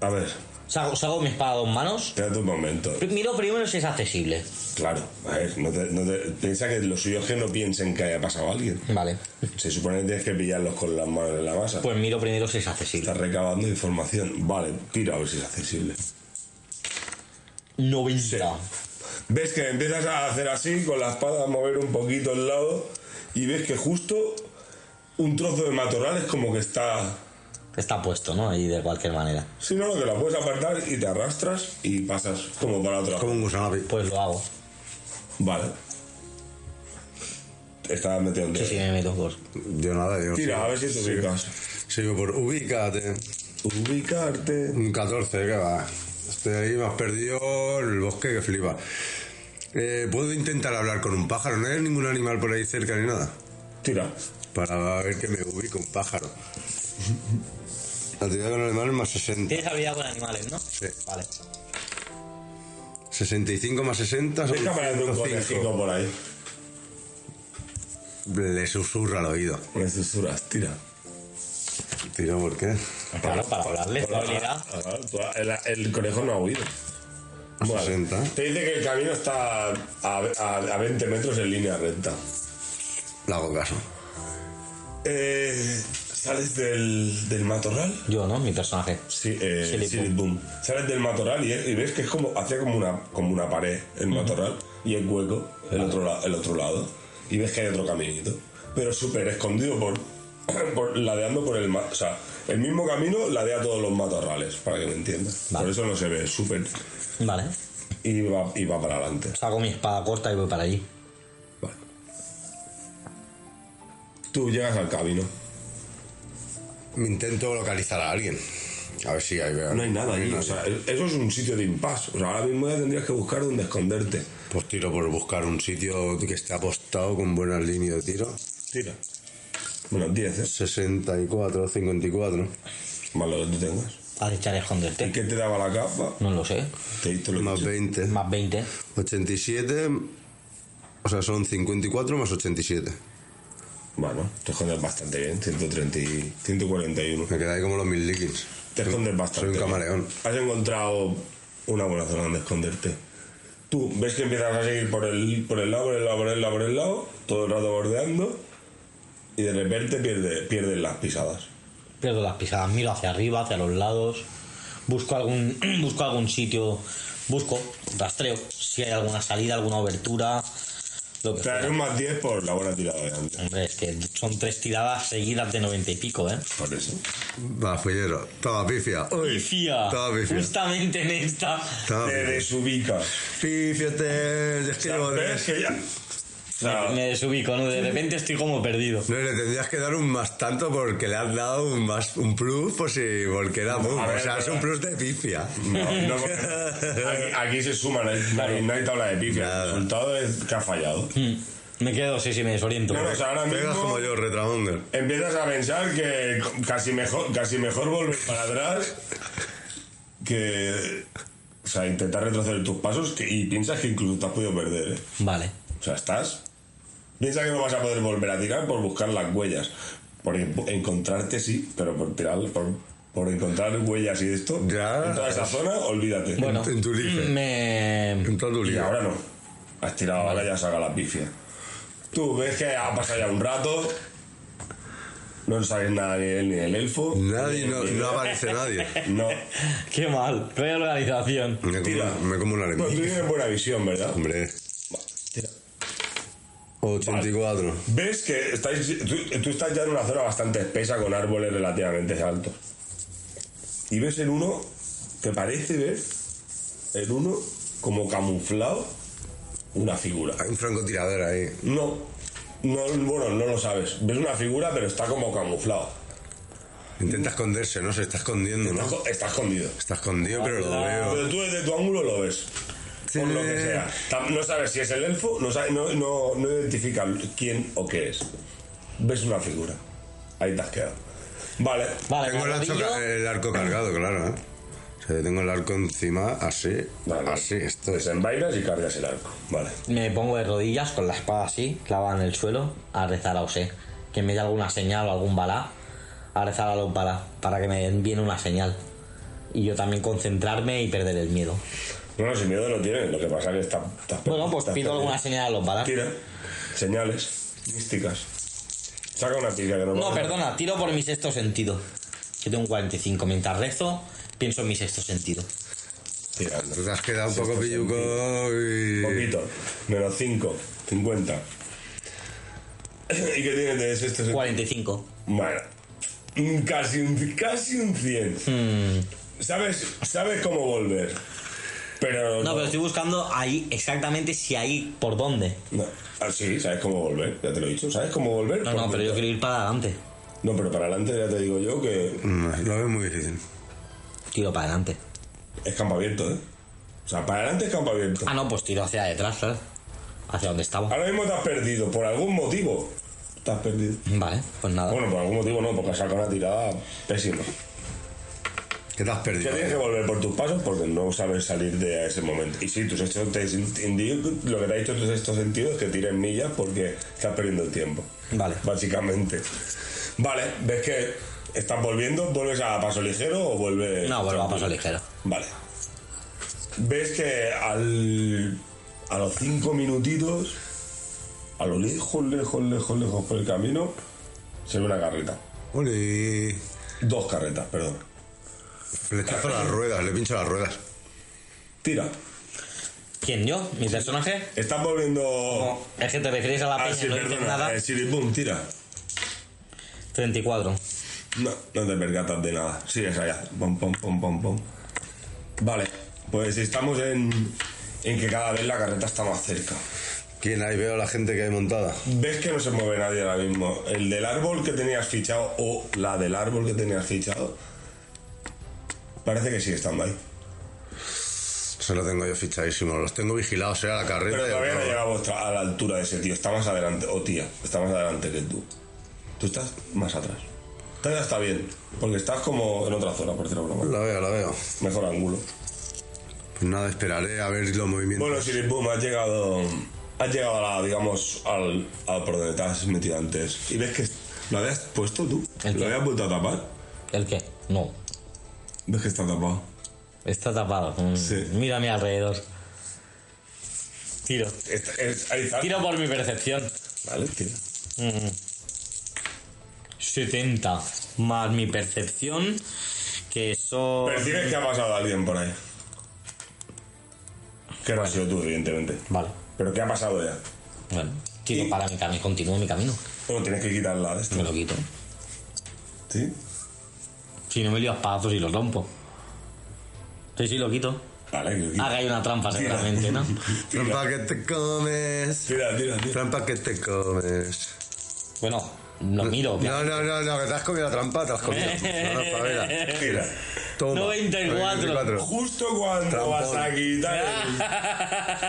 Speaker 8: A ver,
Speaker 5: Saco, saco mi espada a dos manos.
Speaker 8: espérate un momento.
Speaker 5: Pri- Miro primero si es accesible.
Speaker 8: Claro, a ver, no te- no te- piensa que los suyos que no piensen que haya pasado a alguien.
Speaker 5: Vale.
Speaker 8: Se supone que tienes que pillarlos con las manos en la masa.
Speaker 5: Pues miro primero si es accesible.
Speaker 8: Estás recabando información. Vale, tira a ver si es accesible.
Speaker 5: 90.
Speaker 8: Ves que empiezas a hacer así, con la espada a mover un poquito el lado, y ves que justo un trozo de matorral es como que está.
Speaker 5: Está puesto, ¿no? Y de cualquier manera.
Speaker 8: Si no, no, que la puedes apartar y te arrastras y pasas como para otra.
Speaker 9: Como un gusano.
Speaker 5: Pues lo hago.
Speaker 8: Vale. Estás metido en
Speaker 5: Sí, sí, me meto por.
Speaker 9: Yo nada, yo.
Speaker 8: Tira,
Speaker 9: sigo.
Speaker 8: a ver si te
Speaker 9: Sigo-
Speaker 8: ubicas.
Speaker 9: Sigo por ubícate.
Speaker 8: Ubicarte.
Speaker 9: Un 14, que va. Estoy ahí, me has perdido el bosque que flipa. Eh, ¿Puedo intentar hablar con un pájaro? No hay ningún animal por ahí cerca ni nada.
Speaker 8: Tira.
Speaker 9: Para ver que me ubico un pájaro. La tirada con animal es más 60.
Speaker 5: Tienes habilidad con animales, ¿no?
Speaker 9: Sí.
Speaker 5: Vale.
Speaker 9: 65 más 60 son
Speaker 8: Ves que aparece un
Speaker 9: 105.
Speaker 8: conejico por ahí.
Speaker 9: Le susurra al oído.
Speaker 8: Me susurras, tira.
Speaker 9: Tiro por qué.
Speaker 5: Claro, para hablarles tu habilidad.
Speaker 8: Ah, tú- el, el conejo no ha huido. Vale.
Speaker 9: 60.
Speaker 8: Te dice que el camino está a, a- a 20 metros en línea recta.
Speaker 4: le hago caso.
Speaker 8: Eh, sales del, del matorral.
Speaker 5: Yo, ¿no? Mi personaje.
Speaker 8: Sí, eh,
Speaker 5: Silly
Speaker 8: Silly Boom. Sales del matorral y, y ves que es como hacía como una como una pared el matorral y el hueco el otro la- el otro lado y ves que hay otro caminito, pero súper escondido por, por- ladeando por el ma- o sea, el mismo camino ladea todos los matorrales para que me entiendas.
Speaker 5: Vale.
Speaker 8: Por eso no se ve súper
Speaker 5: Vale.
Speaker 8: y va, y va para adelante.
Speaker 5: Saco mi espada corta y voy para allí.
Speaker 8: Vale. Tú llegas al camino.
Speaker 4: Me intento localizar a alguien. A ver si hay.
Speaker 8: Ah, No hay nada allí. O sea, eso es un sitio de impasse. O sea, ahora mismo ya tendrías que buscar dónde esconderte.
Speaker 4: Pues tiro por buscar un sitio que esté apostado con buenas líneas de tiro.
Speaker 8: Tira. Bueno, 10, ¿eh?
Speaker 4: 64, 54.
Speaker 8: Más lo que tú tengas.
Speaker 5: A echar a
Speaker 8: ¿Y
Speaker 5: esconderte.
Speaker 8: qué te daba la capa?
Speaker 5: No lo sé.
Speaker 8: Te diste lo
Speaker 4: Más
Speaker 8: que-
Speaker 4: 20.
Speaker 5: Más 20.
Speaker 4: 87. O sea, son 54 más 87.
Speaker 8: Bueno, te escondes bastante bien. 130 y- 141.
Speaker 4: Me queda ahí como los mil líquidos.
Speaker 8: Te escondes bastante.
Speaker 4: Soy un
Speaker 8: bien.
Speaker 4: camaleón.
Speaker 8: Has encontrado una buena zona donde esconderte. Tú ves que empiezas a seguir por el, por el lado, por el lado, por el lado, por el lado, todo el rato bordeando, y de repente pierde- pierdes las pisadas.
Speaker 5: Pierdo las pisadas, miro hacia arriba, hacia los lados. Busco algún, busco algún sitio. Busco, rastreo. Si hay alguna salida, alguna obertura. Lo que
Speaker 8: Traer
Speaker 5: fuera.
Speaker 8: un más 10 por la buena tirada de antes.
Speaker 5: Hombre, es que son tres tiradas seguidas de 90 y pico, ¿eh?
Speaker 8: Por eso.
Speaker 4: Va, follero. Toma, pifia. Uy.
Speaker 5: Pifia.
Speaker 4: Toma, pifia.
Speaker 5: Justamente en esta.
Speaker 4: Toma,
Speaker 8: Te
Speaker 4: pifia.
Speaker 8: desubicas.
Speaker 4: Pifia, te describo.
Speaker 8: ¿Ves que ya? O sea,
Speaker 5: Me desubico, ¿no? De repente estoy como perdido.
Speaker 4: No, y le tendrías que dar un más tanto porque le has dado un más un plus por si porque era boom.
Speaker 8: A ver,
Speaker 4: o sea, es
Speaker 8: pero-
Speaker 4: un plus de pifia.
Speaker 8: no, no, aquí, aquí se suman, ¿eh? no hay, no hay tabla de pifia.
Speaker 4: Nada. Hmm.
Speaker 8: El resultado es que ha fallado.
Speaker 5: Me quedo, sí, sí, me desoriento.
Speaker 8: No, no, o sea, ahora
Speaker 4: Pegas
Speaker 8: mismo-
Speaker 4: como yo, Retramonger.
Speaker 8: empiezas a pensar que casi mejor, casi mejor volver para atrás que. O sea, intentar retroceder tus pasos que- y piensas que incluso te has podido perder. ¿eh?
Speaker 5: Vale.
Speaker 8: O sea, estás. Piensa que no vas a poder volver a tirar por buscar las huellas. Por en- encontrarte sí, pero por tirar, por, por encontrar huellas y esto.
Speaker 4: Ya.
Speaker 8: En toda esa zona, olvídate.
Speaker 5: Bueno,
Speaker 4: en tu life.
Speaker 5: me.
Speaker 4: En todo tu
Speaker 8: Y
Speaker 4: lío.
Speaker 8: ahora no. Has tirado, ahora ya saca la pifia. Tú ves que ha pasado ya un rato. No sabes nada ni él ni del elfo.
Speaker 4: Nadie, no, no aparece nadie.
Speaker 8: No.
Speaker 5: Qué mal. Qué organización.
Speaker 4: Me
Speaker 8: Tira.
Speaker 4: como, me como un
Speaker 8: Bueno, Pues tú
Speaker 4: alemán.
Speaker 8: tienes buena visión, ¿verdad?
Speaker 4: Hombre.
Speaker 8: Tira.
Speaker 4: 84.
Speaker 8: Ves que estáis, tú, tú estás ya en una zona bastante espesa con árboles relativamente altos. Y ves el uno, te parece ver el uno como camuflado una figura.
Speaker 4: Hay un francotirador ahí.
Speaker 8: No, no, bueno, no lo sabes. Ves una figura, pero está como camuflado.
Speaker 4: Intenta esconderse, ¿no? Se está escondiendo,
Speaker 8: Está,
Speaker 4: ¿no?
Speaker 8: esco- está escondido.
Speaker 4: Está escondido, pero lo veo.
Speaker 8: Pero tú desde tu ángulo lo ves. Por lo que sea. Tam- No sabes si es el elfo, no, sabes- no, no, no identifica quién o qué es. Ves una figura. Ahí te has quedado. Vale.
Speaker 5: Vale,
Speaker 4: Tengo el,
Speaker 5: me
Speaker 4: arco
Speaker 5: arrodillo.
Speaker 4: ca- el arco cargado, claro. ¿eh? O sea, yo tengo el arco encima así.
Speaker 8: Vale.
Speaker 4: Así, Ah, esto es.
Speaker 8: Desenvainas y cargas el arco. Vale.
Speaker 5: Me pongo de rodillas con la espada así, clavada en el suelo, a rezar a Ose. Que me dé alguna señal o algún balá. A rezar a los balá, para que me den bien una señal. Y yo también concentrarme y perder el miedo.
Speaker 8: No, no, sin miedo no tienes. Lo que pasa es que está. está-
Speaker 5: Bueno, pues
Speaker 8: está-
Speaker 5: pido alguna señal a los balá.
Speaker 8: Tira. Señales místicas. Saca una tira que no
Speaker 5: No,
Speaker 8: vale.
Speaker 5: perdona, tiro por mi sexto sentido. Yo tengo un 45. Mientras rezo, pienso en mi sexto sentido.
Speaker 8: Tirando.
Speaker 4: Te has quedado un poco pilluco y.
Speaker 8: Poquito. Menos 5. 50. ¿Y qué tienes de este
Speaker 5: 45.
Speaker 8: Bueno, mm, casi un, casi un 100.
Speaker 5: Hmm.
Speaker 8: ¿Sabes, sabes cómo volver, pero
Speaker 5: No,
Speaker 8: no.
Speaker 5: pero estoy buscando ahí exactamente si ahí por dónde.
Speaker 8: no. Ah, sí, sabes cómo volver, ya te lo he dicho. ¿Sabes cómo volver?
Speaker 5: No, no,
Speaker 8: Porque-
Speaker 5: pero yo quiero ir para adelante.
Speaker 8: No, pero para adelante ya te digo yo que
Speaker 4: No, Mm, Lo veo muy difícil.
Speaker 5: Tiro para adelante.
Speaker 8: es campo abierto, ¿eh? O sea, para adelante es campo abierto.
Speaker 5: Ah, no, pues tiro hacia detrás, ¿sabes? Hacia donde estaba.
Speaker 8: Ahora mismo te has perdido, por algún motivo. Te has perdido.
Speaker 5: Vale, pues nada.
Speaker 8: Bueno, por algún motivo no, porque has sacado una tirada pésima.
Speaker 4: ¿Qué te has
Speaker 8: Que
Speaker 4: perdido?
Speaker 8: tienes que volver por tus pasos porque no sabes salir de ese momento. Y sí, tus hechos te indico- lo que te ha dicho tus estos sentidos es que tires millas porque estás perdiendo el tiempo.
Speaker 5: Vale.
Speaker 8: Básicamente. Vale, ves que estás volviendo, vuelves a paso ligero o vuelves.
Speaker 5: No, vuelvo a paso ligero.
Speaker 8: Vale. Ves que al, a los cinco minutitos a lo lejos, lejos, lejos, lejos por el camino, se ve una carreta.
Speaker 4: Ole.
Speaker 8: Dos carretas, perdón.
Speaker 4: Flechazo a las ruedas, le pincho las ruedas.
Speaker 8: Tira.
Speaker 5: ¿Quién, yo? ¿Mi personaje?
Speaker 8: Estás volviendo.
Speaker 5: No, es que te refieres a la
Speaker 8: Ah,
Speaker 5: peña,
Speaker 8: sí,
Speaker 5: no dices
Speaker 8: perdona.
Speaker 5: nada.
Speaker 8: Eh, Siripum, tira.
Speaker 5: 34.
Speaker 8: No, no te percatas de nada. Sigues allá. Pom, pom, pom, pom, pom. Vale, pues estamos en, en que cada vez la carreta está más cerca.
Speaker 4: ¿Quién ahí veo a la gente que hay montada?
Speaker 8: Ves que no se mueve nadie ahora mismo. El del árbol que tenías fichado o la del árbol que tenías fichado parece que sigue estando ahí.
Speaker 4: Se lo tengo yo fichadísimo, los tengo vigilados, era la carreta.
Speaker 8: Pero
Speaker 4: y el
Speaker 8: todavía no
Speaker 4: robo.
Speaker 8: llega a, vuestra- a la altura de ese tío. Está más adelante. O tía, está más adelante que tú. Tú estás más atrás. Todavía está bien. Porque estás como en otra zona, por decirlo de alguna manera.
Speaker 4: La veo, la veo.
Speaker 8: Mejor ángulo.
Speaker 4: Pues nada, esperaré a ver los movimientos.
Speaker 8: Bueno, Siripum, has llegado. Has llegado a la, digamos, al, a por donde te has metido antes. Y ves que lo habías puesto tú.
Speaker 5: ¿El
Speaker 8: Lo
Speaker 5: qué?
Speaker 8: habías vuelto a tapar.
Speaker 5: ¿El qué? No.
Speaker 8: Ves que está tapado.
Speaker 5: Está tapado. Mm,
Speaker 8: Sí.
Speaker 5: Mira a mi alrededor. Tiro.
Speaker 8: Está- es- ahí está.
Speaker 5: Tiro por mi percepción.
Speaker 8: Vale, tira.
Speaker 5: 70. Más mi percepción. Que son.
Speaker 8: Percibes que ha pasado alguien por ahí. Que no ha sido tú, evidentemente.
Speaker 5: Vale.
Speaker 8: Pero ¿qué ha pasado ya?
Speaker 5: Bueno. Tiro
Speaker 8: Y-
Speaker 5: para mi camino. Continúo mi camino.
Speaker 8: Bueno, tienes que quitarla de
Speaker 5: Me
Speaker 8: esto.
Speaker 5: lo quito.
Speaker 8: ¿Sí?
Speaker 5: Si no me lío a espadazos y lo rompo. Sí, sí, lo quito.
Speaker 8: Vale, que lo
Speaker 5: Ah, que
Speaker 8: quitas.
Speaker 5: hay una trampa seguramente, ¿no?
Speaker 8: Tira,
Speaker 4: Trampa que te comes.
Speaker 8: tira, tira. tira.
Speaker 4: Trampa que te comes.
Speaker 5: Bueno, lo miro.
Speaker 4: No, no, no, no, que te has comido la trampa, te has comido. No, no, Favela.
Speaker 8: Tira.
Speaker 4: Toma.
Speaker 5: 94.
Speaker 8: Justo cuando
Speaker 4: Trampón.
Speaker 8: vas a quitar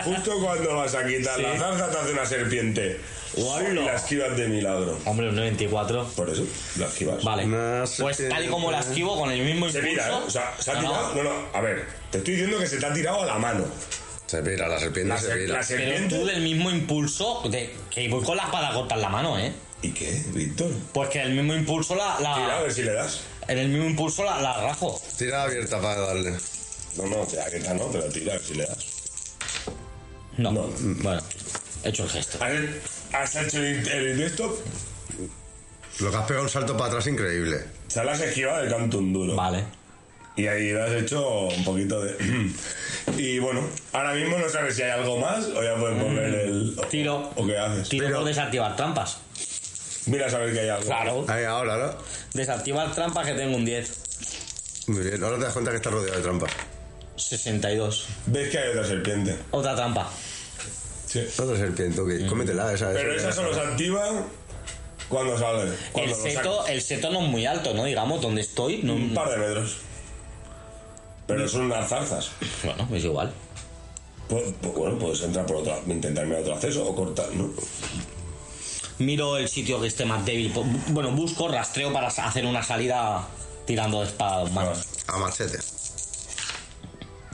Speaker 8: el- Justo cuando vas a quitar la zarza te hace una serpiente.
Speaker 5: ¡Hola!
Speaker 8: Y la esquivas de milagro.
Speaker 5: Hombre, un 94.
Speaker 8: Por eso, la esquivas.
Speaker 5: Vale.
Speaker 4: Una
Speaker 5: Pues tal y como la esquivo con el mismo
Speaker 8: Se
Speaker 5: impulso.
Speaker 8: mira, ¿eh? O sea, se ha
Speaker 5: No, no,
Speaker 8: tirado. No, no, a ver. Te estoy diciendo que se te ha tirado a la mano.
Speaker 4: Se pira, la serpiente
Speaker 8: La,
Speaker 4: se
Speaker 8: ser-
Speaker 4: pira.
Speaker 5: Pero
Speaker 8: la serpiente.
Speaker 5: tú del mismo impulso, de- que voy con la espada corta en la mano, ¿eh?
Speaker 8: ¿Y qué, Víctor?
Speaker 5: Pues que el mismo impulso la, la-
Speaker 8: Tira a ver si le das.
Speaker 5: en el mismo impulso la, la rajo.
Speaker 4: Tira abierta para darle.
Speaker 8: No, no, te da que está, no, pero tira a ver si le das.
Speaker 5: No.
Speaker 8: No.
Speaker 5: Bueno, he hecho el gesto.
Speaker 8: A ver, ¿Has hecho el, el gesto?
Speaker 4: Lo que has pegado un salto para atrás increíble.
Speaker 8: Se la has esquivado del canto un duro.
Speaker 5: Vale.
Speaker 8: Y ahí le has hecho un poquito de. y bueno, ahora mismo no sabes si hay algo más o ya puedes poner el. o-
Speaker 5: Mm. Tiro.
Speaker 8: ¿O qué haces?
Speaker 5: Tiro por desactivar trampas.
Speaker 8: Mira a saber que hay algo.
Speaker 5: Claro.
Speaker 4: Ahí ahora, ¿no?
Speaker 5: Desactivar trampas que tengo un 10.
Speaker 4: Muy bien, ahora te das cuenta que estás rodeado de trampas.
Speaker 5: 62.
Speaker 8: Ves que hay otra serpiente.
Speaker 5: Otra trampa.
Speaker 8: Sí.
Speaker 4: Otra serpiente, ok. Cómetela, esa.
Speaker 8: Pero esa solo se activa cuando sale. Cuando
Speaker 5: El
Speaker 8: lo Mm. sacas.
Speaker 5: seto, el seto no es muy alto, ¿no? Digamos, donde estoy. No,
Speaker 8: Un par de metros. Pero son unas zarzas.
Speaker 5: Bueno, es igual.
Speaker 8: Pu- pu- bueno, puedes entrar por otra. Intentar mirar otro acceso o cortar, ¿no?
Speaker 5: Miro el sitio que esté más débil. Po- Bueno, busco, rastreo para sa- hacer una salida tirando de espada a dos manos.
Speaker 4: A machete.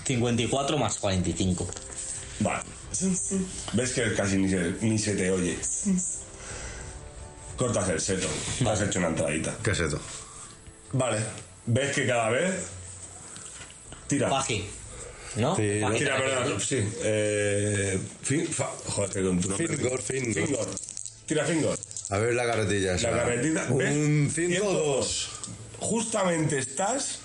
Speaker 5: 54 más 45.
Speaker 8: Vale. Ves que casi ni se, ni se te oye. Cortas el seto. Has hecho una entradita.
Speaker 4: ¿Qué es esto?
Speaker 8: Vale. Ves que cada vez. Tira. Eh,
Speaker 5: Faji. ¿No?
Speaker 4: Sí,
Speaker 5: Faji.
Speaker 8: Tira, perdón. Sí. Eh, fin, fa- joder, que con tu nombre.
Speaker 4: Fingor, fingor.
Speaker 8: Fingor. Tira Fingor.
Speaker 4: A ver la carretilla esa.
Speaker 8: Pues La carretita. ¿Ves?
Speaker 4: Un 102.
Speaker 8: Justamente estás.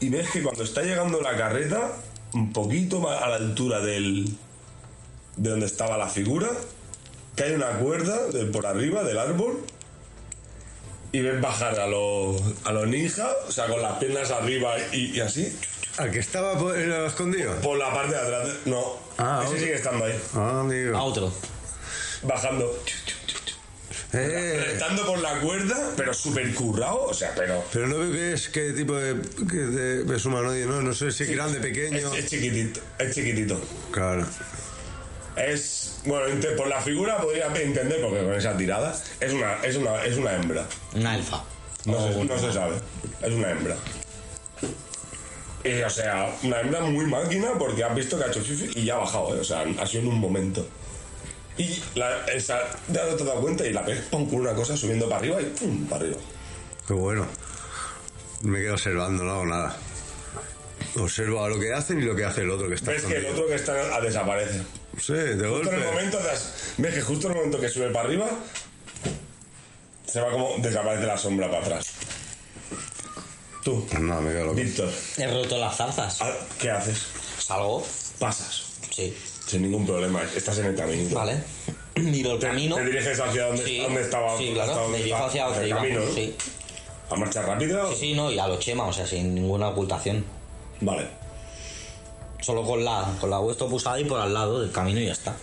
Speaker 8: Y ves que cuando está llegando la carreta, un poquito más a la altura del. de donde estaba la figura, cae una cuerda de por arriba del árbol. Y ves bajar a los a los ninja, o sea, con las piernas arriba y, y así,
Speaker 4: ¿Al que estaba po- eh, escondido?
Speaker 8: por la parte de atrás. de- No,
Speaker 4: Ah,
Speaker 8: ese
Speaker 4: ok.
Speaker 8: sigue estando ahí,
Speaker 4: Ah,
Speaker 5: A
Speaker 4: amigo.
Speaker 5: otro.
Speaker 8: bajando.
Speaker 4: Eh,
Speaker 8: Estando por la cuerda, pero súper currado, o sea, pero
Speaker 4: pero no veo qué es, qué tipo de, qué de- es humanoide, ¿no? No sé si grande, pequeño.
Speaker 8: Es, es chiquitito, es chiquitito.
Speaker 4: Claro.
Speaker 8: Es, bueno, ente- por la figura podría entender, porque con esa tirada, es una, es una, es una hembra.
Speaker 5: Un alfa.
Speaker 8: No,
Speaker 5: O
Speaker 8: se,
Speaker 5: un-
Speaker 8: no se sabe, es una hembra. Y, o sea, una hembra muy máquina porque has visto que ha hecho fifi y ya ha bajado, ¿eh? o sea, ha sido en un momento. Y la, esa, ya no te has dado cuenta y la ves pum, con una cosa subiendo para arriba y pum, para arriba.
Speaker 4: Qué bueno. Me quedo observando, no hago nada. Observo a lo que hacen y lo que hace el otro que está
Speaker 8: Ves que el
Speaker 4: escondido.
Speaker 8: otro que está a desaparece.
Speaker 4: Sí, de
Speaker 8: Justo en el
Speaker 4: golpe.
Speaker 8: momento, das- ves que justo en el momento que sube para arriba, se va como desaparece la sombra para atrás. Tú,
Speaker 4: No, me quedo loco.
Speaker 8: Víctor,
Speaker 5: He roto las zarzas.
Speaker 8: ah, ¿qué haces?
Speaker 5: Salgo.
Speaker 8: Pasas,
Speaker 5: Sí.
Speaker 8: sin ningún problema, estás en el camino.
Speaker 5: Vale. Miro el camino.
Speaker 8: Te diriges hacia donde,
Speaker 5: Sí,
Speaker 8: donde estaba.
Speaker 5: Sí, claro.
Speaker 8: hasta donde
Speaker 5: me dirijo
Speaker 8: estaba,
Speaker 5: hacia donde
Speaker 8: el
Speaker 5: íbamos,
Speaker 8: camino, ¿no?
Speaker 5: sí.
Speaker 8: ¿A marcha rápida?
Speaker 5: Sí, sí, no, y a lo chema, o sea, sin ninguna ocultación.
Speaker 8: Vale.
Speaker 5: Solo con la, con la huesto pulsada y por al lado del camino y ya está.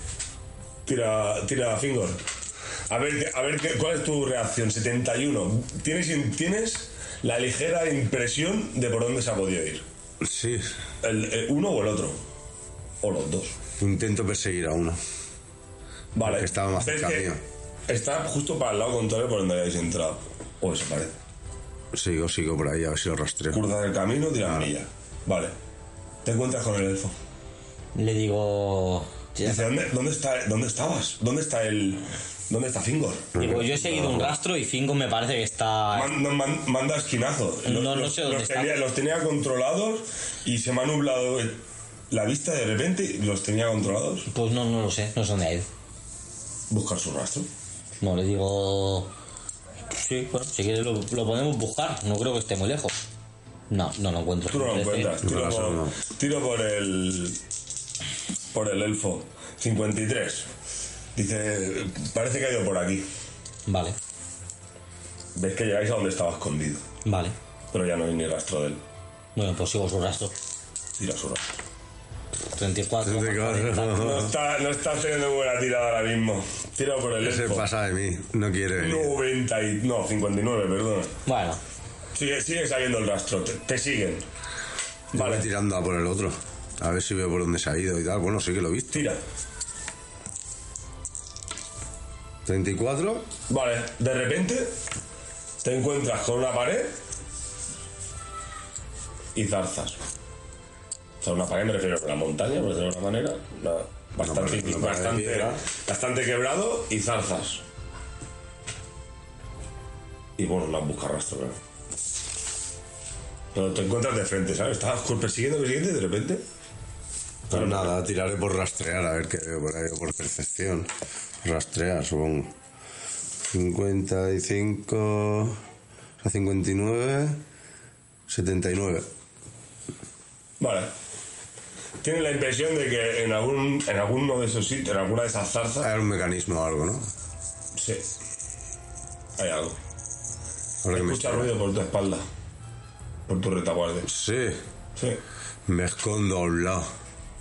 Speaker 8: Tira, tira Fingor. A ver, qué- a ver qué- cuál es tu reacción. 71. Tienes, in- tienes la ligera impresión de por dónde se ha podido ir.
Speaker 4: Sí,
Speaker 8: El, el uno o el otro. O los dos.
Speaker 4: intento perseguir a uno.
Speaker 8: Vale.
Speaker 4: Porque estaba más
Speaker 8: Ves
Speaker 4: cerca
Speaker 8: que
Speaker 4: mío.
Speaker 8: Está justo para el lado contrario por donde habéis entrado. O eso parece.
Speaker 4: Sigo, sigo por ahí, a ver si lo rastreo.
Speaker 8: Cruzas el camino, tira mirilla. Vale. Te encuentras con el elfo.
Speaker 5: Le digo. ya-
Speaker 8: Dice, ¿dónde, dónde, está, ¿dónde estabas? ¿Dónde está el. ¿Dónde está Fingor?
Speaker 5: Digo, yo he seguido un rastro y Fingo me parece que está.
Speaker 8: Man- no, man- manda esquinazo.
Speaker 5: No, no sé dónde
Speaker 8: los
Speaker 5: está.
Speaker 8: tenía, los tenía controlados y se me ha nublado el- la vista de repente y los tenía controlados.
Speaker 5: Pues no, no lo sé, no sé dónde ha ido.
Speaker 8: Buscar su rastro.
Speaker 5: No, le digo. Sí, bueno, si quieres lo, lo podemos buscar. No creo que esté muy lejos. No, no lo encuentro.
Speaker 8: Tú no lo
Speaker 5: Entonces,
Speaker 8: encuentras.
Speaker 4: No,
Speaker 8: Tiro
Speaker 4: eso
Speaker 8: por,
Speaker 4: no.
Speaker 8: tiro por el. Por el elfo. 53. Dice, parece que ha ido por aquí.
Speaker 5: Vale,
Speaker 8: Ves que llegáis a donde estaba escondido.
Speaker 5: vale.
Speaker 8: Pero ya no hay ni rastro de él.
Speaker 5: Bueno, pues sigo su rastro.
Speaker 8: Tira su rastro.
Speaker 5: 34.
Speaker 4: Te cago.
Speaker 8: No está, no está teniendo buena tirada ahora mismo. Tira por el
Speaker 4: Se
Speaker 8: elfo.
Speaker 4: pasa de mí, no quiere venir.
Speaker 8: 90 y. No, 59, perdona.
Speaker 5: Bueno,
Speaker 8: Sigue, sigue saliendo el rastro, te, te siguen.
Speaker 4: Yo voy
Speaker 8: Vale,
Speaker 4: tirando a por el otro. A ver si veo por dónde se ha ido y tal. Bueno, sí que lo he visto.
Speaker 8: tira.
Speaker 4: 34.
Speaker 8: Vale, de repente te encuentras con una pared y zarzas. O sea, una pared me refiero a una montaña, por decirlo de una manera. una- bastante,
Speaker 4: una pared de
Speaker 8: bastante,
Speaker 4: piedra.
Speaker 8: bastante quebrado y zarzas. Y bueno, una busca rastro, claro. Pero te encuentras de frente, ¿sabes? Estabas persiguiendo, persiguiendo y de repente.
Speaker 4: Pues nada, tiraré por rastrear, a ver qué veo por ahí, o por percepción. Rastrear, supongo. 55. o sea, 59. 79.
Speaker 8: Vale. Tiene la impresión de que en algún en alguno de esos sitios, en alguna de esas zarzas,
Speaker 4: Hay un mecanismo o algo, ¿no?
Speaker 8: sí. Hay algo.
Speaker 4: Ahora que me
Speaker 8: Escucha ruido por tu espalda. Por tu retaguardia.
Speaker 4: Sí,
Speaker 8: Sí.
Speaker 4: me escondo a un lado.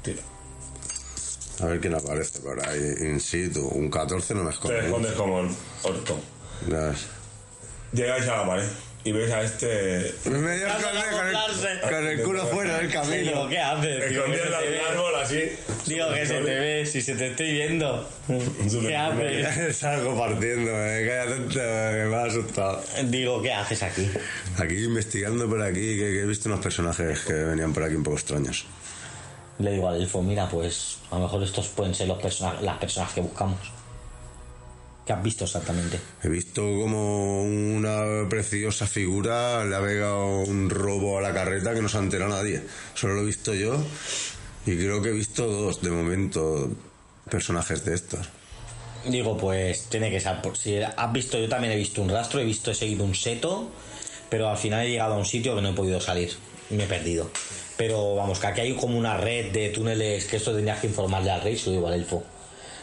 Speaker 8: Tira.
Speaker 4: A ver quién aparece por ahí in situ. Un 14 no me escondo. ¿eh?
Speaker 8: Te escondes como el orto.
Speaker 4: Ya es.
Speaker 8: Llegáis a la pared y veis a este.
Speaker 4: Me dio
Speaker 5: Vas a
Speaker 4: con el-
Speaker 5: camuflarse.
Speaker 4: con el culo fuera del
Speaker 5: digo,
Speaker 4: camino.
Speaker 5: ¿qué haces? Digo,
Speaker 8: Escondido
Speaker 5: que
Speaker 8: en
Speaker 5: se te
Speaker 8: el
Speaker 5: ve.
Speaker 8: árbol así.
Speaker 5: Digo que se te ve, si se te estoy viendo. ¿Qué haces?
Speaker 4: Salgo partiendo, eh. Cállate, eh, me ha asustado.
Speaker 5: Digo, ¿qué haces aquí?
Speaker 4: Aquí investigando por aquí, que, que he visto unos personajes que venían por aquí un poco extraños.
Speaker 5: Le digo al elfo, mira, pues a lo mejor estos pueden ser los persona- las personas que buscamos. ¿Qué has visto exactamente?
Speaker 4: He visto como una preciosa figura le ha pegado un robo a la carreta que no se ha enterado nadie. Solo lo he visto yo y creo que he visto dos de momento personajes de estos.
Speaker 5: Digo, pues tiene que ser. por- Si has visto, yo también he visto un rastro, he visto, he seguido un seto, pero al final he llegado a un sitio que no he podido salir. Me he perdido. Pero vamos, que aquí hay como una red de túneles, que esto tendrías que informarle al rey, se lo digo al elfo.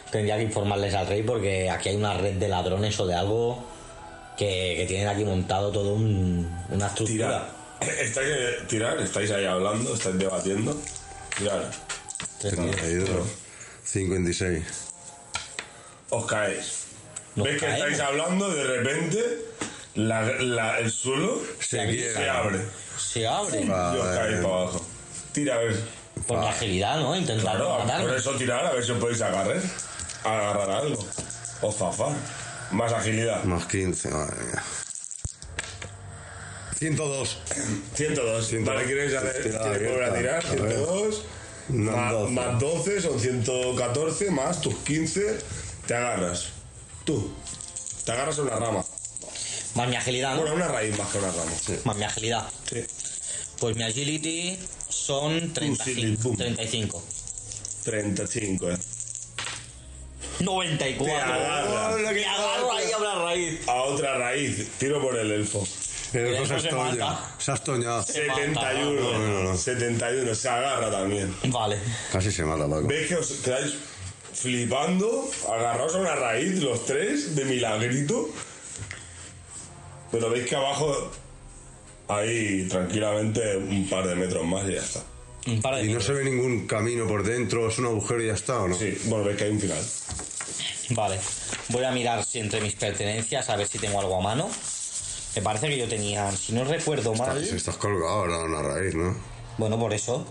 Speaker 5: Tendría que informarles al rey porque aquí hay una red de ladrones o de algo que, que tienen aquí montado todo un, una estructura.
Speaker 8: Tirar. Estáis, eh, tirar, estáis ahí hablando, estáis debatiendo. Tirar.
Speaker 4: Tenía ahí dos. 56.
Speaker 8: Os caéis.
Speaker 5: Nos
Speaker 8: ¿Ves que
Speaker 5: caemos.
Speaker 8: estáis hablando y de repente la- la- el suelo
Speaker 4: Se
Speaker 8: se
Speaker 4: quiebra.
Speaker 8: abre?
Speaker 5: Se abre.
Speaker 8: Y os
Speaker 4: Ah, Vale.
Speaker 8: caéis para abajo. Tira a ver.
Speaker 5: Por la agilidad, ¿no? Intentar
Speaker 8: Claro,
Speaker 5: matarme.
Speaker 8: por eso tirar a ver si os podéis agarrar. Agarrar algo. O zafar. Más agilidad.
Speaker 4: Más 15, madre mía. 102.
Speaker 8: 102. Vale, ¿quieres saber
Speaker 4: Tira,
Speaker 8: quieres
Speaker 4: tira,
Speaker 8: volver a
Speaker 4: tira.
Speaker 8: tirar?
Speaker 4: A ver.
Speaker 8: 102.
Speaker 4: No,
Speaker 8: ma- más,
Speaker 4: 12.
Speaker 8: 12. son 114, más tus 15. Te agarras. Tú. Te agarras a una rama.
Speaker 5: Más mi agilidad, ¿no?
Speaker 8: Bueno, a una raíz más que a una rama. Sí.
Speaker 5: Más mi agilidad. Pues mi agility son
Speaker 8: agility,
Speaker 5: 35.
Speaker 8: boom.
Speaker 5: 35.
Speaker 8: 35, eh.
Speaker 5: 94.
Speaker 8: Te agarra.
Speaker 5: Oh, lo que agarro ahí a una raíz.
Speaker 8: A otra raíz, tiro por el elfo.
Speaker 4: El
Speaker 5: Eso
Speaker 4: otro
Speaker 5: se
Speaker 4: se ha
Speaker 5: mata.
Speaker 4: estoñado. Se ha estoñado.
Speaker 5: mata,
Speaker 8: 71. 71, se agarra también.
Speaker 5: Vale.
Speaker 4: Casi se mata, Paco.
Speaker 8: ¿Ves que os estáis flipando? Agarraos a una raíz, los tres, de milagrito. Pero veis que abajo hay tranquilamente un par de metros más y ya está.
Speaker 5: Un par de
Speaker 4: Y no
Speaker 5: minutos.
Speaker 4: se ve ningún camino por dentro, es un agujero y ya está, ¿o no?
Speaker 8: Sí, bueno, veis que hay un final.
Speaker 5: Vale. Voy a mirar si entre mis pertenencias a ver si tengo algo a mano. Me parece que yo tenía, si no recuerdo mal.
Speaker 4: Si estás colgado ahora en la raíz, ¿no?
Speaker 5: Bueno, por eso.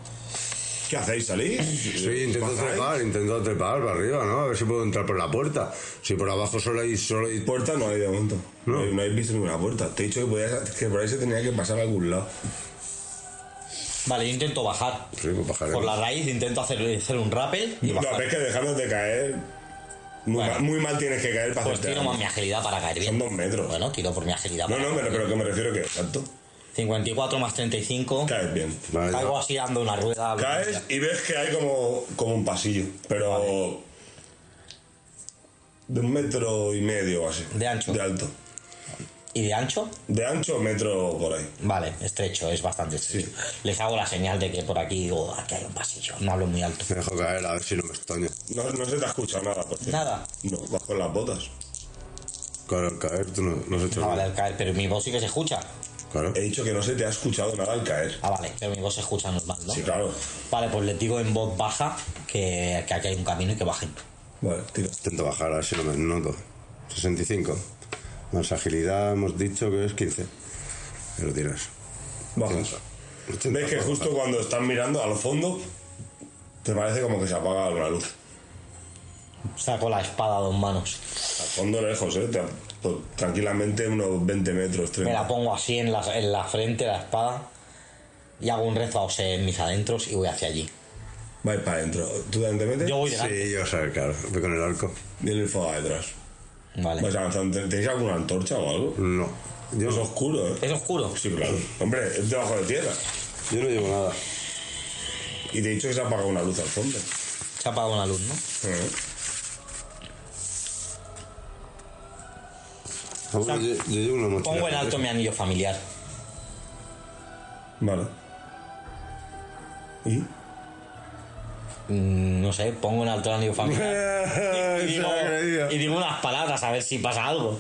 Speaker 8: ¿Qué hacéis? ¿Salís?
Speaker 4: Sí, intento
Speaker 8: ¿Bajáis?
Speaker 4: trepar, intento trepar para arriba, ¿no? A ver si puedo entrar por la puerta. Si por abajo solo hay... Solo hay...
Speaker 8: Puerta no hay de momento. No,
Speaker 4: No.
Speaker 8: hay- no habéis visto ninguna puerta. Te he dicho que, podías- que por ahí se tenía que pasar a algún lado.
Speaker 5: Vale, yo intento bajar.
Speaker 4: Sí, pues bajaremos.
Speaker 5: Por la raíz intento hacer, hacer un rappel y
Speaker 8: No,
Speaker 5: bajar.
Speaker 8: pero es que dejándote caer. Muy,
Speaker 5: Bueno.
Speaker 8: mal, muy mal tienes que caer para
Speaker 5: Pues
Speaker 8: hacerte
Speaker 5: tiro
Speaker 8: algo.
Speaker 5: más mi agilidad para caer bien.
Speaker 8: Son dos metros.
Speaker 5: Bueno, tiro por mi agilidad.
Speaker 8: No,
Speaker 5: para
Speaker 8: no,
Speaker 5: caer
Speaker 8: pero, pero
Speaker 5: bien.
Speaker 8: que me refiero que exacto.
Speaker 5: 54 más 35.
Speaker 8: Caes bien.
Speaker 4: Vale, ya.
Speaker 5: Caigo así dando una rueda.
Speaker 8: Caes y ves que hay como, como un pasillo, pero de un metro y medio o así.
Speaker 5: De ancho.
Speaker 8: De alto.
Speaker 5: ¿Y de ancho?
Speaker 8: De ancho, metro por ahí.
Speaker 5: Vale, estrecho, es bastante estrecho. Les hago la señal de que por aquí digo, aquí hay un pasillo. No hablo muy alto.
Speaker 4: Me dejo caer, a ver si no me estoño.
Speaker 8: No, no se te ha escuchado nada, por cierto.
Speaker 5: Nada.
Speaker 8: No, vas con las botas.
Speaker 4: Claro, al caer tú no, no has hecho
Speaker 5: No, Ah, vale,
Speaker 4: nada.
Speaker 5: al caer, pero mi voz sí que se escucha.
Speaker 4: Claro.
Speaker 8: He dicho que no se te ha escuchado nada al caer.
Speaker 5: Ah, vale, pero mi voz se escucha normal, ¿no?
Speaker 8: Sí, claro.
Speaker 5: Vale, pues les digo en voz baja que, que aquí hay un camino y que bajen.
Speaker 8: Vale, tira.
Speaker 4: Intento bajar, a ver si no me noto. 65. Más agilidad hemos dicho que es 15. Pero tiras.
Speaker 8: Bajas. Ves que justo cuando estás mirando al fondo, te parece como que se apaga alguna luz.
Speaker 5: Saco la espada a dos manos.
Speaker 8: Al fondo lejos, ¿eh? Te- pues, tranquilamente unos 20 metros,
Speaker 5: Me
Speaker 8: 30.
Speaker 5: la pongo así en la, en la frente, la espada. Y hago un rezo a Ose en mis adentros y voy hacia allí.
Speaker 8: Vais para adentro. ¿Tú también te metes?
Speaker 5: Yo voy delante.
Speaker 4: Sí, yo sé, claro. Voy con el arco.
Speaker 8: Y el elfo va detrás.
Speaker 5: Vale.
Speaker 8: Vais avanzando. ¿Tenéis alguna antorcha o algo?
Speaker 4: No. Yo,
Speaker 8: Es oscuro, ¿eh?
Speaker 5: Es oscuro.
Speaker 8: Sí, claro. Hombre, es debajo de tierra.
Speaker 4: yo no llevo nada.
Speaker 8: Y te he dicho que se ha apagado una luz al fondo.
Speaker 5: Se ha apagado una luz, ¿no?
Speaker 8: Eh,
Speaker 4: Hombre, yo, yo llevo una mochila.
Speaker 5: Pongo en alto mi anillo familiar.
Speaker 8: Vale. ¿Y?
Speaker 5: Mm, No sé, pongo en alto el anillo familiar. Y digo, y digo unas palabras a ver si pasa algo.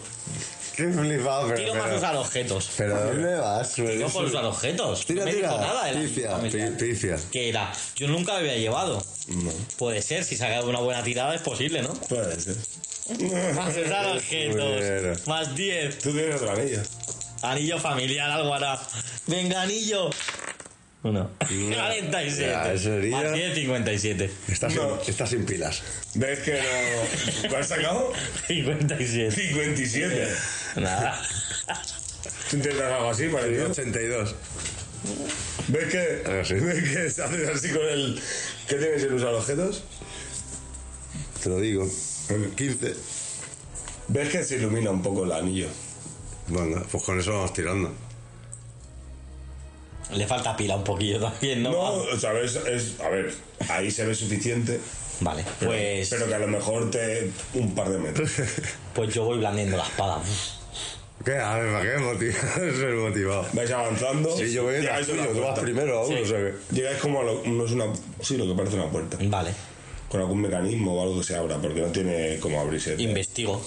Speaker 4: Qué flipado, pero.
Speaker 5: Tiro para usar objetos.
Speaker 4: pero ¿dónde vas?
Speaker 5: Tiro por usar objetos.
Speaker 4: Tira,
Speaker 5: no me
Speaker 4: tira.
Speaker 5: dijo nada el anillo
Speaker 4: Pifia,
Speaker 5: familiar.
Speaker 4: pi- pifia.
Speaker 5: Que era, yo nunca me había llevado. Puede ser, si saca una buena tirada es posible, ¿no?
Speaker 8: Puede ser.
Speaker 5: Más usar
Speaker 4: Muy bien.
Speaker 5: objetos. Más 10.
Speaker 8: Tú tienes otra anilla.
Speaker 5: Anillo familiar, algo hará. Venga, anillo. Uno. 47.
Speaker 4: Ya, eso sería-
Speaker 5: Más 10, 57.
Speaker 4: Estás,
Speaker 8: No.
Speaker 4: sin, estás sin pilas.
Speaker 8: ¿Ves que no...? ¿Cuál has sacado?
Speaker 5: 57.
Speaker 8: 57.
Speaker 5: Nada.
Speaker 8: ¿Tú intentas algo así, parecido?
Speaker 4: 82.
Speaker 8: ¿Ves que,
Speaker 4: Ah, sí.
Speaker 8: ¿Ves que se hace así con el... ¿Qué tienes en usar objetos?
Speaker 4: Te lo digo. 15.
Speaker 8: ¿Ves que se ilumina un poco el anillo?
Speaker 4: Bueno, pues con eso vamos tirando.
Speaker 5: Le falta pila un poquillo también, ¿no?
Speaker 8: No, o sea, ves, es... A ver, ahí se ve suficiente,
Speaker 5: Vale,
Speaker 8: pero,
Speaker 5: pues,
Speaker 8: pero que a lo mejor te... un par de metros.
Speaker 5: pues yo voy blandiendo la espada.
Speaker 4: ¿Qué? A ver, ¿para qué motivado? Ser motivado.
Speaker 8: Vais avanzando.
Speaker 4: Sí, yo voy
Speaker 8: llegáis a una
Speaker 4: detrás tuyo, tú vas
Speaker 8: puerta.
Speaker 4: primero aún,
Speaker 5: Sí.
Speaker 4: o sea que...
Speaker 8: Llegáis como a lo, no es una, sí, lo que parece una puerta.
Speaker 5: Vale,
Speaker 8: Con algún mecanismo o algo que se abra, porque no tiene como abrirse.
Speaker 5: investigo.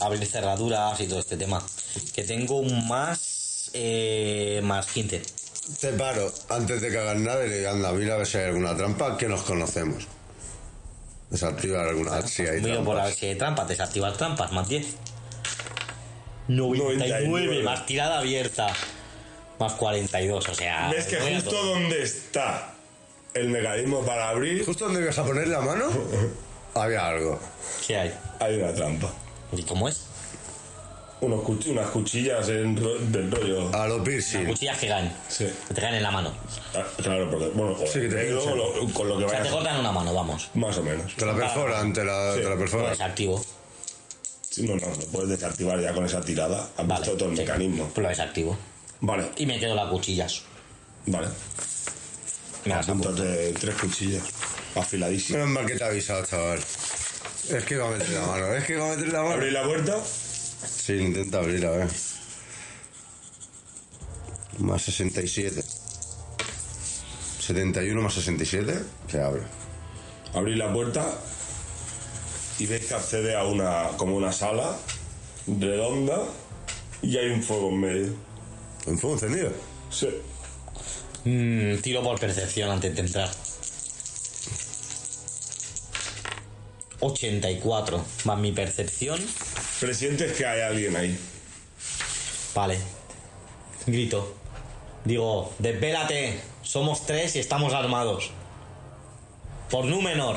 Speaker 5: Abrir cerraduras y todo este tema. Que tengo un más. eh, más 15.
Speaker 4: Te paro, antes de que hagas nada, y le digo, anda, mira a ver si hay alguna trampa, que nos conocemos. Desactivar alguna, si hay
Speaker 5: Miro por a ver
Speaker 4: trampas.
Speaker 5: si hay trampas. Desactivar trampas, más 10. 99,
Speaker 8: 99.
Speaker 5: más tirada abierta. Más 42, o sea.
Speaker 8: ¿Ves que
Speaker 5: voy a
Speaker 8: justo
Speaker 5: todo.
Speaker 8: donde está el mecanismo para abrir
Speaker 4: Justo donde ibas a poner la mano, había algo.
Speaker 5: ¿Qué hay?
Speaker 8: hay una trampa?
Speaker 5: ¿Y cómo es?
Speaker 8: Unos cuch- unas cuchillas en ro- del rollo.
Speaker 5: Ah.
Speaker 4: A lo piercing.
Speaker 5: Cuchillas que ganan.
Speaker 8: Sí.
Speaker 5: Que te ganen en la mano.
Speaker 8: Ah, Claro, porque bueno, con,
Speaker 4: Sí, que te
Speaker 8: el dedo,
Speaker 4: pinchan.
Speaker 8: lo- con lo que
Speaker 5: O sea, te
Speaker 8: vayas.
Speaker 5: cortan una mano, vamos.
Speaker 8: Más o menos.
Speaker 4: Te la perforan, te la,
Speaker 8: Sí.
Speaker 4: te la perforan.
Speaker 5: Pues activo.
Speaker 8: Sí, No, no, lo puedes desactivar ya con esa tirada. Has
Speaker 5: Vale.
Speaker 8: visto todo el
Speaker 5: sí.
Speaker 8: mecanismo.
Speaker 5: Pues lo desactivo.
Speaker 8: Vale,
Speaker 5: Y me quedo las cuchillas.
Speaker 8: vale.
Speaker 5: Me las apunto.
Speaker 8: Apúntate tres cuchillas. Afiladísimas.
Speaker 4: Menos mal que te he avisado, chaval.
Speaker 9: Es que va a meter la mano, es que va a meter la mano.
Speaker 8: Abrir la puerta.
Speaker 9: Sí, intenta abrir, a ver. Más 67. 71 más 67, se abre.
Speaker 8: Abrir la puerta y ves que accede a una como una sala redonda y hay un fuego en medio.
Speaker 9: ¿Un fuego encendido?
Speaker 8: Sí.
Speaker 5: Mm, tiro por percepción antes de entrar. 84 más mi percepción.
Speaker 8: Presientes que hay alguien ahí.
Speaker 5: Vale. Grito. Digo, desvélate. Somos tres y estamos armados. Por Númenor.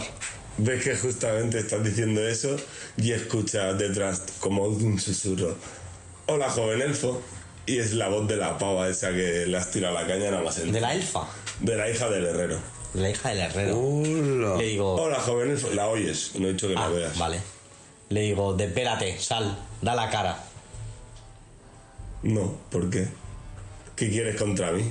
Speaker 8: Ves que justamente estás diciendo eso y escuchas detrás como un susurro. Hola, joven elfo. Y es la voz de la pava esa que le has tirado la caña nada más.
Speaker 5: De la elfa.
Speaker 8: De la hija del herrero.
Speaker 5: De la hija del herrero.
Speaker 9: Hola.
Speaker 5: Le digo,
Speaker 8: Hola, joven elfo. La oyes, no he dicho que
Speaker 5: ah,
Speaker 8: la veas.
Speaker 5: vale. Le digo, desvélate, sal, da la cara.
Speaker 8: No, ¿por qué? ¿Qué quieres contra mí?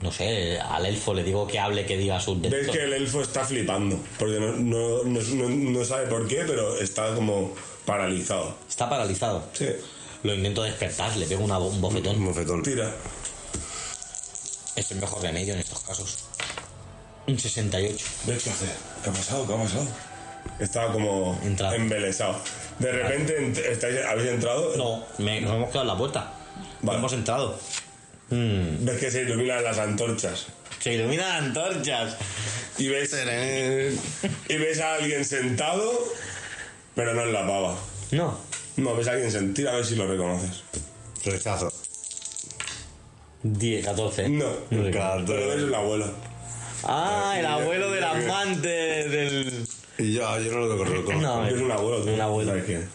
Speaker 5: No sé, al elfo le digo que hable, que diga sus
Speaker 8: Ves
Speaker 5: defectos.
Speaker 8: que el elfo está flipando, porque no, no- no- no- no sabe por qué, pero está como paralizado.
Speaker 5: Está paralizado.
Speaker 8: Sí.
Speaker 5: Lo intento despertar, le pego una bo- un bofetón.
Speaker 9: Un bofetón.
Speaker 8: Tira.
Speaker 5: Es el mejor remedio en estos casos. Un 68.
Speaker 8: ¿Ves qué hace? ¿Qué ha pasado? ¿Qué ha pasado? Estaba como
Speaker 5: Entrado.
Speaker 8: embelesado. De repente ent- estáis, habéis entrado,
Speaker 5: No, me, nos hemos quedado en la puerta.
Speaker 8: Vale.
Speaker 5: Hemos entrado. Mm,
Speaker 8: ves que se iluminan las antorchas.
Speaker 5: Se iluminan antorchas.
Speaker 8: Y ves, y ves a alguien sentado, pero no en la pava.
Speaker 5: No.
Speaker 8: No, ves a alguien sentado, tira a ver si lo reconoces.
Speaker 9: Rechazo.
Speaker 5: 10, 14.
Speaker 8: No,
Speaker 5: No recuerdo.
Speaker 8: pero ves el abuelo.
Speaker 5: Ah, el abuelo del amante del...
Speaker 9: Y yo, yo no lo tengo reconozco.
Speaker 5: No,
Speaker 8: Es un abuelo, tú.
Speaker 5: Un abuelo.
Speaker 8: ¿Sabes quién?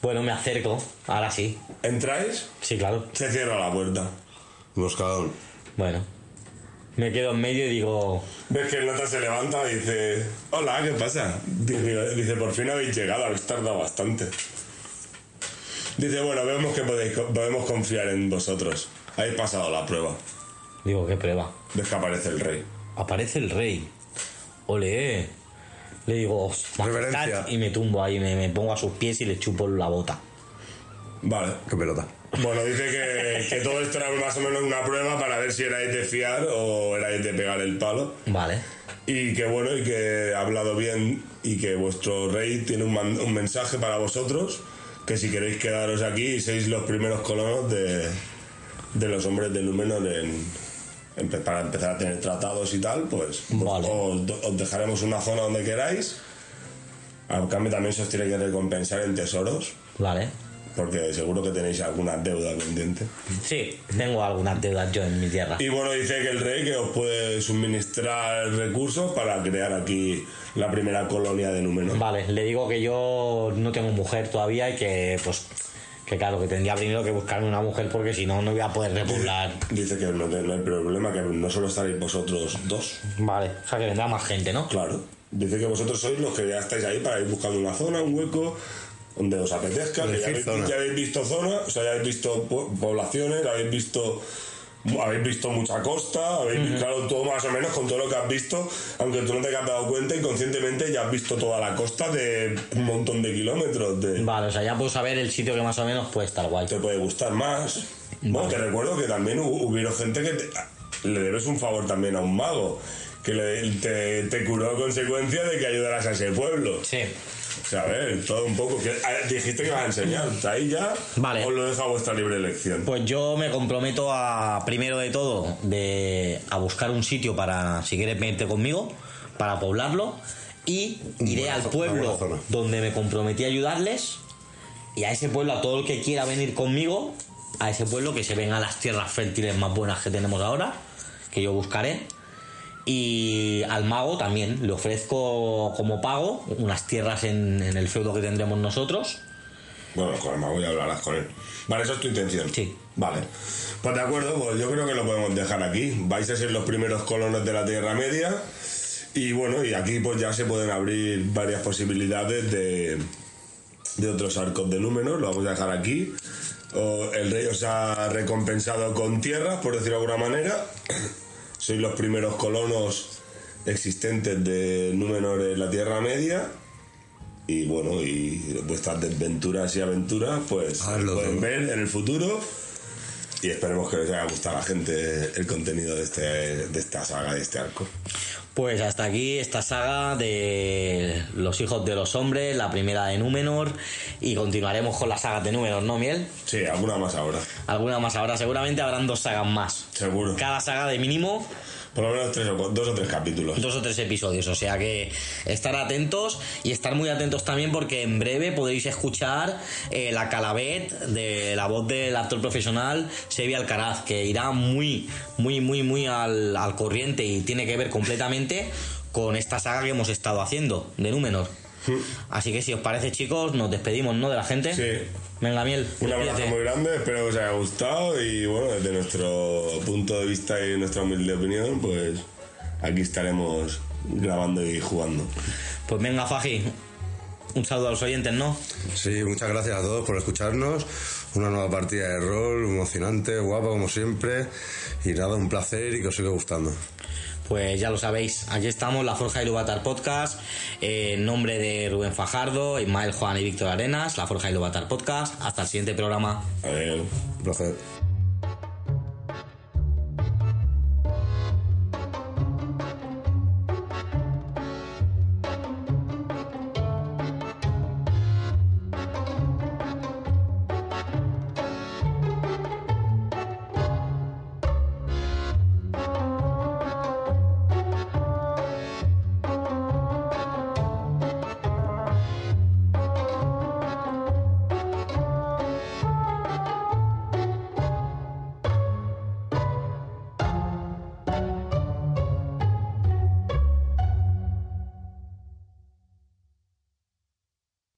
Speaker 5: Bueno, me acerco. Ahora sí.
Speaker 8: Entráis,
Speaker 5: Sí, claro.
Speaker 8: se cierra la puerta.
Speaker 9: Moscadón.
Speaker 5: Bueno. Me quedo en medio y digo...
Speaker 8: Ves que el nota se levanta y dice, hola, ¿qué pasa? Dice, dice, por fin habéis llegado, habéis tardado bastante. Dice, bueno, vemos que podéis, podemos confiar en vosotros. Habéis pasado la prueba.
Speaker 5: Digo, qué prueba.
Speaker 8: Ves que aparece el rey.
Speaker 5: Aparece el rey. Ole. Le digo, "Os, majestad",
Speaker 9: Reverencia.
Speaker 5: y me tumbo ahí, me, me pongo a sus pies y le chupo la bota.
Speaker 8: Vale.
Speaker 9: Qué pelota.
Speaker 8: Bueno, dice que, que todo esto era más o menos una prueba para ver si erais de fiar o erais de pegar el palo.
Speaker 5: Vale.
Speaker 8: Y que bueno, y que ha hablado bien y que vuestro rey tiene un, man- un mensaje para vosotros, que si queréis quedaros aquí sois los primeros colonos de, de los hombres de Númenor en, en- para empezar a tener tratados y tal, pues vos-
Speaker 5: Vale.
Speaker 8: os, do- os dejaremos una zona donde queráis. A cambio también se os tiene que recompensar en tesoros,
Speaker 5: Vale.
Speaker 8: porque seguro que tenéis alguna deuda pendiente.
Speaker 5: Sí, tengo algunas deudas yo en mi tierra.
Speaker 8: Y bueno, dice que el rey que os puede suministrar recursos para crear aquí la primera colonia de Númenor.
Speaker 5: Vale, le digo que yo no tengo mujer todavía y que, pues, que claro, que tendría primero que buscarme una mujer porque si no, no voy a poder repoblar.
Speaker 8: Dice que no, que no hay problema, que no solo estaréis vosotros dos.
Speaker 5: Vale, o sea que vendrá más gente, ¿no?
Speaker 8: Claro. Dice que vosotros sois los que ya estáis ahí para ir buscando una zona, un hueco, donde os apetezca. Que
Speaker 9: Elegir
Speaker 8: ya, habéis,
Speaker 9: zona.
Speaker 8: ya habéis visto zonas, o sea, ya habéis visto po- poblaciones, habéis visto habéis visto mucha costa, habéis claro, todo más o menos con todo lo que has visto, aunque tú no te hayas dado cuenta, inconscientemente ya has visto toda la costa de un montón de kilómetros de...
Speaker 5: Vale, o sea, ya puedo saber el sitio que más o menos puede estar guay.
Speaker 8: te puede gustar más. Bueno, te recuerdo que también hu- hubieron gente que te- le debes un favor también a un mago, que le- te, te curó a consecuencia de que ayudaras a ese pueblo.
Speaker 5: Sí,
Speaker 8: O sea, a ver, todo un poco. Que, a- dijiste que vas a enseñar, ahí ya
Speaker 5: Vale.
Speaker 8: os lo dejo a vuestra libre elección.
Speaker 5: pues yo me comprometo a, primero de todo, de, a buscar un sitio para, si quieres vente conmigo, para poblarlo y iré
Speaker 9: buena
Speaker 5: al
Speaker 9: zo- una
Speaker 5: pueblo
Speaker 9: buena zona.
Speaker 5: donde me comprometí a ayudarles y a ese pueblo, a todo el que quiera venir conmigo, a ese pueblo que se venga a las tierras fértiles más buenas que tenemos ahora, que yo buscaré. Y al mago también le ofrezco como pago unas tierras en, en el feudo que tendremos nosotros.
Speaker 8: Bueno, con el mago ya hablarás con él. Vale, esa es tu intención.
Speaker 5: Sí.
Speaker 8: Vale. Pues de acuerdo, pues yo creo que lo podemos dejar aquí. Vais a ser los primeros colonos de la Tierra Media. Y bueno, y aquí pues ya se pueden abrir varias posibilidades de, de otros arcos de Númenor. Lo vamos a dejar aquí. O- el rey os ha recompensado con tierras, por decirlo de alguna manera. Sois los primeros colonos existentes de Númenor en la Tierra Media. Y bueno, y vuestras desventuras y aventuras, pues
Speaker 9: Ah, lo
Speaker 8: pueden
Speaker 9: tengo.
Speaker 8: ver en el futuro. Y esperemos que les haya gustado a la gente el contenido de, este, de esta saga, de este arco.
Speaker 5: Pues hasta aquí esta saga de los hijos de los hombres, la primera de Númenor, y continuaremos con las sagas de Númenor, ¿no, Miel?
Speaker 8: Sí, alguna más ahora.
Speaker 5: Alguna más habrá, seguramente habrán dos sagas más.
Speaker 8: Seguro.
Speaker 5: Cada saga de mínimo
Speaker 8: Por lo menos tres o cu- dos o tres capítulos.
Speaker 5: dos o tres episodios, o sea que estar atentos y estar muy atentos también porque en breve podréis escuchar eh, la calabet de la voz del actor profesional Sebi Alcaraz, que irá muy, muy, muy, muy al, al corriente y tiene que ver completamente con esta saga que hemos estado haciendo de Númenor. Así que si os parece chicos, nos despedimos, ¿no? De la gente.
Speaker 8: Sí.
Speaker 5: Venga, miel.
Speaker 8: Un abrazo
Speaker 5: despídete.
Speaker 8: muy grande, espero que os haya gustado y bueno, desde nuestro punto de vista y nuestra humilde opinión, pues aquí estaremos grabando y jugando.
Speaker 5: Pues venga, Faji. Un saludo a los oyentes, ¿no?
Speaker 9: Sí, muchas gracias a todos por escucharnos. Una nueva partida de rol, emocionante, guapa como siempre. Y nada, un placer y que os siga gustando.
Speaker 5: Pues ya lo sabéis, aquí estamos, La Forja de Iluvatar Podcast, eh, en nombre de Rubén Fajardo, Ismael Juan y Víctor Arenas, La Forja de Iluvatar Podcast. Hasta el siguiente programa.
Speaker 8: A ver.
Speaker 9: Un placer.